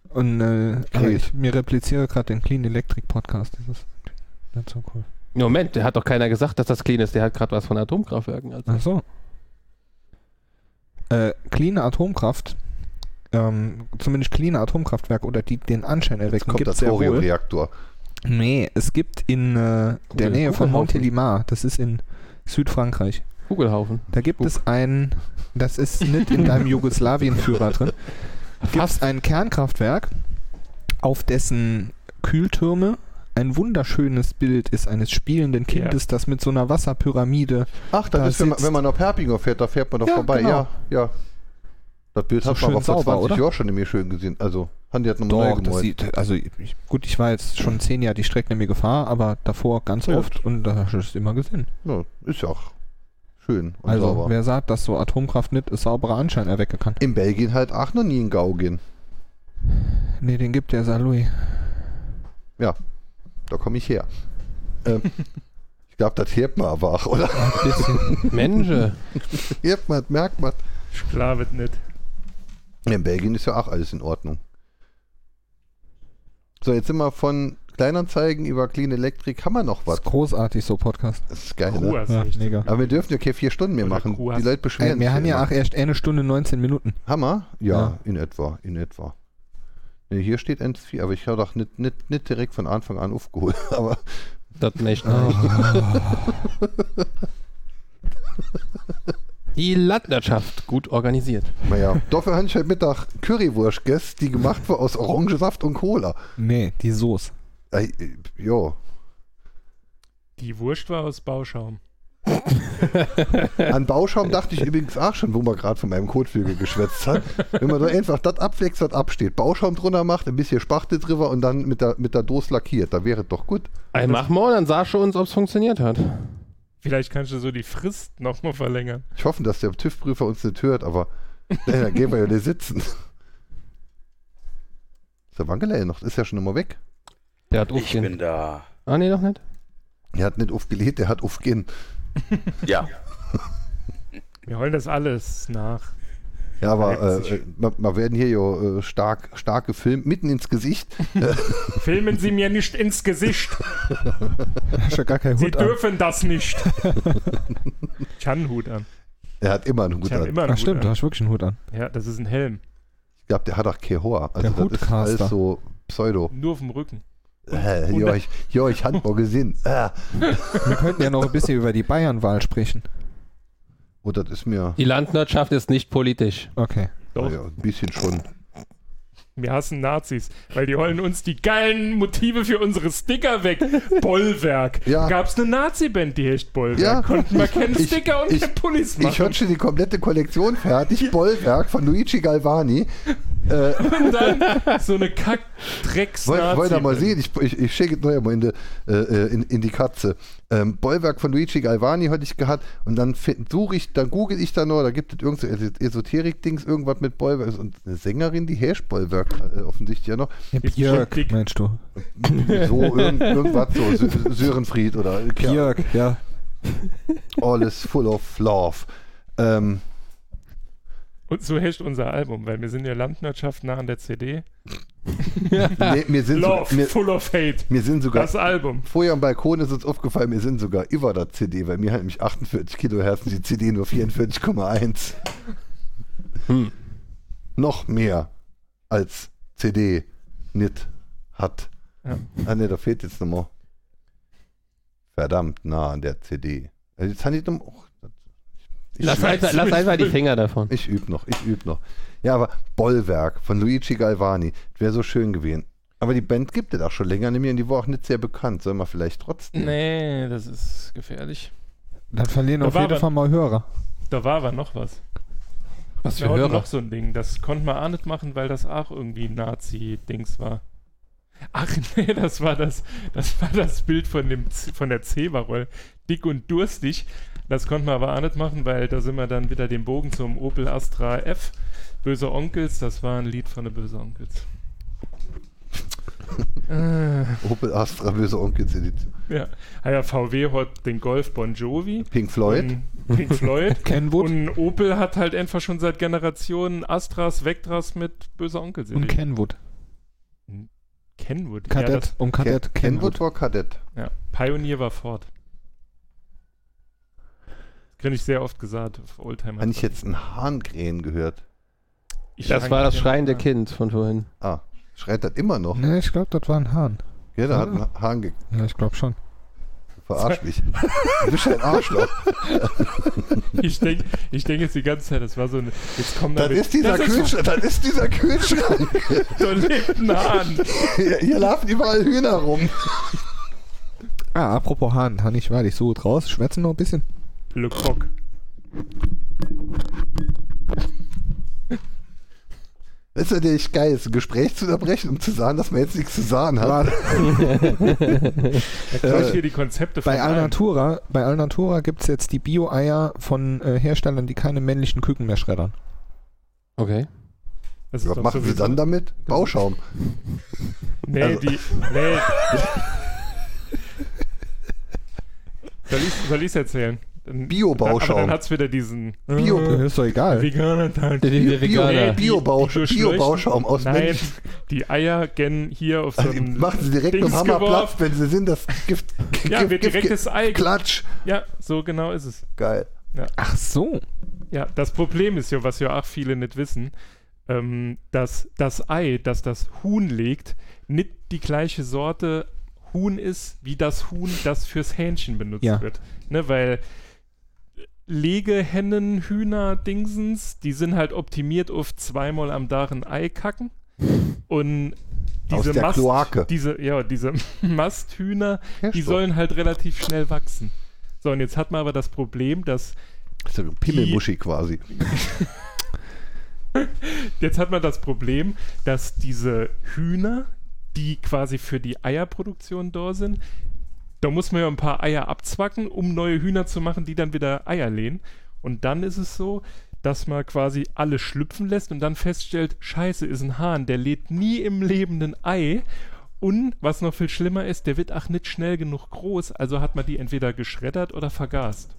Speaker 2: Und äh, aber
Speaker 1: Great.
Speaker 2: ich mir repliziere gerade den Clean Electric Podcast. Das ist nicht so cool.
Speaker 4: Moment, der hat doch keiner gesagt, dass das clean ist. Der hat gerade was von Atomkraftwerken. Also.
Speaker 2: Ach so. Äh, clean Atomkraft, ähm, zumindest clean Atomkraftwerk oder die den Anschein
Speaker 1: Jetzt
Speaker 2: erwecken,
Speaker 1: kommt
Speaker 2: gibt es
Speaker 1: das
Speaker 2: ja wohl.
Speaker 1: Oreo-Reaktor.
Speaker 2: Nee, es gibt in äh, der
Speaker 4: Google-
Speaker 2: Nähe von
Speaker 4: Googlehaufen.
Speaker 2: Montélimar, das ist in Südfrankreich,
Speaker 4: Kugelhaufen.
Speaker 2: da gibt es einen, das ist nicht in deinem Jugoslawien-Führer drin, gibt es ein Kernkraftwerk, auf dessen Kühltürme ein wunderschönes Bild ist eines spielenden
Speaker 5: Ja.
Speaker 2: Kindes, das mit so einer Wasserpyramide
Speaker 1: Ach, das
Speaker 2: Da
Speaker 1: ist, wenn man,
Speaker 2: sitzt-
Speaker 1: wenn man nach Perpignan fährt, da fährt man doch
Speaker 2: Ja,
Speaker 1: vorbei.
Speaker 2: genau.
Speaker 1: Ja, ja. Das Bild
Speaker 2: So
Speaker 1: hat man
Speaker 2: schön
Speaker 1: aber vor
Speaker 2: sauber,
Speaker 1: 20
Speaker 2: oder?
Speaker 1: Jahren schon nämlich schön gesehen. Also, Handy hat nochmal
Speaker 2: Doch,
Speaker 1: neu
Speaker 2: das
Speaker 1: gemalt.
Speaker 2: sieht, also ich, gut, ich war jetzt schon zehn Jahre die Strecke mir gefahren, aber davor ganz
Speaker 1: Ja.
Speaker 2: oft und da hast du es immer gesehen.
Speaker 1: Ja, ist ja auch schön und
Speaker 2: also
Speaker 1: sauber.
Speaker 2: wer sagt, dass so Atomkraft nicht ist sauberer Anschein erwecken kann?
Speaker 1: In Belgien halt auch noch nie in Gau gehen.
Speaker 2: Nee, den gibt der Salui.
Speaker 1: Da komme ich her. Ähm, ich glaube, das hebt man aber auch, oder?
Speaker 4: Mensch. äh,
Speaker 1: hebt man, merkt man.
Speaker 5: Ich glaube es nicht.
Speaker 1: In Belgien ist ja auch alles in Ordnung. So, jetzt sind wir von Kleinanzeigen über Clean Electric. Haben wir noch
Speaker 2: Was?
Speaker 1: was?
Speaker 2: Ist großartig, so Podcast.
Speaker 1: Das ist geil, ne?
Speaker 5: Ruhe
Speaker 2: Ja,
Speaker 5: hast du.
Speaker 2: mega.
Speaker 1: Aber wir dürfen ja keine vier Stunden mehr
Speaker 5: Oder
Speaker 1: machen.
Speaker 5: Kuh
Speaker 1: Die
Speaker 5: hast-
Speaker 1: Leute
Speaker 2: Ey,
Speaker 1: beschweren
Speaker 2: Äh, wir
Speaker 1: sich
Speaker 2: haben ja
Speaker 1: immer.
Speaker 2: auch erst eine Stunde 19 Minuten.
Speaker 1: Hammer? Ja,
Speaker 2: Ja.
Speaker 1: in etwa, in etwa. Nee, hier steht 1,4, aber ich habe doch nicht, nicht, nicht direkt von Anfang an aufgeholt. Aber
Speaker 4: Das nicht. Die Landwirtschaft, gut organisiert.
Speaker 1: Naja, dafür habe ich heute Mittag Currywurst gegessen, die gemacht war aus Orangensaft und Cola.
Speaker 2: Nee, die Soße.
Speaker 1: Äh, äh, jo.
Speaker 5: Die Wurst war aus Bauschaum.
Speaker 1: An Bauschaum dachte ich übrigens auch schon, wo man gerade von meinem Kotflügel geschwätzt hat. Wenn man da einfach das abwächst, was absteht, Bauschaum drunter macht, ein bisschen Spachtel drüber und dann mit der, mit der Dose lackiert, da wäre doch gut.
Speaker 4: Ey, mach mal, dann sah schon uns, ob es funktioniert hat.
Speaker 5: Vielleicht kannst du so die Frist nochmal verlängern.
Speaker 1: Ich hoffe, dass der TÜV-Prüfer uns nicht hört, aber naja, dann gehen wir ja nicht sitzen. Ist der Wangelei noch? Ist ja schon immer weg.
Speaker 4: Der hat
Speaker 3: Ich
Speaker 4: aufgehen.
Speaker 3: bin da.
Speaker 4: Ah, nee, noch nicht.
Speaker 1: Er hat nicht aufgelegt, der hat aufgehen.
Speaker 3: Ja.
Speaker 5: Wir holen das alles nach.
Speaker 1: Ja, aber
Speaker 5: Verletzt
Speaker 1: äh,
Speaker 5: sich.
Speaker 1: äh, man, man werden hier ja äh, stark, stark gefilmt, mitten ins Gesicht.
Speaker 5: Filmen Sie mir nicht ins Gesicht.
Speaker 2: Hast ja gar keinen
Speaker 5: Sie
Speaker 2: Hut an.
Speaker 5: dürfen das nicht. Ich habe einen Hut an.
Speaker 1: Er hat immer einen Hut
Speaker 5: Ich habe
Speaker 1: an.
Speaker 5: immer einen
Speaker 2: Ach
Speaker 5: Hut
Speaker 2: stimmt, du
Speaker 5: an.
Speaker 2: hast wirklich einen Hut an.
Speaker 5: Ja, das ist ein Helm.
Speaker 1: Ich glaube, der hat auch Kehor. Also das
Speaker 2: Der
Speaker 1: ist
Speaker 2: Hutcaster.
Speaker 1: alles so Pseudo.
Speaker 5: Nur auf dem Rücken.
Speaker 1: Äh,
Speaker 5: und-
Speaker 1: ja, ich, ja, ich hab mal gesehen. Äh.
Speaker 2: Wir könnten ja noch ein bisschen über die Bayernwahl sprechen.
Speaker 1: Und Oh, das ist mir
Speaker 4: Die Landwirtschaft ist nicht politisch.
Speaker 2: Okay.
Speaker 5: Doch.
Speaker 1: naja, ein bisschen schon.
Speaker 5: Wir hassen Nazis, weil die holen uns die geilen Motive für unsere Sticker weg. Bollwerk.
Speaker 1: Ja.
Speaker 5: Gab's eine Nazi-Band, die echt Bollwerk.
Speaker 1: Ja.
Speaker 5: Konnten wir keinen
Speaker 1: Ich-
Speaker 5: Sticker und
Speaker 1: ich-
Speaker 5: keinen Pullis machen.
Speaker 1: Ich hatte schon die komplette Kollektion fertig. Bollwerk von Luigi Galvani. Äh,
Speaker 5: und dann so eine kack
Speaker 1: wollt, wollt ihr mal sehen? Ich, ich, ich schicke es noch mal in die, äh, äh, in, in die Katze. Ähm, Bollwerk von Luigi Galvani hatte ich gehabt. Und dann fi- suche ich, dann google ich da noch, da gibt es irgend so Es- Esoterik-Dings, irgendwas mit Bollwerk. Und eine Sängerin, die Hash Bollwerk äh, offensichtlich ja noch.
Speaker 5: Ist schon dick.
Speaker 2: Björk, meinst du?
Speaker 1: So, irgend, irgendwas so, Sö- Sörenfried oder ja,
Speaker 2: Björk, ja.
Speaker 1: All is full of love. Ähm,
Speaker 5: Und so hasht unser Album, weil wir sind ja Landwirtschaft nah an der CD.
Speaker 1: nee, mir, sind so,
Speaker 5: Love,
Speaker 1: mir,
Speaker 5: full of hate.
Speaker 1: mir sind sogar
Speaker 5: Das Album.
Speaker 1: vorher am Balkon ist uns aufgefallen, mir sind sogar über der CD, weil mir hat nämlich 48 Kilohertz und die CD nur 44,1.
Speaker 4: Hm.
Speaker 1: Noch mehr als CD nicht hat.
Speaker 5: Ja.
Speaker 1: Ah ne, da fehlt jetzt nochmal. Verdammt nah an der CD. Also Jetzt habe ich noch. oh, das- ich-
Speaker 4: Lass
Speaker 1: ich-
Speaker 4: einfach, lass einfach die Finger davon.
Speaker 1: Ich übe noch, ich übe noch. Ja, aber Bollwerk von Luigi Galvani, wäre so schön gewesen. Aber die Band gibt es auch schon länger nicht mehr und die war auch nicht sehr bekannt. Sollen wir vielleicht trotzdem?
Speaker 5: Nee, das ist gefährlich.
Speaker 2: Dann verlieren
Speaker 5: Da
Speaker 2: auf
Speaker 5: war
Speaker 2: jeden
Speaker 5: er.
Speaker 2: Fall mal Hörer.
Speaker 5: Da war aber noch was.
Speaker 4: Was
Speaker 5: Wir hatten noch so ein Ding. Das konnte man auch nicht machen, weil das auch irgendwie Nazi-Dings war. Ach nee, das war das, das war das Bild von dem Z- von der Zeberroll. Dick und durstig. Das konnte man aber auch nicht machen, weil da sind wir dann wieder den Bogen zum Opel Astra F. Böse Onkels, das war ein Lied von den Böse Onkels. äh,
Speaker 1: Opel Astra, böse Onkels Edition.
Speaker 5: ja. Ah ja, VW hat den Golf Bon Jovi.
Speaker 1: Pink Floyd.
Speaker 5: Und Pink Floyd.
Speaker 2: Kenwood
Speaker 5: Und Opel hat halt einfach schon seit Generationen Astras, Vectras mit böser Onkel
Speaker 2: und Kenwood.
Speaker 5: Kenwood. Ja,
Speaker 2: Kadett
Speaker 5: das,
Speaker 2: und
Speaker 1: Ken-
Speaker 2: Kadett
Speaker 1: Kenwood war Kadett.
Speaker 5: ja. Pioneer war Ford. Kriege ich sehr oft gesagt auf Oldtimer.
Speaker 1: Habe ich jetzt einen Hahnkrähen gehört?
Speaker 5: Ich
Speaker 4: Das
Speaker 5: schrank
Speaker 4: war das
Speaker 5: den
Speaker 4: schreiende
Speaker 5: mal.
Speaker 4: Kind von vorhin.
Speaker 1: Ah, schreit das immer noch.
Speaker 2: Nee, ich glaube, das war ein Hahn.
Speaker 1: Ja, da hat ein Hahn ge
Speaker 2: Ja, ich glaube schon.
Speaker 1: verarscht mich. Du bist ein Arschloch.
Speaker 5: Ich denke ich denk jetzt die ganze Zeit, das war so ein. Jetzt kommt
Speaker 1: Das ist dieser
Speaker 5: das ist
Speaker 1: Kühlschrank. Das ist dieser Kühlschrank.
Speaker 5: Da lebt ein Hahn.
Speaker 1: Hier hier laufen überall Hühner rum.
Speaker 2: Ah, apropos Hahn. Hahn, ich war dich so gut raus. Schwätzen noch ein bisschen.
Speaker 5: Le Coq.
Speaker 1: Ist natürlich geil, so ein Gespräch zu unterbrechen, um zu sagen, dass man jetzt nichts zu sagen hat. Äh,
Speaker 5: Da krieg ich hier die Konzepte
Speaker 2: Bei
Speaker 5: von allen.
Speaker 2: Alnatura, bei Alnatura gibt es jetzt die Bio-Eier von äh, Herstellern, die keine männlichen Küken mehr schreddern.
Speaker 4: Okay.
Speaker 5: Das ist
Speaker 1: Was
Speaker 5: doch
Speaker 1: machen sie
Speaker 5: sowieso-
Speaker 1: dann damit? Bauschaum.
Speaker 5: Nee,
Speaker 1: Also-
Speaker 5: die. Nee. soll ich soll ich's erzählen? Dann-
Speaker 1: Bio-Bauschaum.
Speaker 5: Aber dann hat's wieder diesen
Speaker 1: Bio-
Speaker 2: Äh, ist doch egal.
Speaker 5: veganen Teil.
Speaker 4: Der, der, der
Speaker 1: Bio-
Speaker 4: Veganer.
Speaker 1: Bio- Bausch-
Speaker 5: Die- die
Speaker 1: Bio-Bauschaum aus
Speaker 5: Nein,
Speaker 1: Menschen.
Speaker 5: die Eier gen hier auf so
Speaker 1: Also die
Speaker 5: einem.
Speaker 1: machen sie direkt mit dem
Speaker 5: Dings
Speaker 1: Hammer
Speaker 5: geworfen.
Speaker 1: Platz, wenn sie sind, das Gift.
Speaker 5: Ja,
Speaker 1: Gift-
Speaker 5: wird
Speaker 1: Gift-
Speaker 5: direkt das Ei.
Speaker 1: Klatsch.
Speaker 5: Ja, so genau ist es.
Speaker 1: Geil.
Speaker 2: Ach so.
Speaker 5: Ja, das Problem ist ja, was ja auch viele nicht wissen, ähm, dass das Ei, das das Huhn legt, nicht die gleiche Sorte Huhn ist, wie das Huhn, das fürs Hähnchen benutzt
Speaker 2: Ja.
Speaker 5: wird. Ne, weil Legehennen-Hühner-Dingsens, die sind halt optimiert auf zweimal am Tag ein Ei kacken. Und
Speaker 1: Aus
Speaker 5: diese
Speaker 1: der
Speaker 5: Mast,
Speaker 1: Kloake.
Speaker 5: diese, ja, diese Masthühner, die
Speaker 1: Herrstoff.
Speaker 5: sollen halt relativ schnell wachsen. So, und jetzt hat man aber das Problem, dass
Speaker 1: Das ist ja so ein Pimmelmuschi quasi.
Speaker 5: Jetzt hat man das Problem, dass diese Hühner, die quasi für die Eierproduktion da sind, da muss man ja ein paar Eier abzwacken, um neue Hühner zu machen, die dann wieder Eier lehnen. Und dann ist es so, dass man quasi alle schlüpfen lässt und dann feststellt, scheiße, ist ein Hahn, der lädt nie im Leben ein Ei. Und was noch viel schlimmer ist, der wird auch nicht schnell genug groß, also hat man die entweder geschreddert oder vergast.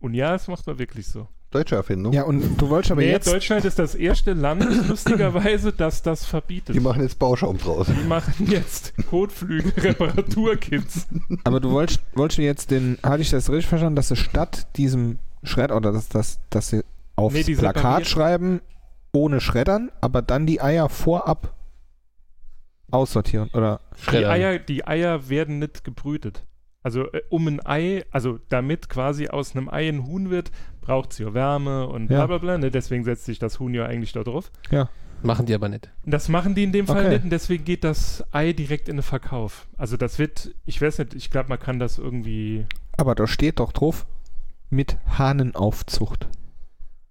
Speaker 5: Und ja, das macht man wirklich so.
Speaker 1: Deutsche Erfindung.
Speaker 2: Ja, und du wolltest aber
Speaker 5: Nee,
Speaker 2: jetzt.
Speaker 5: Deutschland ist das erste Land, lustigerweise, das das verbietet.
Speaker 1: Die machen jetzt Bauschaum draus.
Speaker 5: Die machen jetzt Kotflügel, Reparaturkits.
Speaker 2: Aber du wolltest, wolltest du jetzt den, hatte ich das richtig verstanden, dass sie statt diesem Schredder oder dass, dass, dass sie aufs
Speaker 5: Nee, die
Speaker 2: Plakat
Speaker 5: separiert-
Speaker 2: schreiben, ohne Schreddern, aber dann die Eier vorab aussortieren oder
Speaker 5: Die
Speaker 4: Schreddern.
Speaker 5: Eier, die Eier werden nicht gebrütet. Also äh, um ein Ei, also damit quasi aus einem Ei ein Huhn wird, braucht es ja Wärme und
Speaker 2: Ja.
Speaker 5: bla bla bla. Ne? Deswegen setzt sich das Huhn ja eigentlich da drauf.
Speaker 4: Machen die aber nicht.
Speaker 5: Und das machen die in dem Fall
Speaker 2: Okay.
Speaker 5: nicht und deswegen geht das Ei direkt in den Verkauf. Also das wird, ich weiß nicht, ich glaube, man kann das irgendwie,
Speaker 2: Aber da steht doch drauf mit Hahnenaufzucht.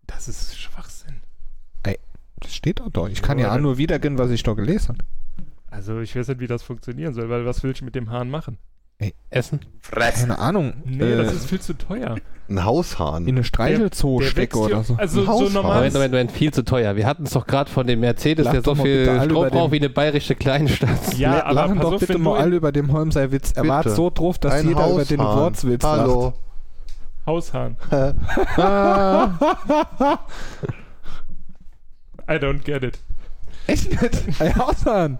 Speaker 5: das ist Schwachsinn.
Speaker 2: Das steht doch da. Ich kann
Speaker 5: Ja,
Speaker 2: ja,
Speaker 5: aber-
Speaker 2: nur wiedergeben, was ich da gelesen habe.
Speaker 5: Also ich weiß nicht, wie das funktionieren soll, weil was will ich mit dem Hahn machen?
Speaker 4: Essen?
Speaker 3: Fressen.
Speaker 2: Keine Ahnung.
Speaker 5: Nee,
Speaker 2: äh,
Speaker 5: das ist viel zu teuer.
Speaker 1: Ein Haushahn.
Speaker 2: in eine Streichelzoo
Speaker 5: Der
Speaker 2: stecke
Speaker 5: wächst hier-
Speaker 2: oder so.
Speaker 1: Ein
Speaker 5: Also so
Speaker 1: Hausfrau.
Speaker 5: normal.
Speaker 4: Moment, Moment, Moment, viel zu teuer. Wir hatten es doch gerade von dem Mercedes,
Speaker 2: Lach
Speaker 4: der so
Speaker 2: doch mal bitte
Speaker 4: viel
Speaker 2: alle
Speaker 4: Strom
Speaker 2: über den-
Speaker 4: braucht wie eine bayerische Kleinstadt.
Speaker 5: also, Ja,
Speaker 2: La-
Speaker 5: aber
Speaker 2: Lachen
Speaker 5: pass
Speaker 2: doch
Speaker 5: auf,
Speaker 2: bitte
Speaker 5: wenn
Speaker 2: mal
Speaker 5: du
Speaker 2: alle über dem Holmser-Witz. Er war
Speaker 1: Bitte.
Speaker 2: so drauf, dass jeder über den
Speaker 1: Haushahn.
Speaker 2: Wortswitz
Speaker 1: Hallo.
Speaker 5: Haushahn.
Speaker 2: Ah.
Speaker 5: I don't get it.
Speaker 2: Echt nicht? Ey, Haushahn!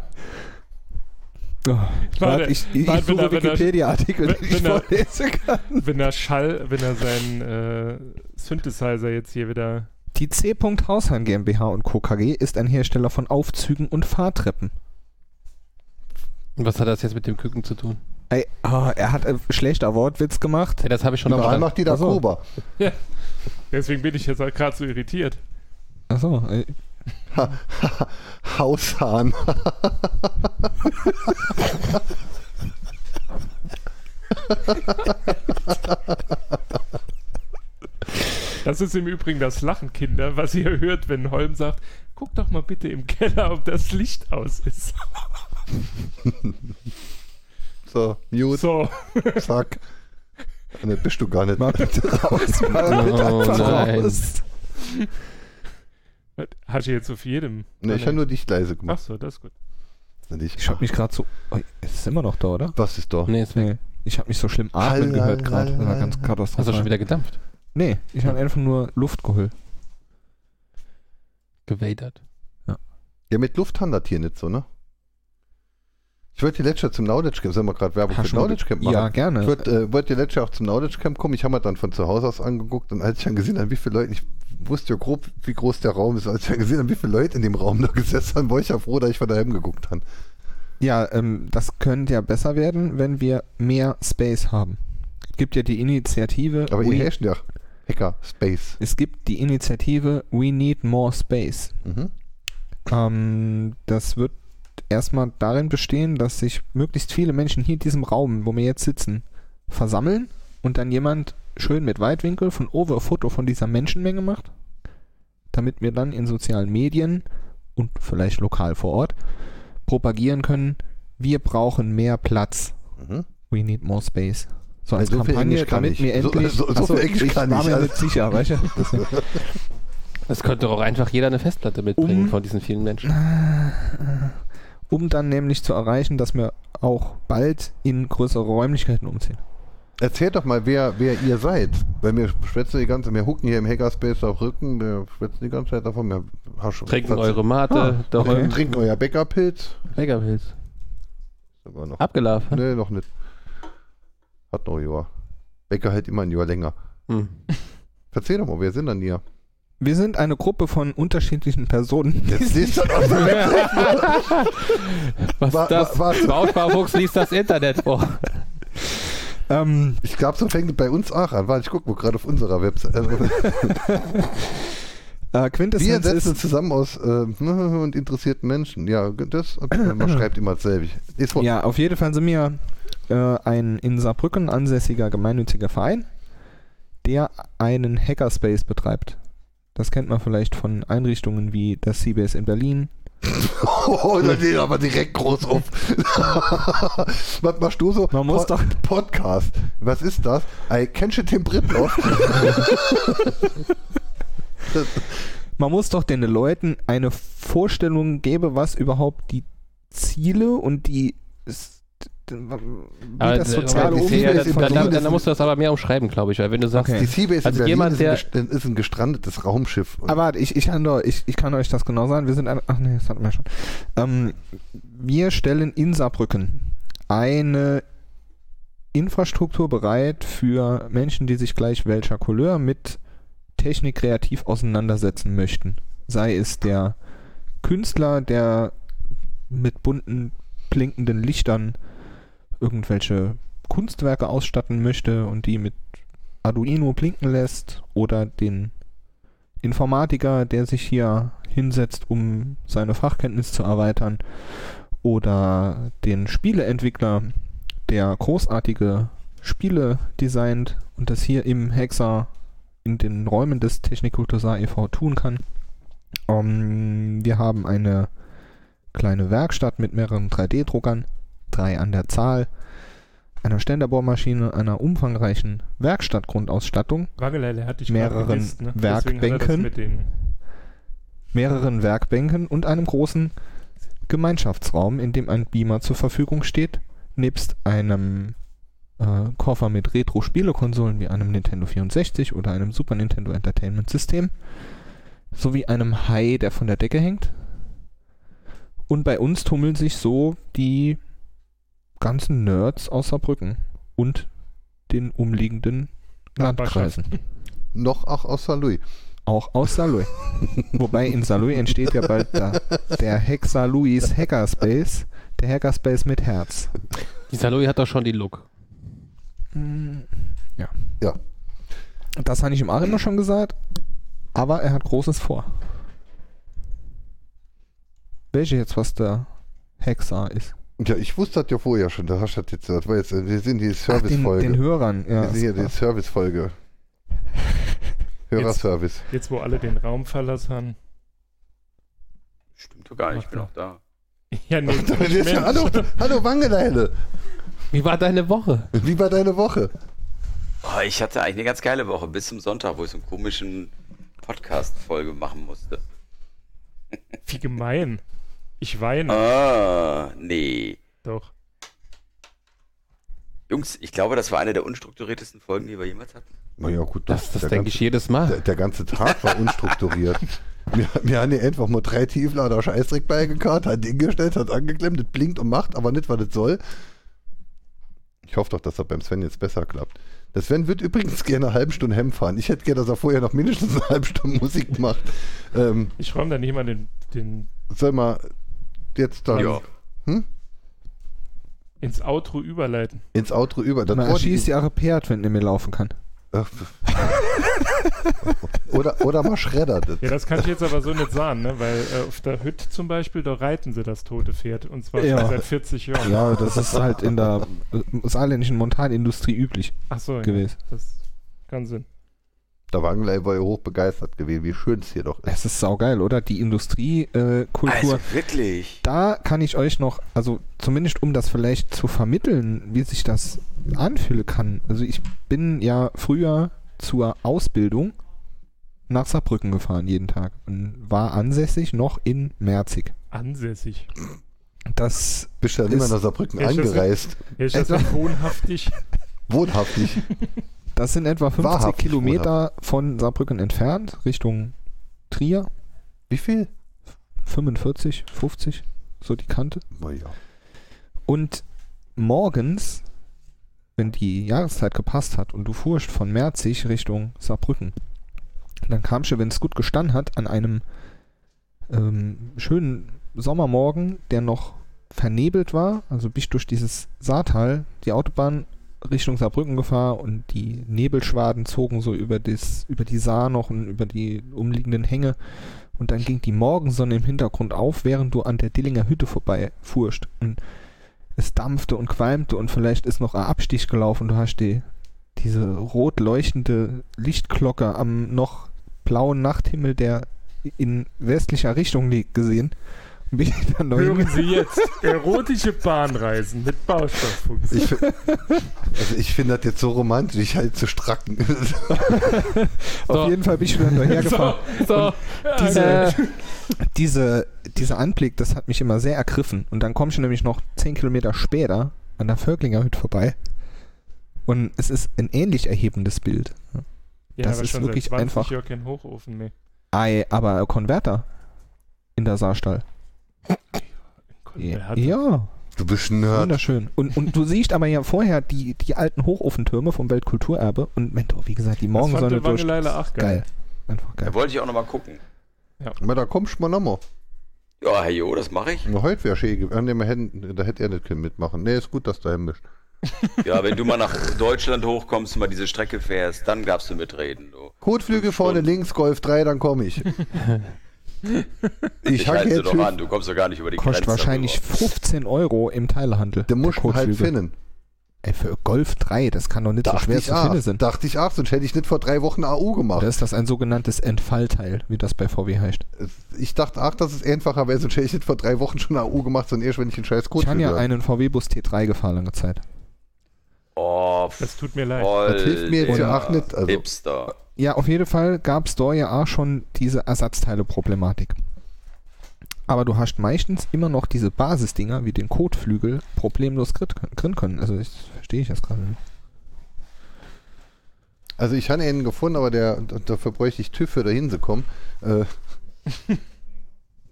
Speaker 2: Oh, warte, ich, ich, ich
Speaker 5: warte,
Speaker 2: suche
Speaker 5: wenn er- wenn er-
Speaker 2: Wikipedia-Artikel,
Speaker 5: wenn-
Speaker 2: den ich
Speaker 5: wenn er-
Speaker 2: vorlesen kann.
Speaker 5: Wenn er Schall, wenn er seinen äh, Synthesizer jetzt hier wieder.
Speaker 2: Die C. Haushahn GmbH und Co. KG ist ein Hersteller von Aufzügen und Fahrtreppen.
Speaker 4: Und was hat das jetzt mit dem Küken zu tun?
Speaker 2: Ey, ah, er hat einen schlechter Wortwitz gemacht.
Speaker 4: Ja, das habe ich schon
Speaker 1: Normal
Speaker 4: verstanden.
Speaker 1: macht die da
Speaker 2: Ach so.
Speaker 1: Kuba.
Speaker 5: Deswegen bin ich jetzt halt gerade so irritiert.
Speaker 2: Achso,
Speaker 1: Haushahn.
Speaker 5: Das ist im Übrigen das Lachen, Kinder, was ihr hört, wenn Holm sagt: Guck doch mal bitte im Keller, ob das Licht aus ist.
Speaker 1: So, mute,
Speaker 5: So,
Speaker 1: zack. Ne, bist du gar nicht.
Speaker 2: mal bitte raus, mal bitte
Speaker 4: Oh
Speaker 2: einfach
Speaker 4: nein.
Speaker 2: raus.
Speaker 5: hast du jetzt so für jedem.
Speaker 1: Ne, ich habe nur dich leise
Speaker 5: Ach
Speaker 1: gemacht.
Speaker 5: so, das ist gut.
Speaker 1: Nicht.
Speaker 2: Ich hab mich gerade so. Oh, es ist immer noch da, oder?
Speaker 1: Was ist doch?
Speaker 4: Nee, ist weg.
Speaker 2: Nee. Ich habe mich so schlimm atmen
Speaker 1: Hall,
Speaker 2: gehört
Speaker 1: hall,
Speaker 2: gerade. Das war
Speaker 1: hall,
Speaker 2: ganz
Speaker 1: hall.
Speaker 2: katastrophal.
Speaker 4: Hast du schon wieder gedampft?
Speaker 2: Nee, ich habe einfach nur Luft geholt.
Speaker 4: Gewedert.
Speaker 1: Ja, mit Luft handelt hier nicht so, ne? Ich wollte die letzte zum Knowledge Camp, sollen wir gerade Werbung für
Speaker 2: Hast du schon-
Speaker 1: Knowledge Camp machen?
Speaker 2: Ja,
Speaker 1: Ich
Speaker 2: gerne.
Speaker 1: wollte äh, wollt die letzte auch zum Knowledge Camp kommen. Ich habe mir dann von zu Hause aus angeguckt und als ich dann gesehen habe, wie viele Leute, ich wusste ja grob, wie groß der Raum ist, als ich dann gesehen habe, wie viele Leute in dem Raum da gesessen haben, war ich ja froh, dass ich von daheim geguckt habe.
Speaker 2: Ja, ähm, das könnte ja besser werden, wenn wir mehr Space haben. Gibt ja die Initiative.
Speaker 1: Aber ihr
Speaker 2: we,
Speaker 1: herrscht ja Hacker, Space.
Speaker 2: es gibt die Initiative We Need More Space.
Speaker 1: Mhm.
Speaker 2: Ähm, das wird erstmal darin bestehen, dass sich möglichst viele Menschen hier in diesem Raum, wo wir jetzt sitzen, versammeln und dann jemand schön mit Weitwinkel von oben ein Foto von dieser Menschenmenge macht, damit wir dann in sozialen Medien und vielleicht lokal vor Ort propagieren können, wir brauchen mehr Platz.
Speaker 1: Mhm.
Speaker 2: We need more space. So als
Speaker 1: Also so viel
Speaker 2: Kampagne,
Speaker 1: Englisch kann
Speaker 2: damit
Speaker 1: ich.
Speaker 2: mir
Speaker 1: So-
Speaker 2: endlich...
Speaker 1: so- so
Speaker 2: Achso,
Speaker 1: viel Englisch
Speaker 2: ich
Speaker 1: kann
Speaker 2: war
Speaker 1: ich,
Speaker 2: mir
Speaker 1: also-
Speaker 2: nicht sicher, weißt du? Deswegen-
Speaker 4: Es könnte doch auch einfach jeder eine Festplatte mitbringen
Speaker 2: Um-
Speaker 4: von diesen vielen Menschen.
Speaker 2: um dann nämlich zu erreichen, dass wir auch bald in größere Räumlichkeiten umziehen.
Speaker 1: Erzählt doch mal, wer, wer ihr seid. Weil wir schwätzen die ganze wir hucken hier im Hackerspace auf Rücken, wir schwätzen die ganze Zeit davon. Wir haben schon-
Speaker 4: Trinken
Speaker 1: Satz-
Speaker 4: eure Mate,
Speaker 2: Ah,
Speaker 4: da
Speaker 2: okay.
Speaker 4: räumen
Speaker 1: Trinken euer Bäckerpilz.
Speaker 4: Megapilz.
Speaker 1: Sogar noch.
Speaker 4: Abgelaufen.
Speaker 1: Nee, noch nicht. Hat noch ein Jahr. Bäcker hält immer ein Jahr länger.
Speaker 4: Hm.
Speaker 1: Erzähl doch mal, wer sind denn hier?
Speaker 2: Wir sind eine Gruppe von unterschiedlichen Personen.
Speaker 1: Jetzt liest er doch so
Speaker 4: Was
Speaker 1: Wa-
Speaker 4: das?
Speaker 1: wa- was?
Speaker 4: Oh. Bautbarfuchs liest das Internet vor.
Speaker 2: Ähm,
Speaker 1: Ich glaube, so fängt es bei uns auch an. Warte, ich gucke gerade auf unserer Website. Also,
Speaker 2: äh,
Speaker 1: wir
Speaker 2: Quintessenz
Speaker 1: setzen
Speaker 2: ist
Speaker 1: uns zusammen aus äh, und interessierten Menschen. Ja, das. Man schreibt immer dasselbe. Ist vor.
Speaker 2: Ja, auf jeden Fall sind wir äh, ein in Saarbrücken ansässiger gemeinnütziger Verein, der einen Hackerspace betreibt. Das kennt man vielleicht von Einrichtungen wie das Seabase in Berlin.
Speaker 1: Oh, da geht aber direkt groß auf. Was machst du so?
Speaker 2: Man muss doch-
Speaker 1: Podcast. Was ist das? I kennst du den Briten auch? Das-
Speaker 2: Man muss doch den Leuten eine Vorstellung geben, was überhaupt die Ziele und die s- d- wie
Speaker 4: Aber
Speaker 2: das
Speaker 4: d-
Speaker 2: soziale
Speaker 4: aber ich
Speaker 1: Umfeld
Speaker 4: sehe ja,
Speaker 2: Umfeld
Speaker 4: das-
Speaker 1: ist
Speaker 2: von
Speaker 4: da, da,
Speaker 1: Berlin,
Speaker 4: da,
Speaker 1: ist-
Speaker 4: musst du das aber mehr umschreiben, glaube ich, weil wenn du sagst,
Speaker 2: Okay.
Speaker 1: Die Seabase
Speaker 4: Also
Speaker 1: in Berlin
Speaker 4: jemand,
Speaker 1: ist,
Speaker 4: der-
Speaker 1: ein, gest- äh, ist ein gestrandetes Raumschiff. Und
Speaker 2: Aber Ah, ich, ich, kann doch, ich, ich kann euch das genau sagen. Wir sind ein, Ach nee, das hatten wir schon. Ähm, wir stellen in Saarbrücken eine Infrastruktur bereit für Menschen, die sich gleich welcher Couleur mit Technik kreativ auseinandersetzen möchten. Sei es der Künstler, der mit bunten, blinkenden Lichtern irgendwelche Kunstwerke ausstatten möchte und die mit Arduino blinken lässt oder den Informatiker, der sich hier hinsetzt, um seine Fachkenntnis zu erweitern, oder den Spieleentwickler, der großartige Spiele designt und das hier im Hexer in den Räumen des Technikultusar e.V. tun kann. Ähm, wir haben eine kleine Werkstatt mit mehreren 3D-Druckern, drei an der Zahl, einer Ständerbohrmaschine, einer umfangreichen Werkstattgrundausstattung
Speaker 5: Wangeleile hatte ich grad
Speaker 2: Mehreren
Speaker 5: gedisst, Deswegen hat er das
Speaker 2: Werkbänken.
Speaker 5: Mit den
Speaker 2: mehreren Werkbänken und einem großen Gemeinschaftsraum, in dem ein Beamer zur Verfügung steht, nebst einem äh, Koffer mit Retro-Spielekonsolen wie einem Nintendo 64 oder einem Super Nintendo Entertainment System, sowie einem Hai, der von der Decke hängt. Und bei uns tummeln sich so die ganzen Nerds aus Saarbrücken und den umliegenden
Speaker 5: Nachbarschaft.
Speaker 2: Landkreisen
Speaker 1: noch auch aus St. Louis.
Speaker 2: auch aus Saloy. Wobei in Saloy entsteht ja bald da der Hexa Luis Hackerspace, der Hackerspace mit Herz.
Speaker 4: die Saloi hat doch schon den Look.
Speaker 2: Ja.
Speaker 1: Ja.
Speaker 2: Das habe ich im Arimo schon gesagt, aber er hat Großes vor. Welche jetzt, was der Hexa ist?
Speaker 1: Ja, ich wusste das ja vorher schon. Da hast du das jetzt. Das war jetzt. äh, Wir sind die
Speaker 2: Ach, den, den
Speaker 1: Servicefolge.
Speaker 2: Hörern. Ja,
Speaker 1: Wir sind hier die Servicefolge. Hörerservice.
Speaker 5: Jetzt, wo alle den Raum verlassen.
Speaker 3: Stimmt doch gar nicht, ich bin auch da.
Speaker 5: Ja, nee,
Speaker 1: Jetzt ja, hallo, hallo Wangeleile.
Speaker 4: Wie war deine Woche?
Speaker 1: Wie war deine Woche?
Speaker 3: Oh, ich hatte eigentlich eine ganz geile Woche, bis zum Sonntag, wo ich so einen komischen Podcast-Folge machen musste.
Speaker 5: wie gemein. Ich
Speaker 2: Hm.
Speaker 5: weine
Speaker 3: Ah, nee.
Speaker 5: doch.
Speaker 3: Jungs, ich glaube, das war eine der unstrukturiertesten Folgen, die wir jemals hatten.
Speaker 1: Naja, gut.
Speaker 4: Das, das
Speaker 1: der
Speaker 4: denke
Speaker 1: ganze-
Speaker 4: ich jedes Mal.
Speaker 1: Der, der ganze Tag war unstrukturiert. Wir, wir haben hier einfach mal drei Tieflader Scheißdreck beigekarrt, hat hingestellt, hat angeklemmt, das blinkt und macht, aber nicht, was das soll. Ich hoffe doch, dass das beim Sven jetzt besser klappt. Der Sven wird übrigens gerne eine halbe Stunde Hemd fahren. Ich hätte gerne, dass er vorher noch mindestens eine halbe Stunde Musik macht. Ähm,
Speaker 5: Ich räume da nicht mal den, den
Speaker 1: soll mal jetzt dann
Speaker 3: Ja.
Speaker 5: ins Outro überleiten.
Speaker 1: ins Outro über. Das
Speaker 2: Man
Speaker 1: Wort-
Speaker 2: erschießt ja Pferd, wenn er mir laufen kann.
Speaker 1: Ach. oder, oder mal schreddert es.
Speaker 5: Ja, das kann ich jetzt aber so nicht sagen, ne? weil äh, auf der Hütte zum Beispiel, da reiten sie das tote Pferd. Und zwar
Speaker 2: Ja.
Speaker 5: schon seit 40 Jahren.
Speaker 2: Ja, das ist halt in der äh, saarländischen Montanindustrie üblich
Speaker 5: Ach so, ja,
Speaker 2: gewesen.
Speaker 5: das kann Sinn.
Speaker 1: Der Wangler war ja hochbegeistert gewesen, wie schön es hier doch ist.
Speaker 2: Es ist saugeil, oder? Die Industriekultur. Äh, Kultur.
Speaker 3: Also wirklich.
Speaker 2: da kann ich euch noch, also zumindest um das vielleicht zu vermitteln, wie sich das anfühlen kann. Also ich bin ja früher zur Ausbildung nach Saarbrücken gefahren jeden Tag und war ansässig noch in Merzig.
Speaker 5: Ansässig.
Speaker 2: Das
Speaker 1: Bist du dann immer
Speaker 2: Ist-
Speaker 1: nach Saarbrücken
Speaker 5: Ja, ich weiß
Speaker 1: eingereist?
Speaker 5: Ja, ich das
Speaker 2: Etwa-
Speaker 5: nicht wohnhaftig.
Speaker 1: Wohnhaftig.
Speaker 2: Das sind etwa 50
Speaker 1: Wahrhaft,
Speaker 2: Kilometer von Saarbrücken entfernt, Richtung Trier,
Speaker 1: Wie viel?
Speaker 2: 45, 50, so die Kante.
Speaker 1: Na ja.
Speaker 2: Und morgens, wenn die Jahreszeit gepasst hat und du fuhrst von Merzig Richtung Saarbrücken, dann kamst du, wenn es gut gestanden hat, an einem ähm, schönen Sommermorgen, der noch vernebelt war, also bist durch dieses Saartal, die Autobahn Richtung Saarbrücken gefahren und die Nebelschwaden zogen so über, das, über die Saar noch und über die umliegenden Hänge. Und dann ging die Morgensonne im Hintergrund auf, während du an der Dillinger Hütte vorbeifuhrst. Und es dampfte und qualmte und vielleicht ist noch ein Abstich gelaufen. Du hast die, diese rot leuchtende Lichtglocke am noch blauen Nachthimmel, der in westlicher Richtung liegt, gesehen. Und bin dann neu
Speaker 5: Hören Sie jetzt erotische Bahnreisen mit Baustofffuchs.
Speaker 1: Ich, fi- also ich finde das jetzt so romantisch, ich halt zu stracken.
Speaker 2: Auf
Speaker 4: So.
Speaker 2: jeden Fall bin ich wieder hinterhergefahren.
Speaker 4: So,
Speaker 2: Diese,
Speaker 4: äh,
Speaker 2: diese, dieser Anblick, das hat mich immer sehr ergriffen. Und dann kommst du nämlich noch 10 Kilometer später an der Völklinger Hütte vorbei. Und es ist ein ähnlich erhebendes Bild.
Speaker 5: Ja,
Speaker 2: das
Speaker 5: aber
Speaker 2: ist
Speaker 5: schon
Speaker 2: wirklich
Speaker 5: seit 20
Speaker 2: einfach.
Speaker 5: Jahren kein Hochofen mehr.
Speaker 2: Ei, aber Konverter in der Saarstall.
Speaker 5: Konverter.
Speaker 2: Ja,
Speaker 1: Du bist ein Nerd.
Speaker 2: wunderschön. Und, und du siehst aber ja vorher die, die alten Hochofentürme vom Weltkulturerbe und Mentor, wie gesagt, die
Speaker 5: Das fand
Speaker 2: Morgensonne
Speaker 5: der
Speaker 2: durch.
Speaker 5: Wangeleile auch geil.
Speaker 2: Geil. Einfach geil.
Speaker 3: Da wollte ich auch nochmal gucken.
Speaker 1: Aber da kommst du mal nochmal.
Speaker 3: Ja, hey, jo, das mache ich.
Speaker 1: Na, Heute wäre schön gewesen. Ah, nee, wir hätten- Da hätte er nicht können mitmachen. Nee, ist gut, dass du heim bist.
Speaker 3: Ja, wenn du mal nach Deutschland hochkommst und mal diese Strecke fährst, dann darfst du mitreden. Du.
Speaker 1: Kotflüge vorne links, Golf 3, dann komme ich. ich
Speaker 3: Ich
Speaker 1: hacke
Speaker 3: halte sie
Speaker 1: jetzt
Speaker 3: doch
Speaker 1: schön.
Speaker 3: an, du kommst doch gar nicht über die
Speaker 2: Kostet
Speaker 3: Grenze.
Speaker 2: wahrscheinlich 15 Euro im Teilehandel.
Speaker 1: Der muss halt
Speaker 2: Kotflügel.
Speaker 1: finden.
Speaker 2: Ey, für Golf 3, das kann doch nicht so
Speaker 1: Dachte
Speaker 2: schwer
Speaker 1: ich,
Speaker 2: zu finden
Speaker 1: auch,
Speaker 2: sein.
Speaker 1: dachte ich auch, sonst hätte ich nicht vor drei Wochen AU
Speaker 2: Oder
Speaker 1: gemacht.
Speaker 2: ist das ein sogenanntes Entfallteil, wie das bei VW heißt?
Speaker 1: Ich dachte, ach, das ist einfacher, weil sonst hätte ich nicht vor drei Wochen schon AU gemacht, sondern erst, wenn ich den scheiß
Speaker 2: ich habe
Speaker 1: Kotflüge
Speaker 2: ja
Speaker 1: habe.
Speaker 2: einen VW-Bus T3 gefahren lange Zeit.
Speaker 3: Oh, pff,
Speaker 5: Das tut mir leid.
Speaker 3: voll.
Speaker 1: Das hilft mir jetzt
Speaker 2: ja
Speaker 1: auch nicht, also.
Speaker 3: Hipster.
Speaker 2: Ja, auf jeden Fall gab es da ja auch schon diese Ersatzteile-Problematik. Aber du hast meistens immer noch diese Basisdinger wie den Kotflügel problemlos grin können. Also ich verstehe ich das gerade nicht.
Speaker 1: Also ich habe einen gefunden, aber der, dafür bräuchte ich TÜV, für da hinzukommen. Äh,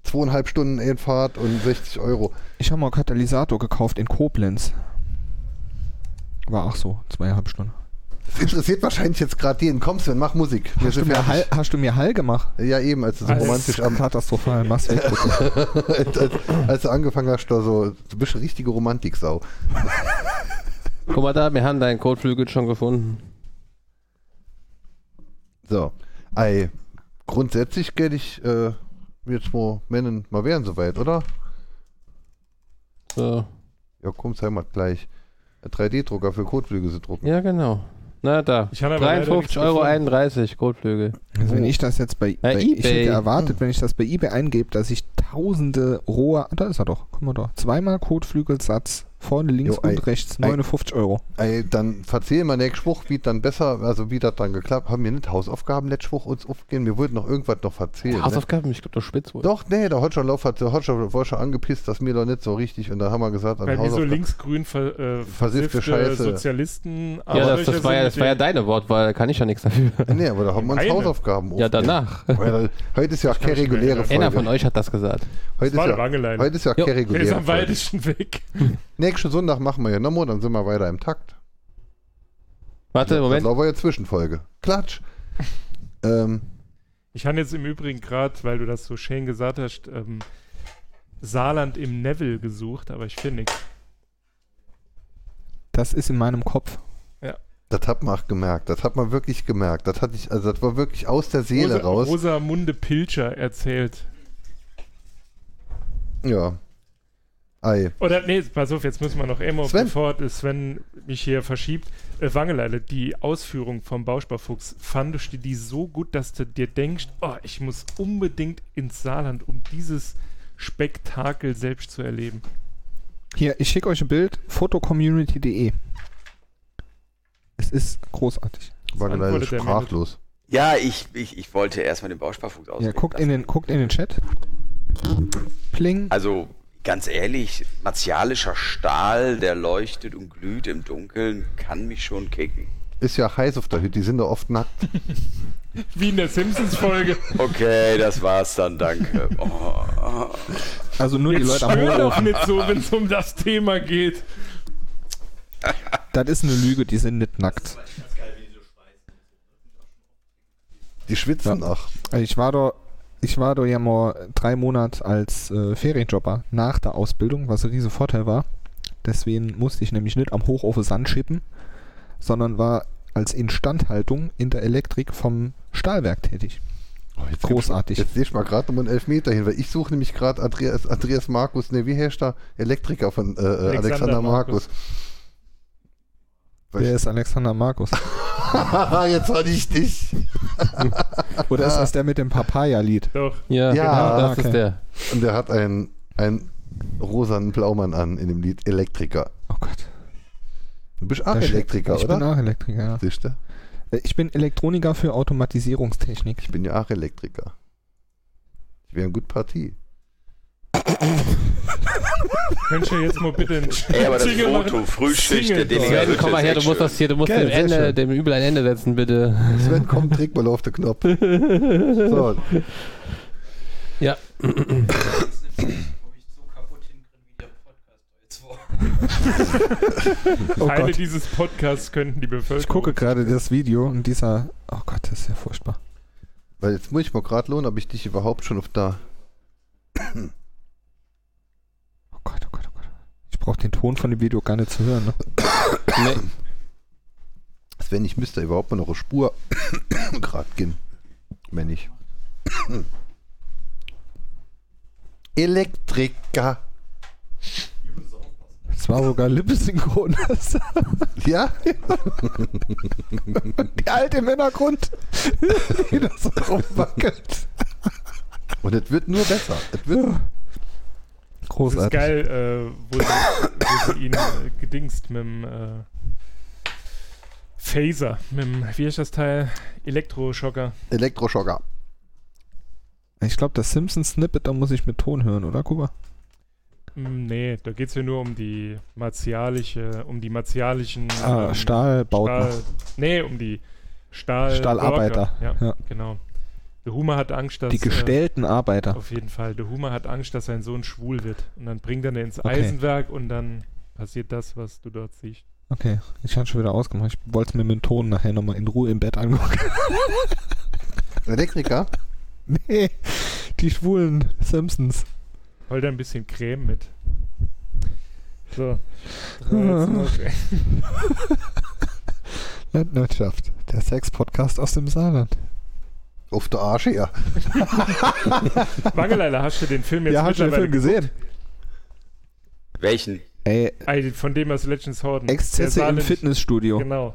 Speaker 1: zweieinhalb Stunden Einfahrt und 60 Euro.
Speaker 2: Ich habe mal einen Katalysator gekauft in Koblenz. War auch so, zweieinhalb Stunden.
Speaker 1: Das interessiert wahrscheinlich jetzt gerade jeden. Komm, Sven, mach Musik. Wir
Speaker 2: Hast du,
Speaker 1: sind
Speaker 2: mir Hall,
Speaker 1: fertig.
Speaker 2: hast du mir Hall gemacht?
Speaker 1: Ja, eben, als du so
Speaker 5: Alles
Speaker 1: romantisch am,
Speaker 2: katastrophal. Mach's weg. bitte.
Speaker 1: als, als, als du angefangen hast, da so, du bist eine richtige Romantiksau.
Speaker 4: guck mal da, wir haben deinen Kotflügel schon gefunden.
Speaker 1: So. Ei, grundsätzlich gell ich äh, jetzt mal Männen mal wären soweit, oder?
Speaker 4: So.
Speaker 1: Ja, komm, sei mal gleich. 3D-Drucker für Kotflüge zu drucken.
Speaker 4: Ja, genau. Na da.
Speaker 5: Ich habe aber leider
Speaker 4: 53,31 Euro
Speaker 5: nichts
Speaker 4: 31, Kotflügel.
Speaker 2: Also wenn ich das jetzt bei,
Speaker 4: Bei
Speaker 2: bei ich
Speaker 4: eBay.
Speaker 2: hätte erwartet, wenn ich das bei eBay eingebe, dass ich tausende rohe, ah, da ist er doch, guck mal da, zweimal Kotflügelsatz, vorne links
Speaker 1: Jo, ei,
Speaker 2: und rechts,
Speaker 1: ei.
Speaker 2: 59 Euro.
Speaker 1: Ey, dann verzähl mal nächste Woche, wie dann besser, also wie das dann geklappt. Haben wir nicht Hausaufgaben letzte Woche uns aufgehen? Wir wollten noch irgendwas noch verzählen. Ne?
Speaker 4: Hausaufgaben, ich glaube, du spitz wohl.
Speaker 1: Doch, nee, der Hotscher Lauf hat der Hotscher war schon angepisst, dass mir doch nicht so richtig und da haben wir gesagt, an
Speaker 5: Weil wir so
Speaker 1: Hausaufgaben.
Speaker 5: linksgrün ver, äh,
Speaker 1: Versiffte
Speaker 5: versiffte
Speaker 1: Scheiße.
Speaker 5: Sozialisten. also
Speaker 4: Ja, das, das, war ja, das war ja
Speaker 5: da.
Speaker 4: deine Wortwahl, da kann ich ja nichts dafür.
Speaker 1: nee, aber da haben wir uns
Speaker 5: Keine.
Speaker 1: Hausaufgaben
Speaker 4: Ja,
Speaker 1: aufgegeben.
Speaker 4: danach.
Speaker 1: Weil, heute ist ja auch keine
Speaker 5: mich nicht
Speaker 1: reguläre
Speaker 5: erinnern.
Speaker 1: Folge.
Speaker 4: Einer von euch hat das gesagt.
Speaker 1: Heute
Speaker 5: war
Speaker 1: ist
Speaker 5: eine
Speaker 1: ja,
Speaker 5: Wangeleine.
Speaker 1: heute ist ja keine
Speaker 4: Jo.
Speaker 5: Der ist
Speaker 1: reguläre
Speaker 5: am
Speaker 1: Folge.
Speaker 5: weitesten weg.
Speaker 1: Nächsten Sonntag machen wir ja nochmal, dann sind wir weiter im Takt.
Speaker 4: Warte,
Speaker 1: Das
Speaker 4: Moment.
Speaker 1: war ja Zwischenfolge. Klatsch. ähm,
Speaker 5: Ich habe jetzt im Übrigen gerade, weil du das so schön gesagt hast, ähm, Saarland im Neville gesucht, aber ich finde nichts.
Speaker 2: Das ist in meinem Kopf.
Speaker 1: das hat man auch gemerkt. Das hat man wirklich gemerkt. Das hatte ich, also das war wirklich aus der Seele
Speaker 5: Rosa-
Speaker 1: raus.
Speaker 5: Rosamunde Pilcher erzählt.
Speaker 1: Ja. Ei.
Speaker 5: Oder nee, pass auf, jetzt müssen wir noch immer,
Speaker 1: Sven.
Speaker 5: bevor äh, Sven mich hier verschiebt. Äh, Wangeleile, die Ausführung vom Bausparfuchs, fandest du die so gut, dass du dir denkst, oh, ich muss unbedingt ins Saarland, um dieses Spektakel selbst zu erleben.
Speaker 2: Hier, ich schicke euch ein Bild, fotocommunity.de. Es ist großartig.
Speaker 1: War
Speaker 5: Das
Speaker 1: leider
Speaker 5: antwortet er mir
Speaker 1: sprachlos.
Speaker 3: Ja, ich, ich, ich wollte erstmal den Bausparfuchs ausreden.
Speaker 2: Ja, guckt in
Speaker 3: lassen.
Speaker 2: den, guckt in den Chat. Pling.
Speaker 3: Also, ganz ehrlich, martialischer Stahl, der leuchtet und glüht im Dunkeln, kann mich schon kicken.
Speaker 1: Ist ja heiß auf der Hütte, die sind da oft nackt.
Speaker 5: Wie in der Simpsons-Folge.
Speaker 3: Okay, das war's dann, danke. Oh.
Speaker 2: Also nur die
Speaker 5: Jetzt
Speaker 2: Leute am
Speaker 5: schwör doch
Speaker 2: Hochofen.
Speaker 5: nicht so, wenn es um das Thema geht.
Speaker 2: Das ist eine Lüge, die sind nicht nackt.
Speaker 1: Die schwitzen ach.
Speaker 2: Also ich war da, ich war da ja mal drei Monate als äh, Ferienjobber nach der Ausbildung, was ein riesen Vorteil war. Deswegen musste ich nämlich nicht am Hochofen Sand schippen, sondern war als Instandhaltung in der Elektrik vom Stahlwerk tätig.
Speaker 1: Oh, jetzt
Speaker 2: Großartig.
Speaker 1: Jetzt sehe ich mal gerade um einen Elfmeter hin, weil ich suche nämlich gerade Andreas, Andreas Markus, ne, wie heißt der Elektriker von äh, äh, Alexander,
Speaker 5: Alexander
Speaker 1: Markus.
Speaker 5: Markus.
Speaker 2: Wer ist Alexander Markus?
Speaker 1: Haha, jetzt hatte ich dich.
Speaker 2: Oder ist das der mit dem Papaya-Lied?
Speaker 5: Doch.
Speaker 4: Ja, genau,
Speaker 1: Ja,
Speaker 4: das
Speaker 2: okay.
Speaker 4: ist der.
Speaker 1: Und der hat einen, einen rosanen Blaumann an in dem Lied Elektriker.
Speaker 2: Oh Gott.
Speaker 1: Du bist auch
Speaker 2: Da steht-
Speaker 1: Elektriker,
Speaker 2: ich
Speaker 1: oder?
Speaker 2: bin auch Elektriker, ja. Äh,
Speaker 1: Siehst du?
Speaker 2: Ich bin Elektroniker für Automatisierungstechnik.
Speaker 1: Ich bin ja auch Elektriker. Ich wäre eine gute Partie.
Speaker 5: Könnt ihr jetzt mal bitte ein
Speaker 3: Ey, aber das
Speaker 5: Jingle
Speaker 3: Foto,
Speaker 5: machen?
Speaker 3: Frühschicht,
Speaker 5: Single
Speaker 3: der
Speaker 5: Talk.
Speaker 3: Digga.
Speaker 4: Sven, komm mal her, du musst das hier, du musst
Speaker 2: Geil,
Speaker 4: dem,
Speaker 2: sehr
Speaker 4: Ende,
Speaker 2: schön.
Speaker 4: dem Übel ein Ende setzen, bitte.
Speaker 1: Sven, komm, drück mal auf den Knopf. So,
Speaker 4: Ja.
Speaker 2: Oh
Speaker 5: Teile
Speaker 2: Gott.
Speaker 5: dieses Podcasts könnten die Bevölkerung.
Speaker 2: Ich gucke gerade das Video und dieser. Oh Gott, das ist ja furchtbar.
Speaker 1: weil jetzt muss ich mal gerade lohnen, ob ich dich überhaupt schon auf da.
Speaker 2: Oh Gott, oh Gott, oh Gott. Ich brauche den Ton von dem Video gar nicht zu hören. Ne?
Speaker 4: Nee.
Speaker 1: Sven, ich müsste überhaupt mal noch eine Spur gerade gehen. Wenn ich. Elektriker.
Speaker 2: Es war sogar lippesynchron.
Speaker 1: Ja,
Speaker 2: Die alte im Hintergrund, die da so rumwackelt.
Speaker 1: und es wird nur besser. Es wird
Speaker 5: Das ist
Speaker 2: Großartig.
Speaker 5: geil, äh, wo, sie, wo sie ihn äh, gedingst mit dem äh, Phaser, mit dem, wie heißt das Teil? Elektroschocker.
Speaker 1: Elektroschocker.
Speaker 2: Ich glaube, das Simpsons-Snippet, da muss ich mit Ton hören, oder, Kuba?
Speaker 5: Hm, nee, da geht's hier nur um die martialische, um die martialischen
Speaker 2: Ah,
Speaker 5: ähm,
Speaker 2: Stahlbauten.
Speaker 5: Stahl, nee, um die Stahl
Speaker 2: Stahlarbeiter.
Speaker 5: Ja,
Speaker 2: Ja.
Speaker 5: genau. Der Humor hat Angst, dass
Speaker 2: Die gestellten
Speaker 5: äh,
Speaker 2: Arbeiter.
Speaker 5: auf jeden Fall. Der Humor hat Angst, dass sein Sohn schwul wird und dann bringt er ihn ins
Speaker 2: Okay.
Speaker 5: Eisenwerk und dann passiert das, was du dort siehst.
Speaker 2: Okay, ich habe schon wieder ausgemacht. Ich wollte es mir mit dem Ton nachher nochmal in Ruhe im Bett angucken.
Speaker 1: Elektriker?
Speaker 2: nee, die schwulen Simpsons.
Speaker 5: Hol da ein bisschen Creme mit. So. So, jetzt noch-
Speaker 2: Landwirtschaft, der Sex-Podcast aus dem Saarland.
Speaker 1: Auf der Arsch her.
Speaker 5: Wangeleile, hast du den Film jetzt
Speaker 2: ja, hast du den Film
Speaker 5: mittlerweile
Speaker 2: gesehen?
Speaker 3: Welchen?
Speaker 2: Ey,
Speaker 5: Ey, von dem aus letztens Horden.
Speaker 2: Exzesse im
Speaker 5: Fitness.
Speaker 2: Fitnessstudio.
Speaker 5: Genau.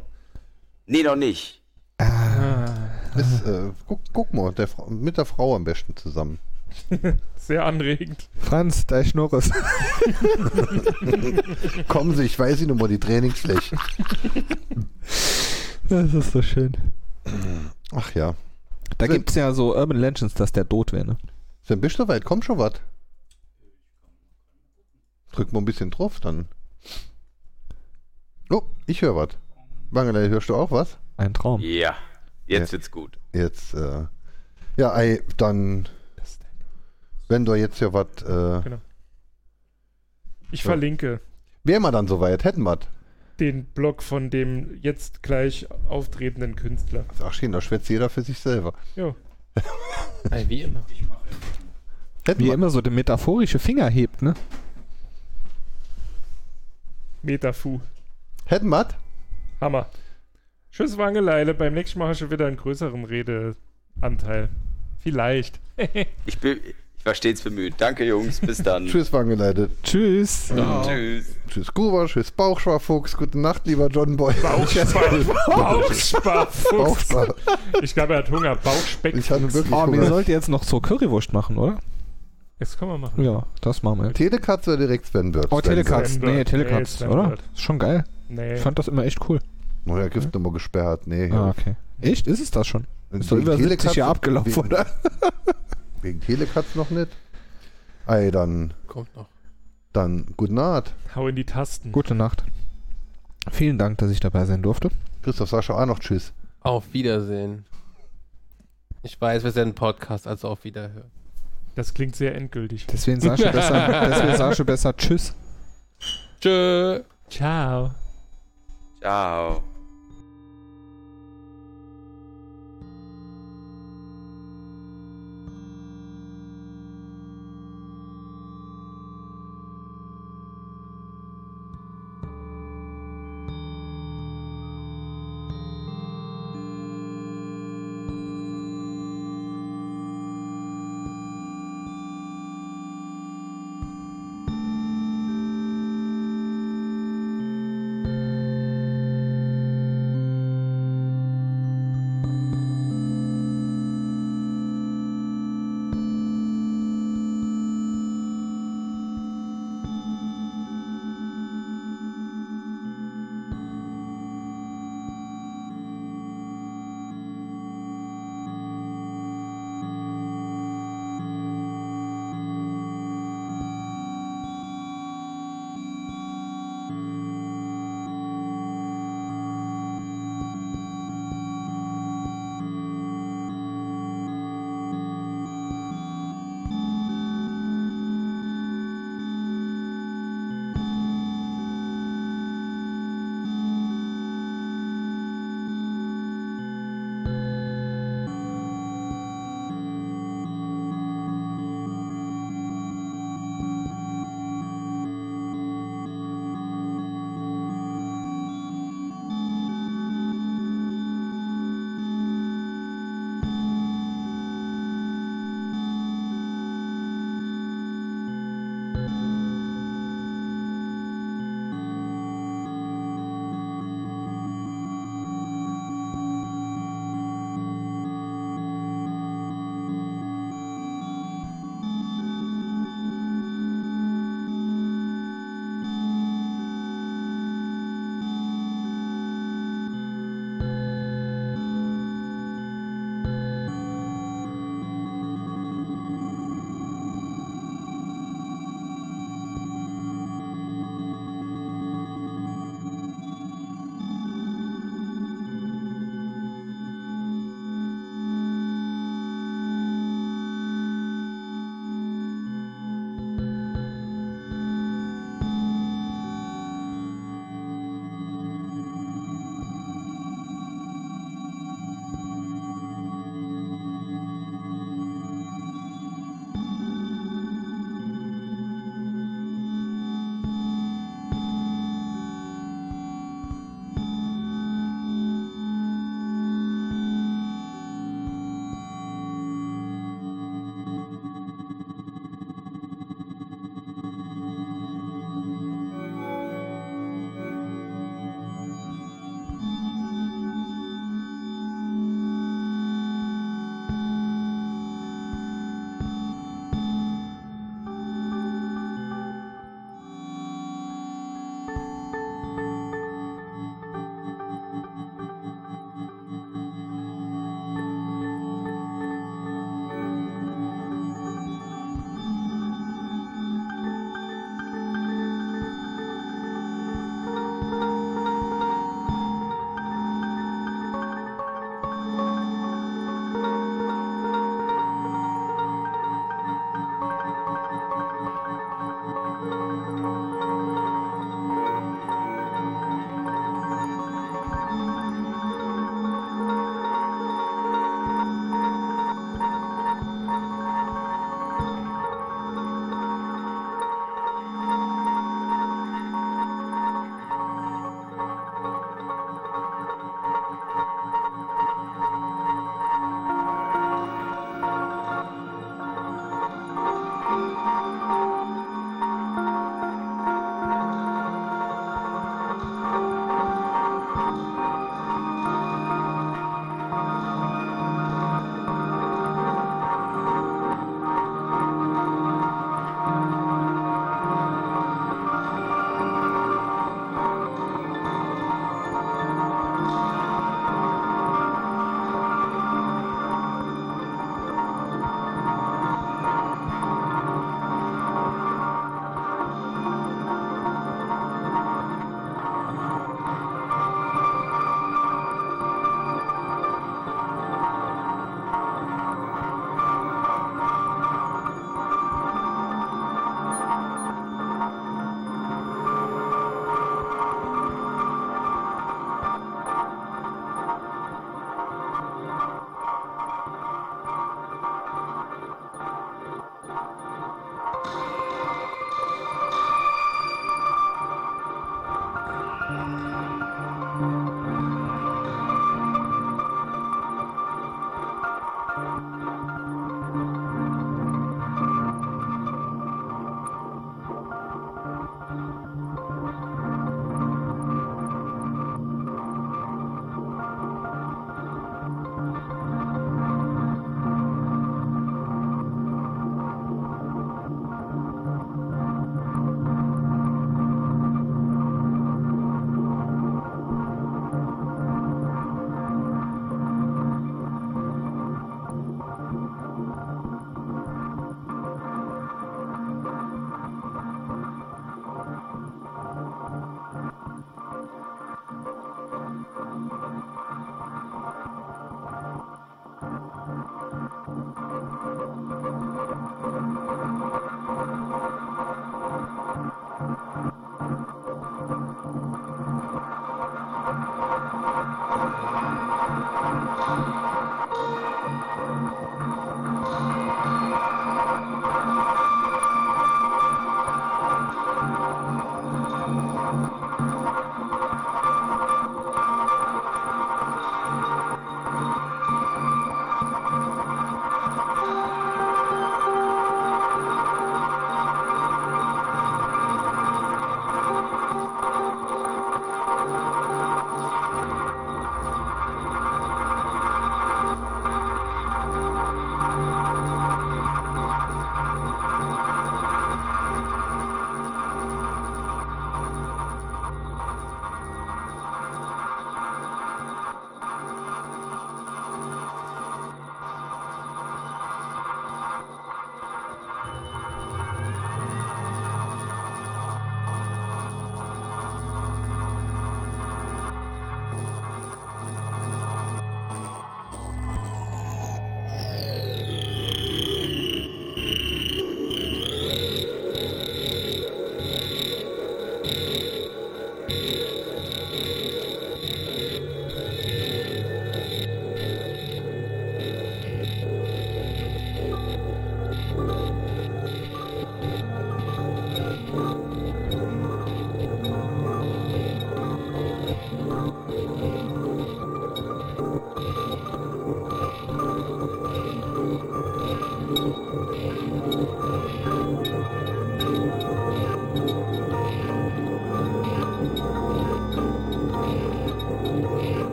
Speaker 3: Nee, noch nicht.
Speaker 2: Ah.
Speaker 1: Das, äh, guck, guck mal, der, Frau- mit der Frau am besten zusammen.
Speaker 5: Sehr anregend.
Speaker 2: Franz, da ist Norris.
Speaker 1: Kommen Sie, ich weiß Ihnen mal die Trainingsfläche.
Speaker 2: Das ist so schön.
Speaker 1: Ach ja.
Speaker 2: Da
Speaker 1: Sven.
Speaker 2: gibt's ja so Urban Legends, dass der tot wäre. Ne?
Speaker 1: Sven, bist du weit? Komm schon was. Drück mal ein bisschen drauf, dann. Oh, ich höre was. Wangelei, hörst du auch was?
Speaker 2: Ein Traum.
Speaker 3: Ja. Jetzt
Speaker 1: Ja.
Speaker 3: wird's gut.
Speaker 1: Jetzt, äh, ja, ey, dann, wenn du jetzt hier was, äh,
Speaker 5: Ich
Speaker 1: So.
Speaker 5: verlinke
Speaker 1: wären wir dann soweit, hätten wir
Speaker 5: den Blog von dem jetzt gleich auftretenden Künstler.
Speaker 1: Ach, schön, da schwätzt jeder für sich selber.
Speaker 5: Jo.
Speaker 4: Ey, wie immer.
Speaker 1: Hätten
Speaker 2: Wie er
Speaker 1: wir.
Speaker 2: immer so den metaphorische Finger hebt, ne?
Speaker 5: Metafu.
Speaker 1: Hätten wir.
Speaker 5: Hammer. Tschüss, Wangeleile. Beim nächsten Mal hast du wieder einen größeren Redeanteil. Vielleicht.
Speaker 3: Ich, bin, ich war stets bemüht. Danke, Jungs. Bis dann.
Speaker 1: Tschüss, Wangeleitet.
Speaker 2: Tschüss.
Speaker 3: Tschüss.
Speaker 1: Tschüss, Kuba. Tschüss, Bauchschwarfuchs. Gute Nacht, lieber John Boy.
Speaker 2: Oh,
Speaker 5: Bauchsparfuchs.
Speaker 1: Bauchschwar-
Speaker 5: Ich glaube, er hat Hunger. Bauchspeck.
Speaker 1: Ich hatte wirklich
Speaker 2: Oh, wir
Speaker 1: Hunger.
Speaker 2: sollten jetzt noch so Currywurst machen, oder?
Speaker 5: Das können wir machen.
Speaker 2: Ja, das machen wir.
Speaker 1: Telekatz oder direkt Sven wird.
Speaker 2: Oh, Telecuts.
Speaker 5: Sven
Speaker 2: Nee,
Speaker 5: Bird.
Speaker 2: Telecuts,
Speaker 5: Nee, Sven
Speaker 2: oder?
Speaker 5: Bird.
Speaker 2: Ist schon geil.
Speaker 5: Nee.
Speaker 2: Ich fand das immer echt cool.
Speaker 1: Oh, der Griff nochmal gesperrt. Nee,
Speaker 2: Ah, okay. Echt? Ist es das schon? Ist doch
Speaker 1: Wegen
Speaker 2: über 70
Speaker 1: Telekatz-
Speaker 2: Jahre abgelaufen,
Speaker 1: wegen-
Speaker 2: oder?
Speaker 1: Wegen Telekatz noch nicht. Ey, dann,
Speaker 6: Kommt noch.
Speaker 1: dann, gute Nacht.
Speaker 5: Hau in die Tasten.
Speaker 2: Gute Nacht. Vielen Dank, dass ich dabei sein durfte.
Speaker 1: Christoph Sascha auch noch Tschüss.
Speaker 4: Auf Wiedersehen. Ich weiß, wir sind ein Podcast, also auf Wiederhören.
Speaker 5: Das klingt sehr endgültig.
Speaker 2: Deswegen sagst du besser, deswegen sagst du besser Tschüss.
Speaker 4: Tschö.
Speaker 5: Ciao.
Speaker 3: Ciao.